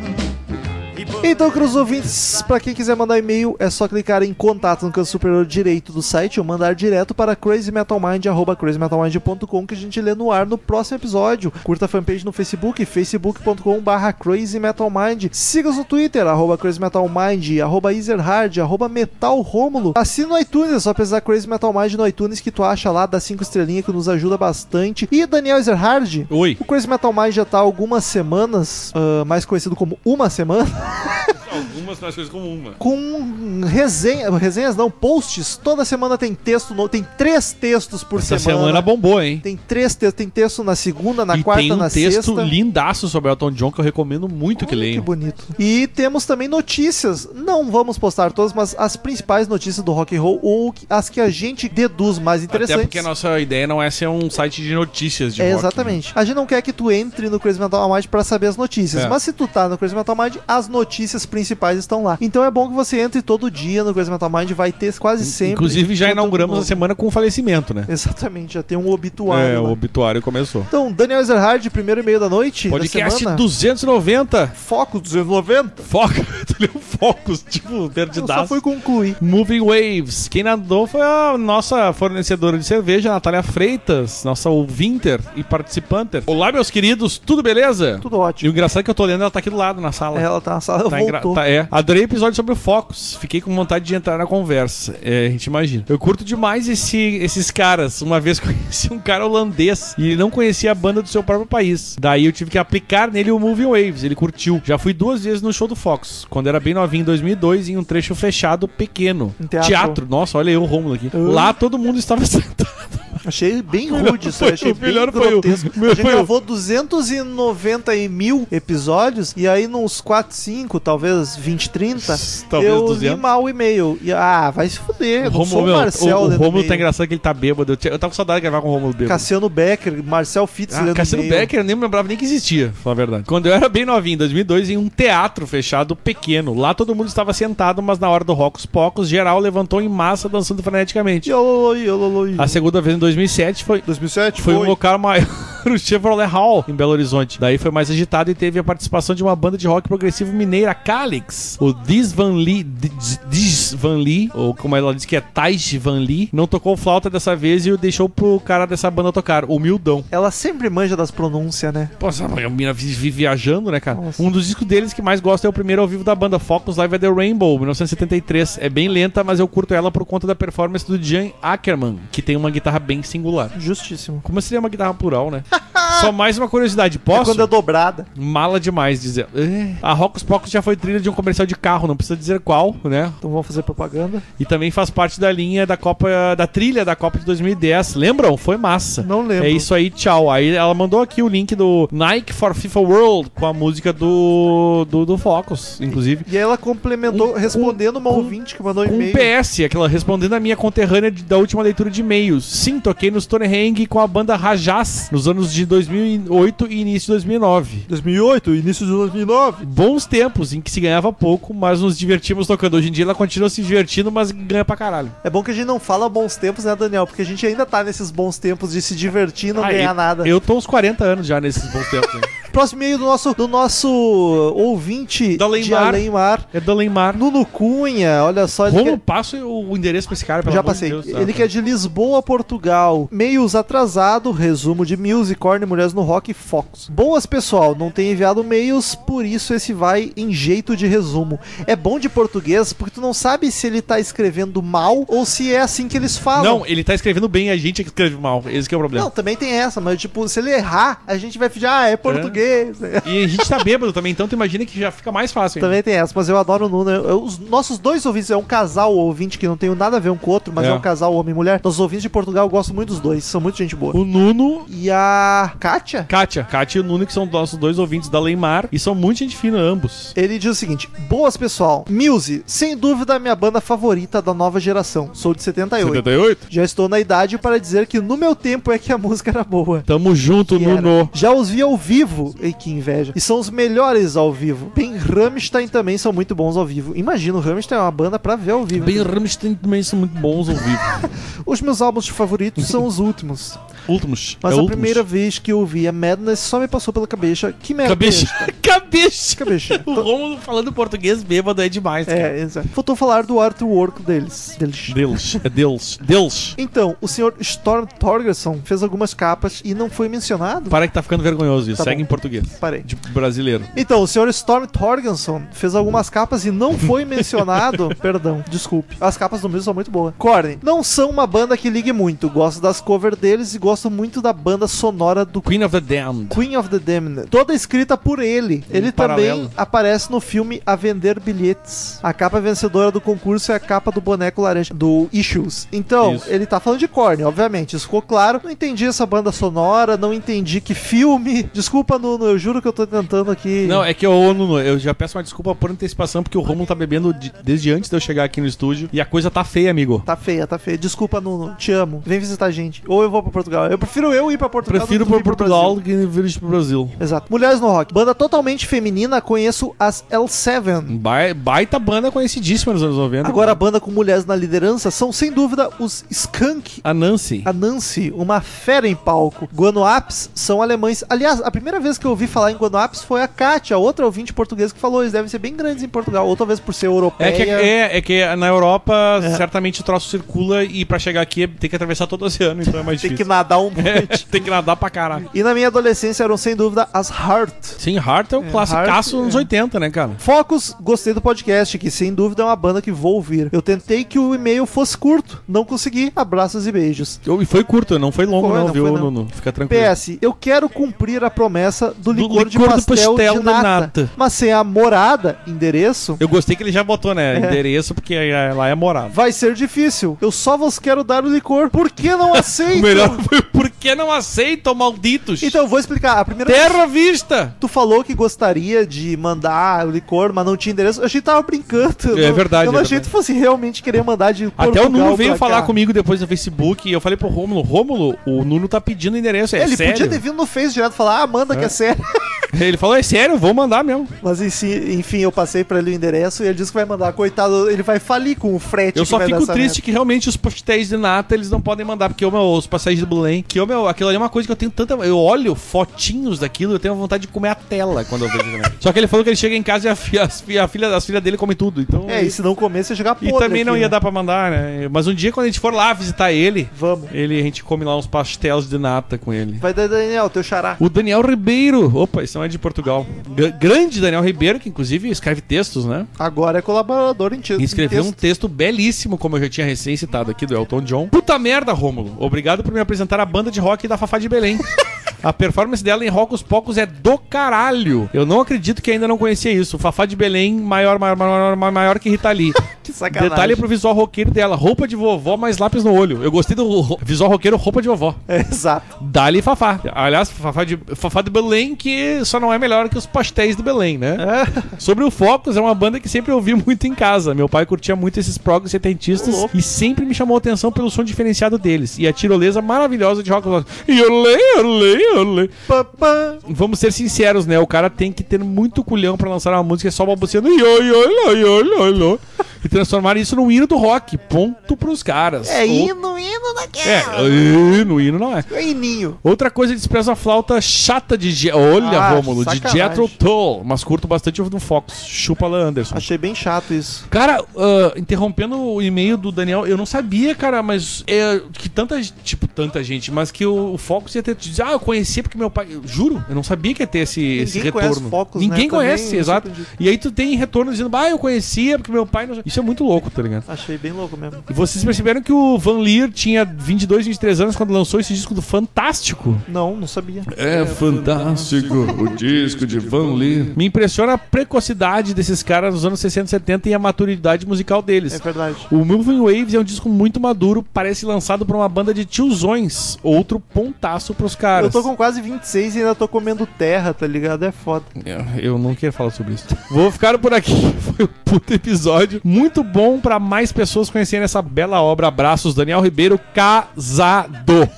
Speaker 1: He put
Speaker 2: Então, caros ouvintes, pra quem quiser mandar e-mail, é só clicar em contato no canto superior direito do site ou mandar direto para crazymetalmind, arroba crazymetalmind.com que a gente lê no ar no próximo episódio. Curta a fanpage no Facebook, facebook.com barra crazymetalmind. Siga-os no Twitter, arroba crazymetalmind, arroba easerhard, arroba metalromulo. Assina no iTunes, é só pesquisar Crazy Metal Mind no iTunes que tu acha lá, dá 5 estrelinhas que nos ajuda bastante. E Daniel Ezerhard,
Speaker 3: Oi.
Speaker 2: o Crazy Metal Mind já tá há algumas semanas, ah, mais conhecido como uma semana,
Speaker 7: Algumas mais coisas como uma.
Speaker 2: com resenha, resenhas não, posts. Toda semana tem texto novo, tem três textos por
Speaker 3: Essa
Speaker 2: semana.
Speaker 3: semana bombou, hein?
Speaker 2: Tem três textos, tem texto na segunda, na
Speaker 3: e
Speaker 2: quarta,
Speaker 3: tem um
Speaker 2: na
Speaker 3: texto
Speaker 2: sexta.
Speaker 3: lindaço sobre Elton John que eu recomendo muito que
Speaker 2: Que
Speaker 3: leiam.
Speaker 2: bonito. E temos também notícias. Não vamos postar todas, mas as principais notícias do rock and roll ou que- as que a gente deduz mais interessantes.
Speaker 3: Até porque a nossa ideia não é ser um site de notícias de
Speaker 2: É,
Speaker 3: rock. né?
Speaker 2: exatamente. A gente não quer que tu entre no Crazy Metal Mind pra saber as notícias,
Speaker 3: É.
Speaker 2: mas se tu tá no Crazy Metal Mind, as notícias principais estão lá. Então é bom que você entre todo dia no Crazy Metal Mind, vai ter quase sempre.
Speaker 3: Inclusive já
Speaker 2: conteúdo
Speaker 3: inauguramos a
Speaker 2: novo.
Speaker 3: semana com o falecimento, né?
Speaker 2: Exatamente, já tem um obituário.
Speaker 3: É,
Speaker 2: lá.
Speaker 3: o obituário começou.
Speaker 2: Então, Daniel Ezerhard, primeiro e meio da noite.
Speaker 3: Podcast
Speaker 2: da semana.
Speaker 3: 290.
Speaker 2: Foco 290.
Speaker 3: Foca. Tu leu Focus, tipo,
Speaker 2: Eu só
Speaker 3: perdidaço.
Speaker 2: fui concluir.
Speaker 3: Moving Waves. Quem nadou foi a nossa fornecedora de cerveja, Natália Freitas, nossa ouvinter e participante. Olá, meus queridos, tudo beleza?
Speaker 2: Tudo
Speaker 3: E o
Speaker 2: ótimo.
Speaker 3: engraçado é que eu tô lendo, ela tá aqui do lado na sala.
Speaker 2: Ela tá na sala,
Speaker 3: Tá engra-
Speaker 2: voltou.
Speaker 3: tá- é. Adorei o episódio sobre o Focus. Fiquei com vontade de entrar na conversa. É, a gente imagina. Eu curto demais esse- esses caras. Uma vez conheci um cara holandês e ele não conhecia a banda do seu próprio país. Daí eu tive que aplicar nele o Moving Waves. Ele curtiu. Já fui duas vezes no show do Focus. Quando era bem novinho, em 2002, em um trecho fechado pequeno.
Speaker 2: Em Um teatro.
Speaker 3: Nossa, olha eu, Rômulo aqui.
Speaker 2: Ah.
Speaker 3: Lá todo mundo estava sentado.
Speaker 2: Achei bem rude isso aí,
Speaker 3: foi-
Speaker 2: achei
Speaker 3: o melhor
Speaker 2: bem
Speaker 3: foi o-
Speaker 2: grotesco.
Speaker 3: o melhor
Speaker 2: a gente
Speaker 3: foi o-
Speaker 2: gravou 290 e mil episódios, e aí nos 4, 5, talvez 20, 30,
Speaker 3: Talvez
Speaker 2: eu
Speaker 3: 200.
Speaker 2: li mal o e-mail. E, ah, vai se fuder, eu não sou o
Speaker 3: meu,
Speaker 2: Marcel
Speaker 3: o, o
Speaker 2: lendo
Speaker 3: Rômulo
Speaker 2: e-mail.
Speaker 3: tá engraçado que ele tá bêbado. Eu, tinha- eu tava com saudade de gravar com o Rômulo bêbado.
Speaker 2: Cassiano Becker, Marcel Fitz
Speaker 3: Ah,
Speaker 2: lendo
Speaker 3: Cassiano
Speaker 2: e-mail.
Speaker 3: Becker eu nem lembrava nem que existia, pra falar a verdade. Quando eu era bem novinho, em 2002, em um teatro fechado pequeno. Lá todo mundo estava sentado, mas na hora do Rocos Pocos, geral levantou em massa dançando freneticamente.
Speaker 2: Iololoi, iololoi.
Speaker 3: A segunda vez em 2007 foi,
Speaker 2: 2007
Speaker 3: foi um local maior, o Chevrolet Hall, em Belo Horizonte. Daí foi mais agitado e teve a participação de uma banda de rock progressivo mineira, Calix. O Diz Van Lee, Diz Diz Van Lee, ou como ela diz que é Tais Van Lee, não tocou flauta dessa vez e deixou pro cara dessa banda tocar, o Mildão.
Speaker 2: Ela sempre manja das pronúncias, né?
Speaker 3: Pô, essa mina vive viajando, né, cara?
Speaker 2: Nossa.
Speaker 3: Um dos discos deles que mais gosto é o primeiro ao vivo da banda Focus Live at the Rainbow, 1973. É bem lenta, mas eu curto ela por conta da performance do Jan Ackerman, que tem uma guitarra bem singular.
Speaker 2: Justíssimo.
Speaker 3: Como seria uma guitarra plural, né? Só mais uma curiosidade,
Speaker 2: É
Speaker 3: posso?
Speaker 2: quando é dobrada.
Speaker 3: Mala demais, diz ela. É. A Rocos Pocos já foi trilha de um comercial de carro, não precisa dizer qual, né?
Speaker 2: Então vamos fazer propaganda.
Speaker 3: E também faz parte da linha da Copa, da trilha da Copa de 2010. Lembram? Foi massa.
Speaker 2: Não lembro.
Speaker 3: É isso aí, tchau. Aí ela mandou aqui o link do Nike for FIFA World com a música do, do, do Focus, inclusive.
Speaker 2: E aí ela complementou, respondendo uma ouvinte que mandou
Speaker 3: Com um
Speaker 2: e-mail.
Speaker 3: PS, aquela respondendo a minha conterrânea de- da última leitura de e-mails. Sim, toquei no Stone Hang com a banda Rajás nos anos de 2008 e início de 2009.
Speaker 2: 2008, início de 2009.
Speaker 3: Bons tempos em que se ganhava pouco, mas nos divertimos tocando. Hoje em dia ela continua se divertindo, mas ganha pra caralho.
Speaker 2: É bom que a gente não fala bons tempos, né, Daniel? Porque a gente ainda tá nesses bons tempos de se divertir e não
Speaker 3: Ah,
Speaker 2: ganhar
Speaker 3: eu-
Speaker 2: nada.
Speaker 3: Eu tô uns 40 anos já nesses bons tempos. né?
Speaker 2: Próximo e-mail do nosso, do nosso ouvinte
Speaker 3: Da
Speaker 2: de
Speaker 3: Leimar.
Speaker 2: Alemar,
Speaker 3: É do Leimar.
Speaker 2: Nuno Cunha. Olha só, ele
Speaker 3: Como
Speaker 2: quer...
Speaker 3: passo o endereço pra esse cara? Pelo
Speaker 2: Já
Speaker 3: amor de
Speaker 2: passei.
Speaker 3: Deus, tá.
Speaker 2: ele que é de Lisboa, Portugal. Meios atrasado, resumo de Music, Corn, Mulheres no Rock e Fox. Boas, pessoal. Não tem enviado meios, por isso esse vai em jeito de resumo. É bom de português porque tu não sabe se ele tá escrevendo mal ou se é assim que eles falam.
Speaker 3: Não, ele tá escrevendo bem, a gente é que escreve mal. Esse que é o problema.
Speaker 2: Não, também tem essa, mas tipo, se ele errar, a gente vai fingir, ah, é português, vez. né?
Speaker 3: E a gente tá bêbado também, então tu imagina que já fica mais fácil. ainda.
Speaker 2: Também tem essa, mas eu adoro o Nuno. Eu- eu- os nossos dois ouvintes, é um casal ouvinte que não tem nada a ver um com o outro, mas é,
Speaker 3: É.
Speaker 2: um casal homem e mulher. Nossos ouvintes de Portugal, eu gosto muito dos dois, são muito gente boa.
Speaker 3: O Nuno.
Speaker 2: E a Kátia,
Speaker 3: Kátia, Kátia e o Nuno, que são nossos dois ouvintes da Leimar, e são muito gente fina ambos.
Speaker 2: ele diz o seguinte: Boas pessoal, Muse, sem dúvida a minha banda favorita da nova geração. Sou de 78.
Speaker 7: 78?
Speaker 2: Já estou na idade para dizer que no meu tempo é que a música era boa.
Speaker 3: Tamo junto,
Speaker 2: Que era.
Speaker 3: Nuno.
Speaker 2: Já os vi ao vivo, e que inveja. E são os melhores ao vivo. Bem, Rammstein também são muito bons ao vivo. Imagino, Rammstein é uma banda pra ver ao vivo.
Speaker 7: Bem, Rammstein também são muito bons ao vivo.
Speaker 2: Os meus álbuns favoritos são os últimos.
Speaker 7: Últimos.
Speaker 2: Mas
Speaker 7: é
Speaker 2: a
Speaker 7: últimos.
Speaker 2: primeira vez que eu ouvi a Madness só me passou pela cabeça. Que merda. é
Speaker 3: Cabeça. Cabeça.
Speaker 2: Cabeça.
Speaker 3: O Romulo falando português bêbado é demais, cara.
Speaker 2: É, exato. Faltou falar do artwork deles. Deles.
Speaker 7: Deus. É Deus. Deus.
Speaker 2: Então, o senhor Storm Torgerson fez algumas capas e não foi mencionado?
Speaker 3: Para que tá ficando vergonhoso isso.
Speaker 2: Tá
Speaker 3: Segue
Speaker 2: bom.
Speaker 3: em português.
Speaker 2: Parei.
Speaker 7: De brasileiro.
Speaker 2: Então, o senhor Storm Torgerson fez algumas capas e não foi mencionado. Perdão, desculpe. As capas do Muse são muito boas. Corny, não são uma banda que ligue muito. Gosto das covers deles e gosto muito da banda sonora do
Speaker 3: Queen of the Damned.
Speaker 2: Queen of the Damned, toda escrita por ele. Ele
Speaker 3: Um paralelo.
Speaker 2: também aparece no filme A Vender Bilhetes. A capa vencedora do concurso é a capa do boneco laranja do Issues. Então,
Speaker 7: Isso.
Speaker 2: ele tá falando de corne, obviamente, isso ficou claro. Não entendi essa banda sonora, não entendi que filme. Desculpa, Nuno, eu juro que eu tô tentando aqui.
Speaker 3: Não, é que eu, Nuno, eu já peço uma desculpa por antecipação, porque o Romulo tá bebendo de- desde antes de eu chegar aqui no estúdio e a coisa tá feia, amigo.
Speaker 2: Tá feia, tá feia. Desculpa, Nuno. Te amo. Vem visitar a gente. Ou eu vou pra Portugal. Eu prefiro eu ir pra Portugal.
Speaker 3: Prefiro
Speaker 2: do que
Speaker 3: pra
Speaker 2: vir tá pro
Speaker 3: Portugal
Speaker 2: Brasil.
Speaker 3: do que vir pro Brasil.
Speaker 2: Exato. Mulheres no Rock. Banda totalmente feminina, conheço as L7.
Speaker 3: Ba- Baita banda conhecidíssima nos anos 90.
Speaker 2: Agora a banda com mulheres na liderança são sem dúvida os Skunk.
Speaker 3: a Nancy.
Speaker 2: A Nancy, uma fera em palco. Guanoaps são alemães. Aliás, a primeira vez que eu ouvi falar em Guanoaps foi a Kátia, outra ouvinte portuguesa que falou. Eles devem ser bem grandes em Portugal, ou talvez por ser europeia.
Speaker 3: É que, é, é que na Europa,
Speaker 2: É.
Speaker 3: certamente o troço circula e pra chegar aqui tem que atravessar todo o oceano, então é mais
Speaker 2: Tem que
Speaker 3: difícil.
Speaker 2: nadar um
Speaker 3: É, tem que nadar pra caralho.
Speaker 2: E na minha adolescência eram sem dúvida as Heart.
Speaker 3: Sim, Hart é um
Speaker 2: É,
Speaker 3: classicaço
Speaker 2: Heart,
Speaker 3: nos
Speaker 2: é.
Speaker 3: 80, né, cara?
Speaker 2: Focus, gostei do podcast, que sem dúvida é uma banda que vou ouvir. Eu tentei que o e-mail fosse curto, não consegui. Abraços e beijos.
Speaker 3: Eu- E foi curto, não foi longo,
Speaker 2: Foi,
Speaker 3: não,
Speaker 2: não
Speaker 3: viu,
Speaker 2: foi, não.
Speaker 3: Nuno? Fica tranquilo.
Speaker 2: PS, eu quero cumprir a promessa do licor, de
Speaker 3: licor do
Speaker 2: pastel,
Speaker 3: pastel
Speaker 2: de
Speaker 3: de
Speaker 2: nata,
Speaker 3: nata.
Speaker 2: Mas sem a morada, endereço,
Speaker 3: Eu gostei que ele já botou, né? Endereço, porque é- lá é morada.
Speaker 2: vai ser difícil. Eu só vos quero dar o licor. Por que não aceito?
Speaker 3: O melhor foi por que não aceitam, malditos?
Speaker 2: Então, eu vou explicar. A primeira
Speaker 3: Terra à vista!
Speaker 2: Tu falou que gostaria de mandar o licor, mas não tinha endereço. Eu achei que tava brincando.
Speaker 3: É
Speaker 2: Eu não-
Speaker 3: verdade,
Speaker 2: Eu não
Speaker 3: é
Speaker 2: achei que
Speaker 3: verdade.
Speaker 2: tu fosse realmente querer mandar de
Speaker 3: Até o
Speaker 2: Portugal
Speaker 3: Nuno veio
Speaker 2: pra
Speaker 3: falar
Speaker 2: cá.
Speaker 3: comigo depois no Facebook e eu falei pro Rômulo, Rômulo, o Nuno tá pedindo endereço, é
Speaker 2: Ele
Speaker 3: sério?
Speaker 2: podia ter vindo no Face direto e falar, ah, manda que é sério.
Speaker 3: Ele falou, é sério, vou mandar mesmo.
Speaker 2: Mas enfim, enfim, eu passei pra ele o endereço e ele disse que vai mandar. Coitado, ele vai falir com o frete
Speaker 3: Eu
Speaker 2: que
Speaker 3: só
Speaker 2: vai dar
Speaker 3: fico
Speaker 2: essa
Speaker 3: triste que realmente os pastéis de nata eles não podem mandar, porque ô, meu, os pastéis de Belém, que ô, meu, aquilo ali é uma coisa que eu tenho tanta. Eu olho fotinhos daquilo eu tenho vontade de comer a tela quando eu vejo também. só que ele falou que ele chega em casa e a, fi- as fi- a filha, as filhas dele come tudo. Então,
Speaker 2: É, e se não comer, você jogar podre
Speaker 3: E também não
Speaker 2: aqui,
Speaker 3: ia
Speaker 2: né?
Speaker 3: dar pra mandar, né? Mas um dia quando a gente for lá visitar ele,
Speaker 2: Vamos.
Speaker 3: ele a gente come lá uns pastéis de nata com ele.
Speaker 2: Vai dar, Daniel, teu xará.
Speaker 3: O Daniel Ribeiro, opa, esse não é de Portugal. Gra- grande Daniel Ribeiro, que inclusive escreve textos, né?
Speaker 2: Agora é colaborador em título.
Speaker 3: E escreveu um texto belíssimo, como eu já tinha recém citado aqui, do Elton John. Puta merda, Rômulo. Obrigado por me apresentar a banda de rock da Fafá de Belém. A performance dela em Rocos Pocos é do caralho. Eu não acredito que ainda não conhecia isso. Fafá de Belém, maior, maior, maior, maior, maior que Rita Lee.
Speaker 2: Que sacanagem.
Speaker 3: Detalhe pro visual roqueiro dela. Roupa de vovó, mais lápis no olho. Eu gostei do ro- visual roqueiro, roupa de vovó.
Speaker 2: É, exato.
Speaker 3: Dali Fafá. Aliás, Fafá de, Fafá de Belém, que só não é melhor que os pastéis de Belém, né? Sobre o Focus, é uma banda que sempre ouvi muito em casa. Meu pai curtia muito esses prog setentistas e sempre me chamou a atenção pelo som diferenciado deles. E a tirolesa maravilhosa de rock. and roll. E olê, olê, olê.
Speaker 2: Pã, pã.
Speaker 3: Vamos ser sinceros, né? O cara tem que ter muito culhão pra lançar uma música é só balbuciando "Iô, iô, iô, iô, iô, iô", e transformar isso num hino do rock. Ponto pros caras.
Speaker 2: É
Speaker 3: Ou-
Speaker 2: hino, hino daquela.
Speaker 3: É, no hino não é.
Speaker 2: É. hininho.
Speaker 3: Outra coisa que despreza a flauta chata de. Je Olha,
Speaker 2: Ah,
Speaker 3: Rômulo, de
Speaker 2: sacanagem.
Speaker 3: Jethro Tull. Mas curto bastante o do Fox. Chupa lá, Anderson.
Speaker 2: Achei bem chato isso.
Speaker 3: Cara, ah, interrompendo o e-mail do Daniel, eu não sabia, cara, mas é, que tanta gente, tipo, tanta gente, mas que o, o Focus ia ter. Ah, eu conhecia porque meu pai. eu juro, eu não sabia que ia ter esse, esse
Speaker 2: Ninguém conhece
Speaker 3: retorno.
Speaker 2: Focus, né?
Speaker 3: Ninguém
Speaker 2: Também
Speaker 3: conhece,
Speaker 2: eu
Speaker 3: exato.
Speaker 2: surpreendi.
Speaker 3: E aí tu tem retorno dizendo, ah, eu conhecia porque meu pai. Não... Isso é muito louco, tá ligado?
Speaker 2: Achei bem louco mesmo.
Speaker 3: E vocês perceberam que o Van Leer tinha 22, 23 anos quando lançou esse disco do Fantástico?
Speaker 2: Não, não sabia.
Speaker 7: É fantástico o disco de Van Lee.
Speaker 3: Me impressiona a precocidade desses caras nos anos 60 e 70 e a maturidade musical
Speaker 2: É
Speaker 3: deles.
Speaker 2: verdade.
Speaker 3: O Moving Waves é um disco muito maduro, parece lançado por uma banda de tiozões, outro pontaço pros
Speaker 2: Eu
Speaker 3: caras.
Speaker 2: tô com quase 26 e ainda tô comendo terra, tá ligado? É foda.
Speaker 3: Eu- Eu não quero falar sobre isso. Vou ficar por aqui. Foi um puto episódio. Muito bom pra mais pessoas conhecerem essa bela obra. Abraços, Daniel Ribeiro, casado.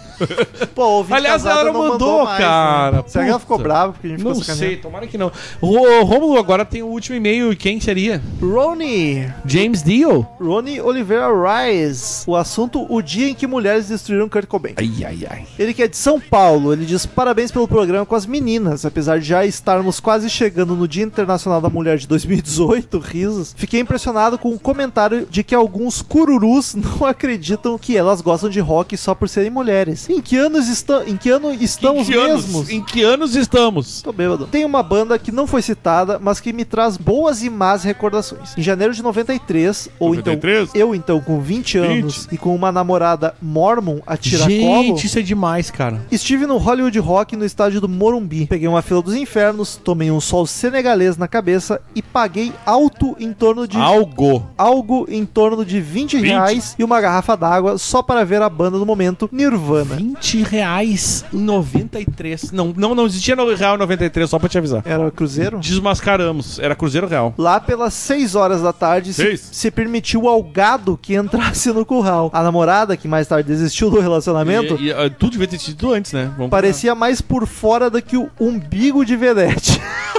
Speaker 2: Pô, ouvi
Speaker 3: Aliás, a galera mandou, cara.
Speaker 2: né? Será que ela ficou
Speaker 3: Puta.
Speaker 2: brava porque a gente
Speaker 3: Não
Speaker 2: ficou
Speaker 3: sei, tomara que não. Rô- Rômulo agora tem o último e-mail. e Quem seria?
Speaker 2: Ronnie.
Speaker 3: James Dio?
Speaker 2: Ronnie Oliveira Rice. O assunto: o dia em que mulheres destruíram Kurt Cobain.
Speaker 3: Ai, ai, ai.
Speaker 2: Ele que é de São Paulo, ele diz parabéns pelo programa com as meninas, apesar de já estarmos quase chegando no Dia Internacional da Mulher de 2018, risos. Fiquei impressionado com o comentário de que alguns cururus não acreditam que elas gostam de rock só por serem mulheres. Em que anos estão, em que ano estamos
Speaker 3: Em que anos-
Speaker 2: mesmos?
Speaker 3: Em que anos estamos?
Speaker 2: Tô bêbado. Tem uma banda que não foi citada, mas que me traz boas e más recordações. Em janeiro de 93, ou
Speaker 7: 93?
Speaker 2: então eu então com 20 anos e com uma namorada mormon a tiracolo,
Speaker 3: Gente, isso é demais, cara.
Speaker 2: Estive no Hollywood Rock no estádio do Morumbi. Peguei uma fila dos infernos, tomei um sol senegalês na cabeça e paguei alto em torno de.
Speaker 3: Algo.
Speaker 2: Algo em torno de 20,
Speaker 3: 20?
Speaker 2: reais e uma garrafa d'água só para ver a banda do momento, Nirvana.
Speaker 3: 20 reais em 93. Não, não, não existia no real em 93, só pra te avisar.
Speaker 2: Era Cruzeiro?
Speaker 3: Desmascaramos. Era Cruzeiro Real.
Speaker 2: Lá pelas 6 horas da tarde, se,
Speaker 7: Seis?
Speaker 2: se permitiu ao gado que entrasse no curral. A namorada, que mais tarde desistiu do relacionamento,
Speaker 7: E, e, ah, tu devia ter tido antes, né? Vamos
Speaker 2: parecia mais por fora do que o umbigo de vedete.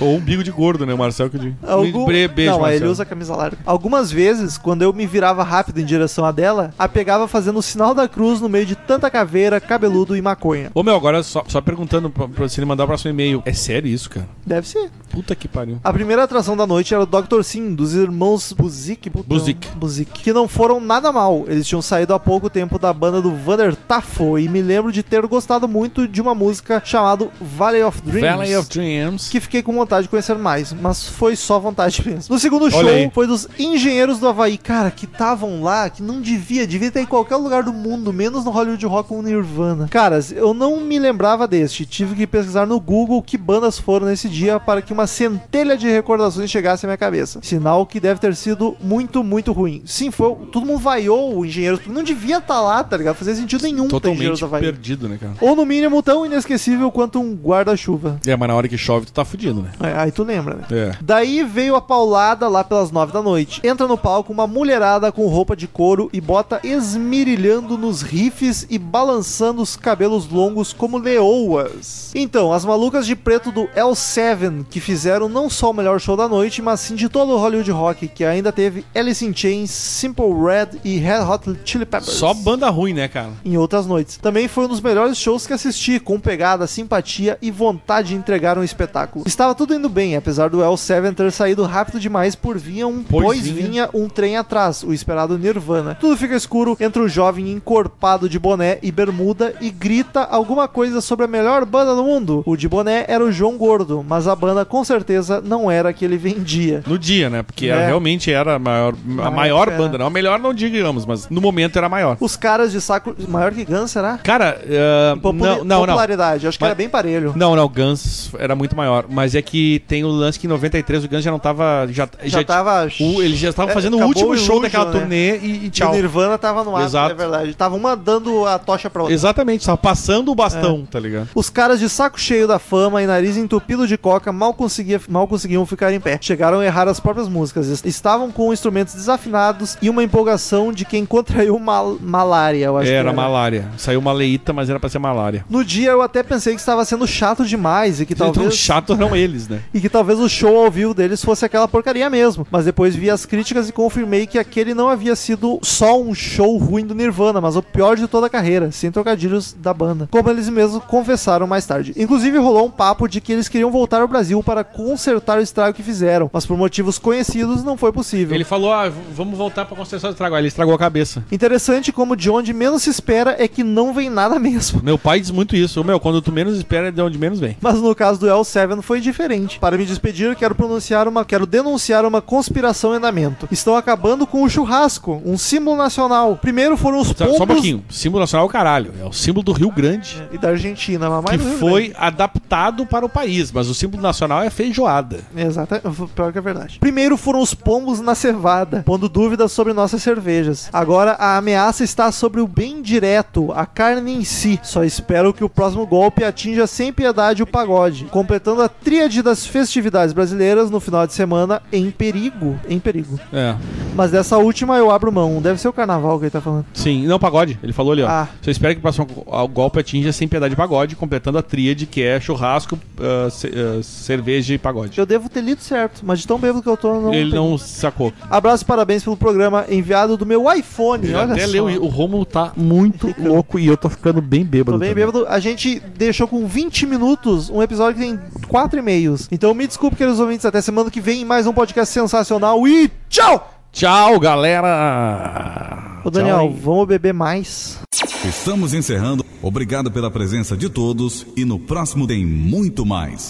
Speaker 7: Ou umbigo de gordo, né? O Marcel que eu digo.
Speaker 2: Algum...
Speaker 3: Um Bre- beijo,
Speaker 2: não, aí ele
Speaker 3: Marcelo.
Speaker 2: usa a camisa larga. Algumas vezes, quando eu me virava rápido em direção a dela, a pegava fazendo o sinal da cruz no meio de tanta caveira, cabeludo e maconha.
Speaker 3: Ô meu, agora só, só perguntando pra, pra- se ele mandar o próximo e-mail. É sério isso, cara?
Speaker 2: Deve ser.
Speaker 3: Puta que pariu.
Speaker 2: A primeira atração da noite era o Dr. Sim, dos irmãos Buzik, putão,
Speaker 3: Buzik.
Speaker 2: Buzik, que não foram nada mal. Eles tinham saído há pouco tempo da banda do Vander Taffo e me lembro de ter gostado muito de uma música chamada Valley of Dreams.
Speaker 3: Valley of Dreams.
Speaker 2: que fiquei com vontade de conhecer mais, mas foi só vontade mesmo. No segundo show
Speaker 3: Olha aí.
Speaker 2: foi dos engenheiros do Havaí, cara, que estavam lá, que não devia, devia estar em qualquer lugar do mundo, menos no Hollywood Rock com Nirvana. Caras, eu não me lembrava deste, tive que pesquisar no Google que bandas foram nesse dia para que uma centelha de recordações chegasse à minha cabeça. Sinal que deve ter sido muito, muito ruim. Sim, foi, todo mundo vaiou o engenheiro, não devia estar lá, tá ligado? Fazia sentido nenhum ter engenheiros
Speaker 3: Totalmente
Speaker 2: do Havaí.
Speaker 3: perdido, né, cara?
Speaker 2: Ou no mínimo tão inesquecível quanto um guarda-chuva.
Speaker 3: É, mas na hora que chove tu tá fudido, né?
Speaker 2: É, aí tu lembra, né?
Speaker 3: É.
Speaker 2: Daí veio a paulada lá pelas nove da noite. Entra no palco uma mulherada com roupa de couro e bota esmirilhando nos riffs e balançando os cabelos longos como leoas. Então, as malucas de preto do L7 que fizeram não só o melhor show da noite, mas sim de todo o Hollywood Rock, que ainda teve Alice in Chains, Simple Red e Red Hot Chili Peppers
Speaker 3: Só banda ruim, né, cara?
Speaker 2: em outras noites. Também foi um dos melhores shows que assisti, com pegada, simpatia e vontade de entregar um espetáculo. Estava tudo indo bem, apesar do L7 ter saído rápido demais por vinha um pois,
Speaker 3: Pois
Speaker 2: vinha.
Speaker 3: vinha.
Speaker 2: um trem atrás, o esperado Nirvana. Tudo fica escuro, entra o jovem encorpado de boné e bermuda e grita alguma coisa sobre a melhor banda do mundo. O de boné era o João Gordo, mas a banda com certeza não era a que ele vendia.
Speaker 3: No dia, né? Porque era-
Speaker 2: É.
Speaker 3: realmente era a maior, a maior
Speaker 2: época,
Speaker 3: banda. Não, a melhor não digamos, mas no momento era a maior.
Speaker 2: Os caras de saco maior que Guns, será?
Speaker 3: Cara, ah,
Speaker 2: Popula-
Speaker 3: não, não, não.
Speaker 2: popularidade, acho que
Speaker 3: Mas-
Speaker 2: era bem parelho.
Speaker 3: Não, não, o Guns era muito maior. Mas é que tem o lance que em 93 o Guns já não tava. Já,
Speaker 2: Já,
Speaker 3: já-
Speaker 2: tava.
Speaker 3: o- ele já estava
Speaker 2: É,
Speaker 3: fazendo o
Speaker 2: acabou
Speaker 3: último
Speaker 2: o
Speaker 3: show
Speaker 2: Illusion,
Speaker 3: daquela
Speaker 2: né?
Speaker 3: turnê e, e
Speaker 2: E
Speaker 3: tchau.
Speaker 2: O Nirvana tava no ar,
Speaker 3: Exato.
Speaker 2: é verdade. Tava uma dando a tocha pra outra.
Speaker 3: Exatamente, tava passando o bastão,
Speaker 2: É.
Speaker 3: tá ligado?
Speaker 2: Os caras de saco cheio da fama e nariz entupido de coca mal, conseguia, mal conseguiam ficar em pé. Chegaram a errar as próprias músicas. Est- Estavam com instrumentos desafinados e uma empolgação de quem contraiu mal- malária, eu acho que
Speaker 3: É,
Speaker 2: é.
Speaker 3: Era malária. Saiu uma leita, mas era pra ser malária.
Speaker 2: No dia eu até pensei que estava sendo chato demais e que
Speaker 3: Então
Speaker 2: talvez.
Speaker 3: chato eram eles, né?
Speaker 2: e que talvez o show ao vivo deles fosse aquela porcaria mesmo. Mas depois vi as críticas e confirmei que aquele não havia sido só um show ruim do Nirvana, mas o pior de toda a carreira, sem trocadilhos da banda, como eles mesmos confessaram mais tarde. Inclusive rolou um papo de que eles queriam voltar ao Brasil para consertar o estrago que fizeram, mas por motivos conhecidos não foi possível.
Speaker 3: Ele falou, ah, v- vamos voltar pra construção do estrago. Aí ele estragou a cabeça.
Speaker 2: Interessante como de onde menos se espera é que não vem nada mesmo.
Speaker 3: Meu pai diz muito isso. Ô, Meu, quando tu menos espera é de onde menos vem.
Speaker 2: Mas no caso do L7 foi diferente. Para me despedir, quero pronunciar uma, quero denunciar uma conspiração em andamento. Estão acabando com o churrasco, um símbolo nacional. Primeiro foram os
Speaker 3: Só,
Speaker 2: pombos
Speaker 3: só um pouquinho. Símbolo nacional é o caralho. É o símbolo do Rio Grande.
Speaker 2: e da Argentina, É, mas
Speaker 3: Que
Speaker 2: mais um do Rio
Speaker 3: foi adaptado para o país, mas o símbolo nacional é feijoada.
Speaker 2: Exatamente, pior que é verdade. Primeiro foram os pombos na cevada, pondo dúvidas sobre nossas cervejas. Agora a ameaça está sobre o bem direto, a carne em si. Só espero que o próximo golpe atinja sem piedade o pagode, completando a tríade das festividades brasileiras no final de semana em perigo. Em perigo.
Speaker 3: É.
Speaker 2: Mas dessa última eu abro mão, deve ser o carnaval que ele tá falando.
Speaker 3: Sim, não, pagode. Ele falou ali, ó.
Speaker 2: Ah.
Speaker 3: Só espero que o próximo go- ao golpe atinja sem piedade pagode, completando a tríade que é churrasco, ah, ce- ah, cerveja e pagode.
Speaker 2: Eu devo ter lido certo, mas de tão bêbado que eu tô, eu não.
Speaker 3: Ele
Speaker 2: peguei.
Speaker 3: não sacou.
Speaker 2: Abraço e parabéns pelo programa enviado do meu iPhone.
Speaker 3: Ele
Speaker 2: olha
Speaker 3: até
Speaker 2: só.
Speaker 3: leu. O Romulo tá muito louco e eu tô ficando bem bêbado.
Speaker 2: Tô bem
Speaker 3: também.
Speaker 2: bêbado. A gente deixou com 20 minutos um episódio que tem 4 e-mails. Então me desculpe, queridos ouvintes, até semana que vem em mais um podcast sensacional e tchau!
Speaker 3: Tchau, galera!
Speaker 2: Ô Daniel,
Speaker 3: Tchau, hein?
Speaker 2: vamos beber mais.
Speaker 8: Estamos encerrando. Obrigado pela presença de todos e no próximo tem muito mais.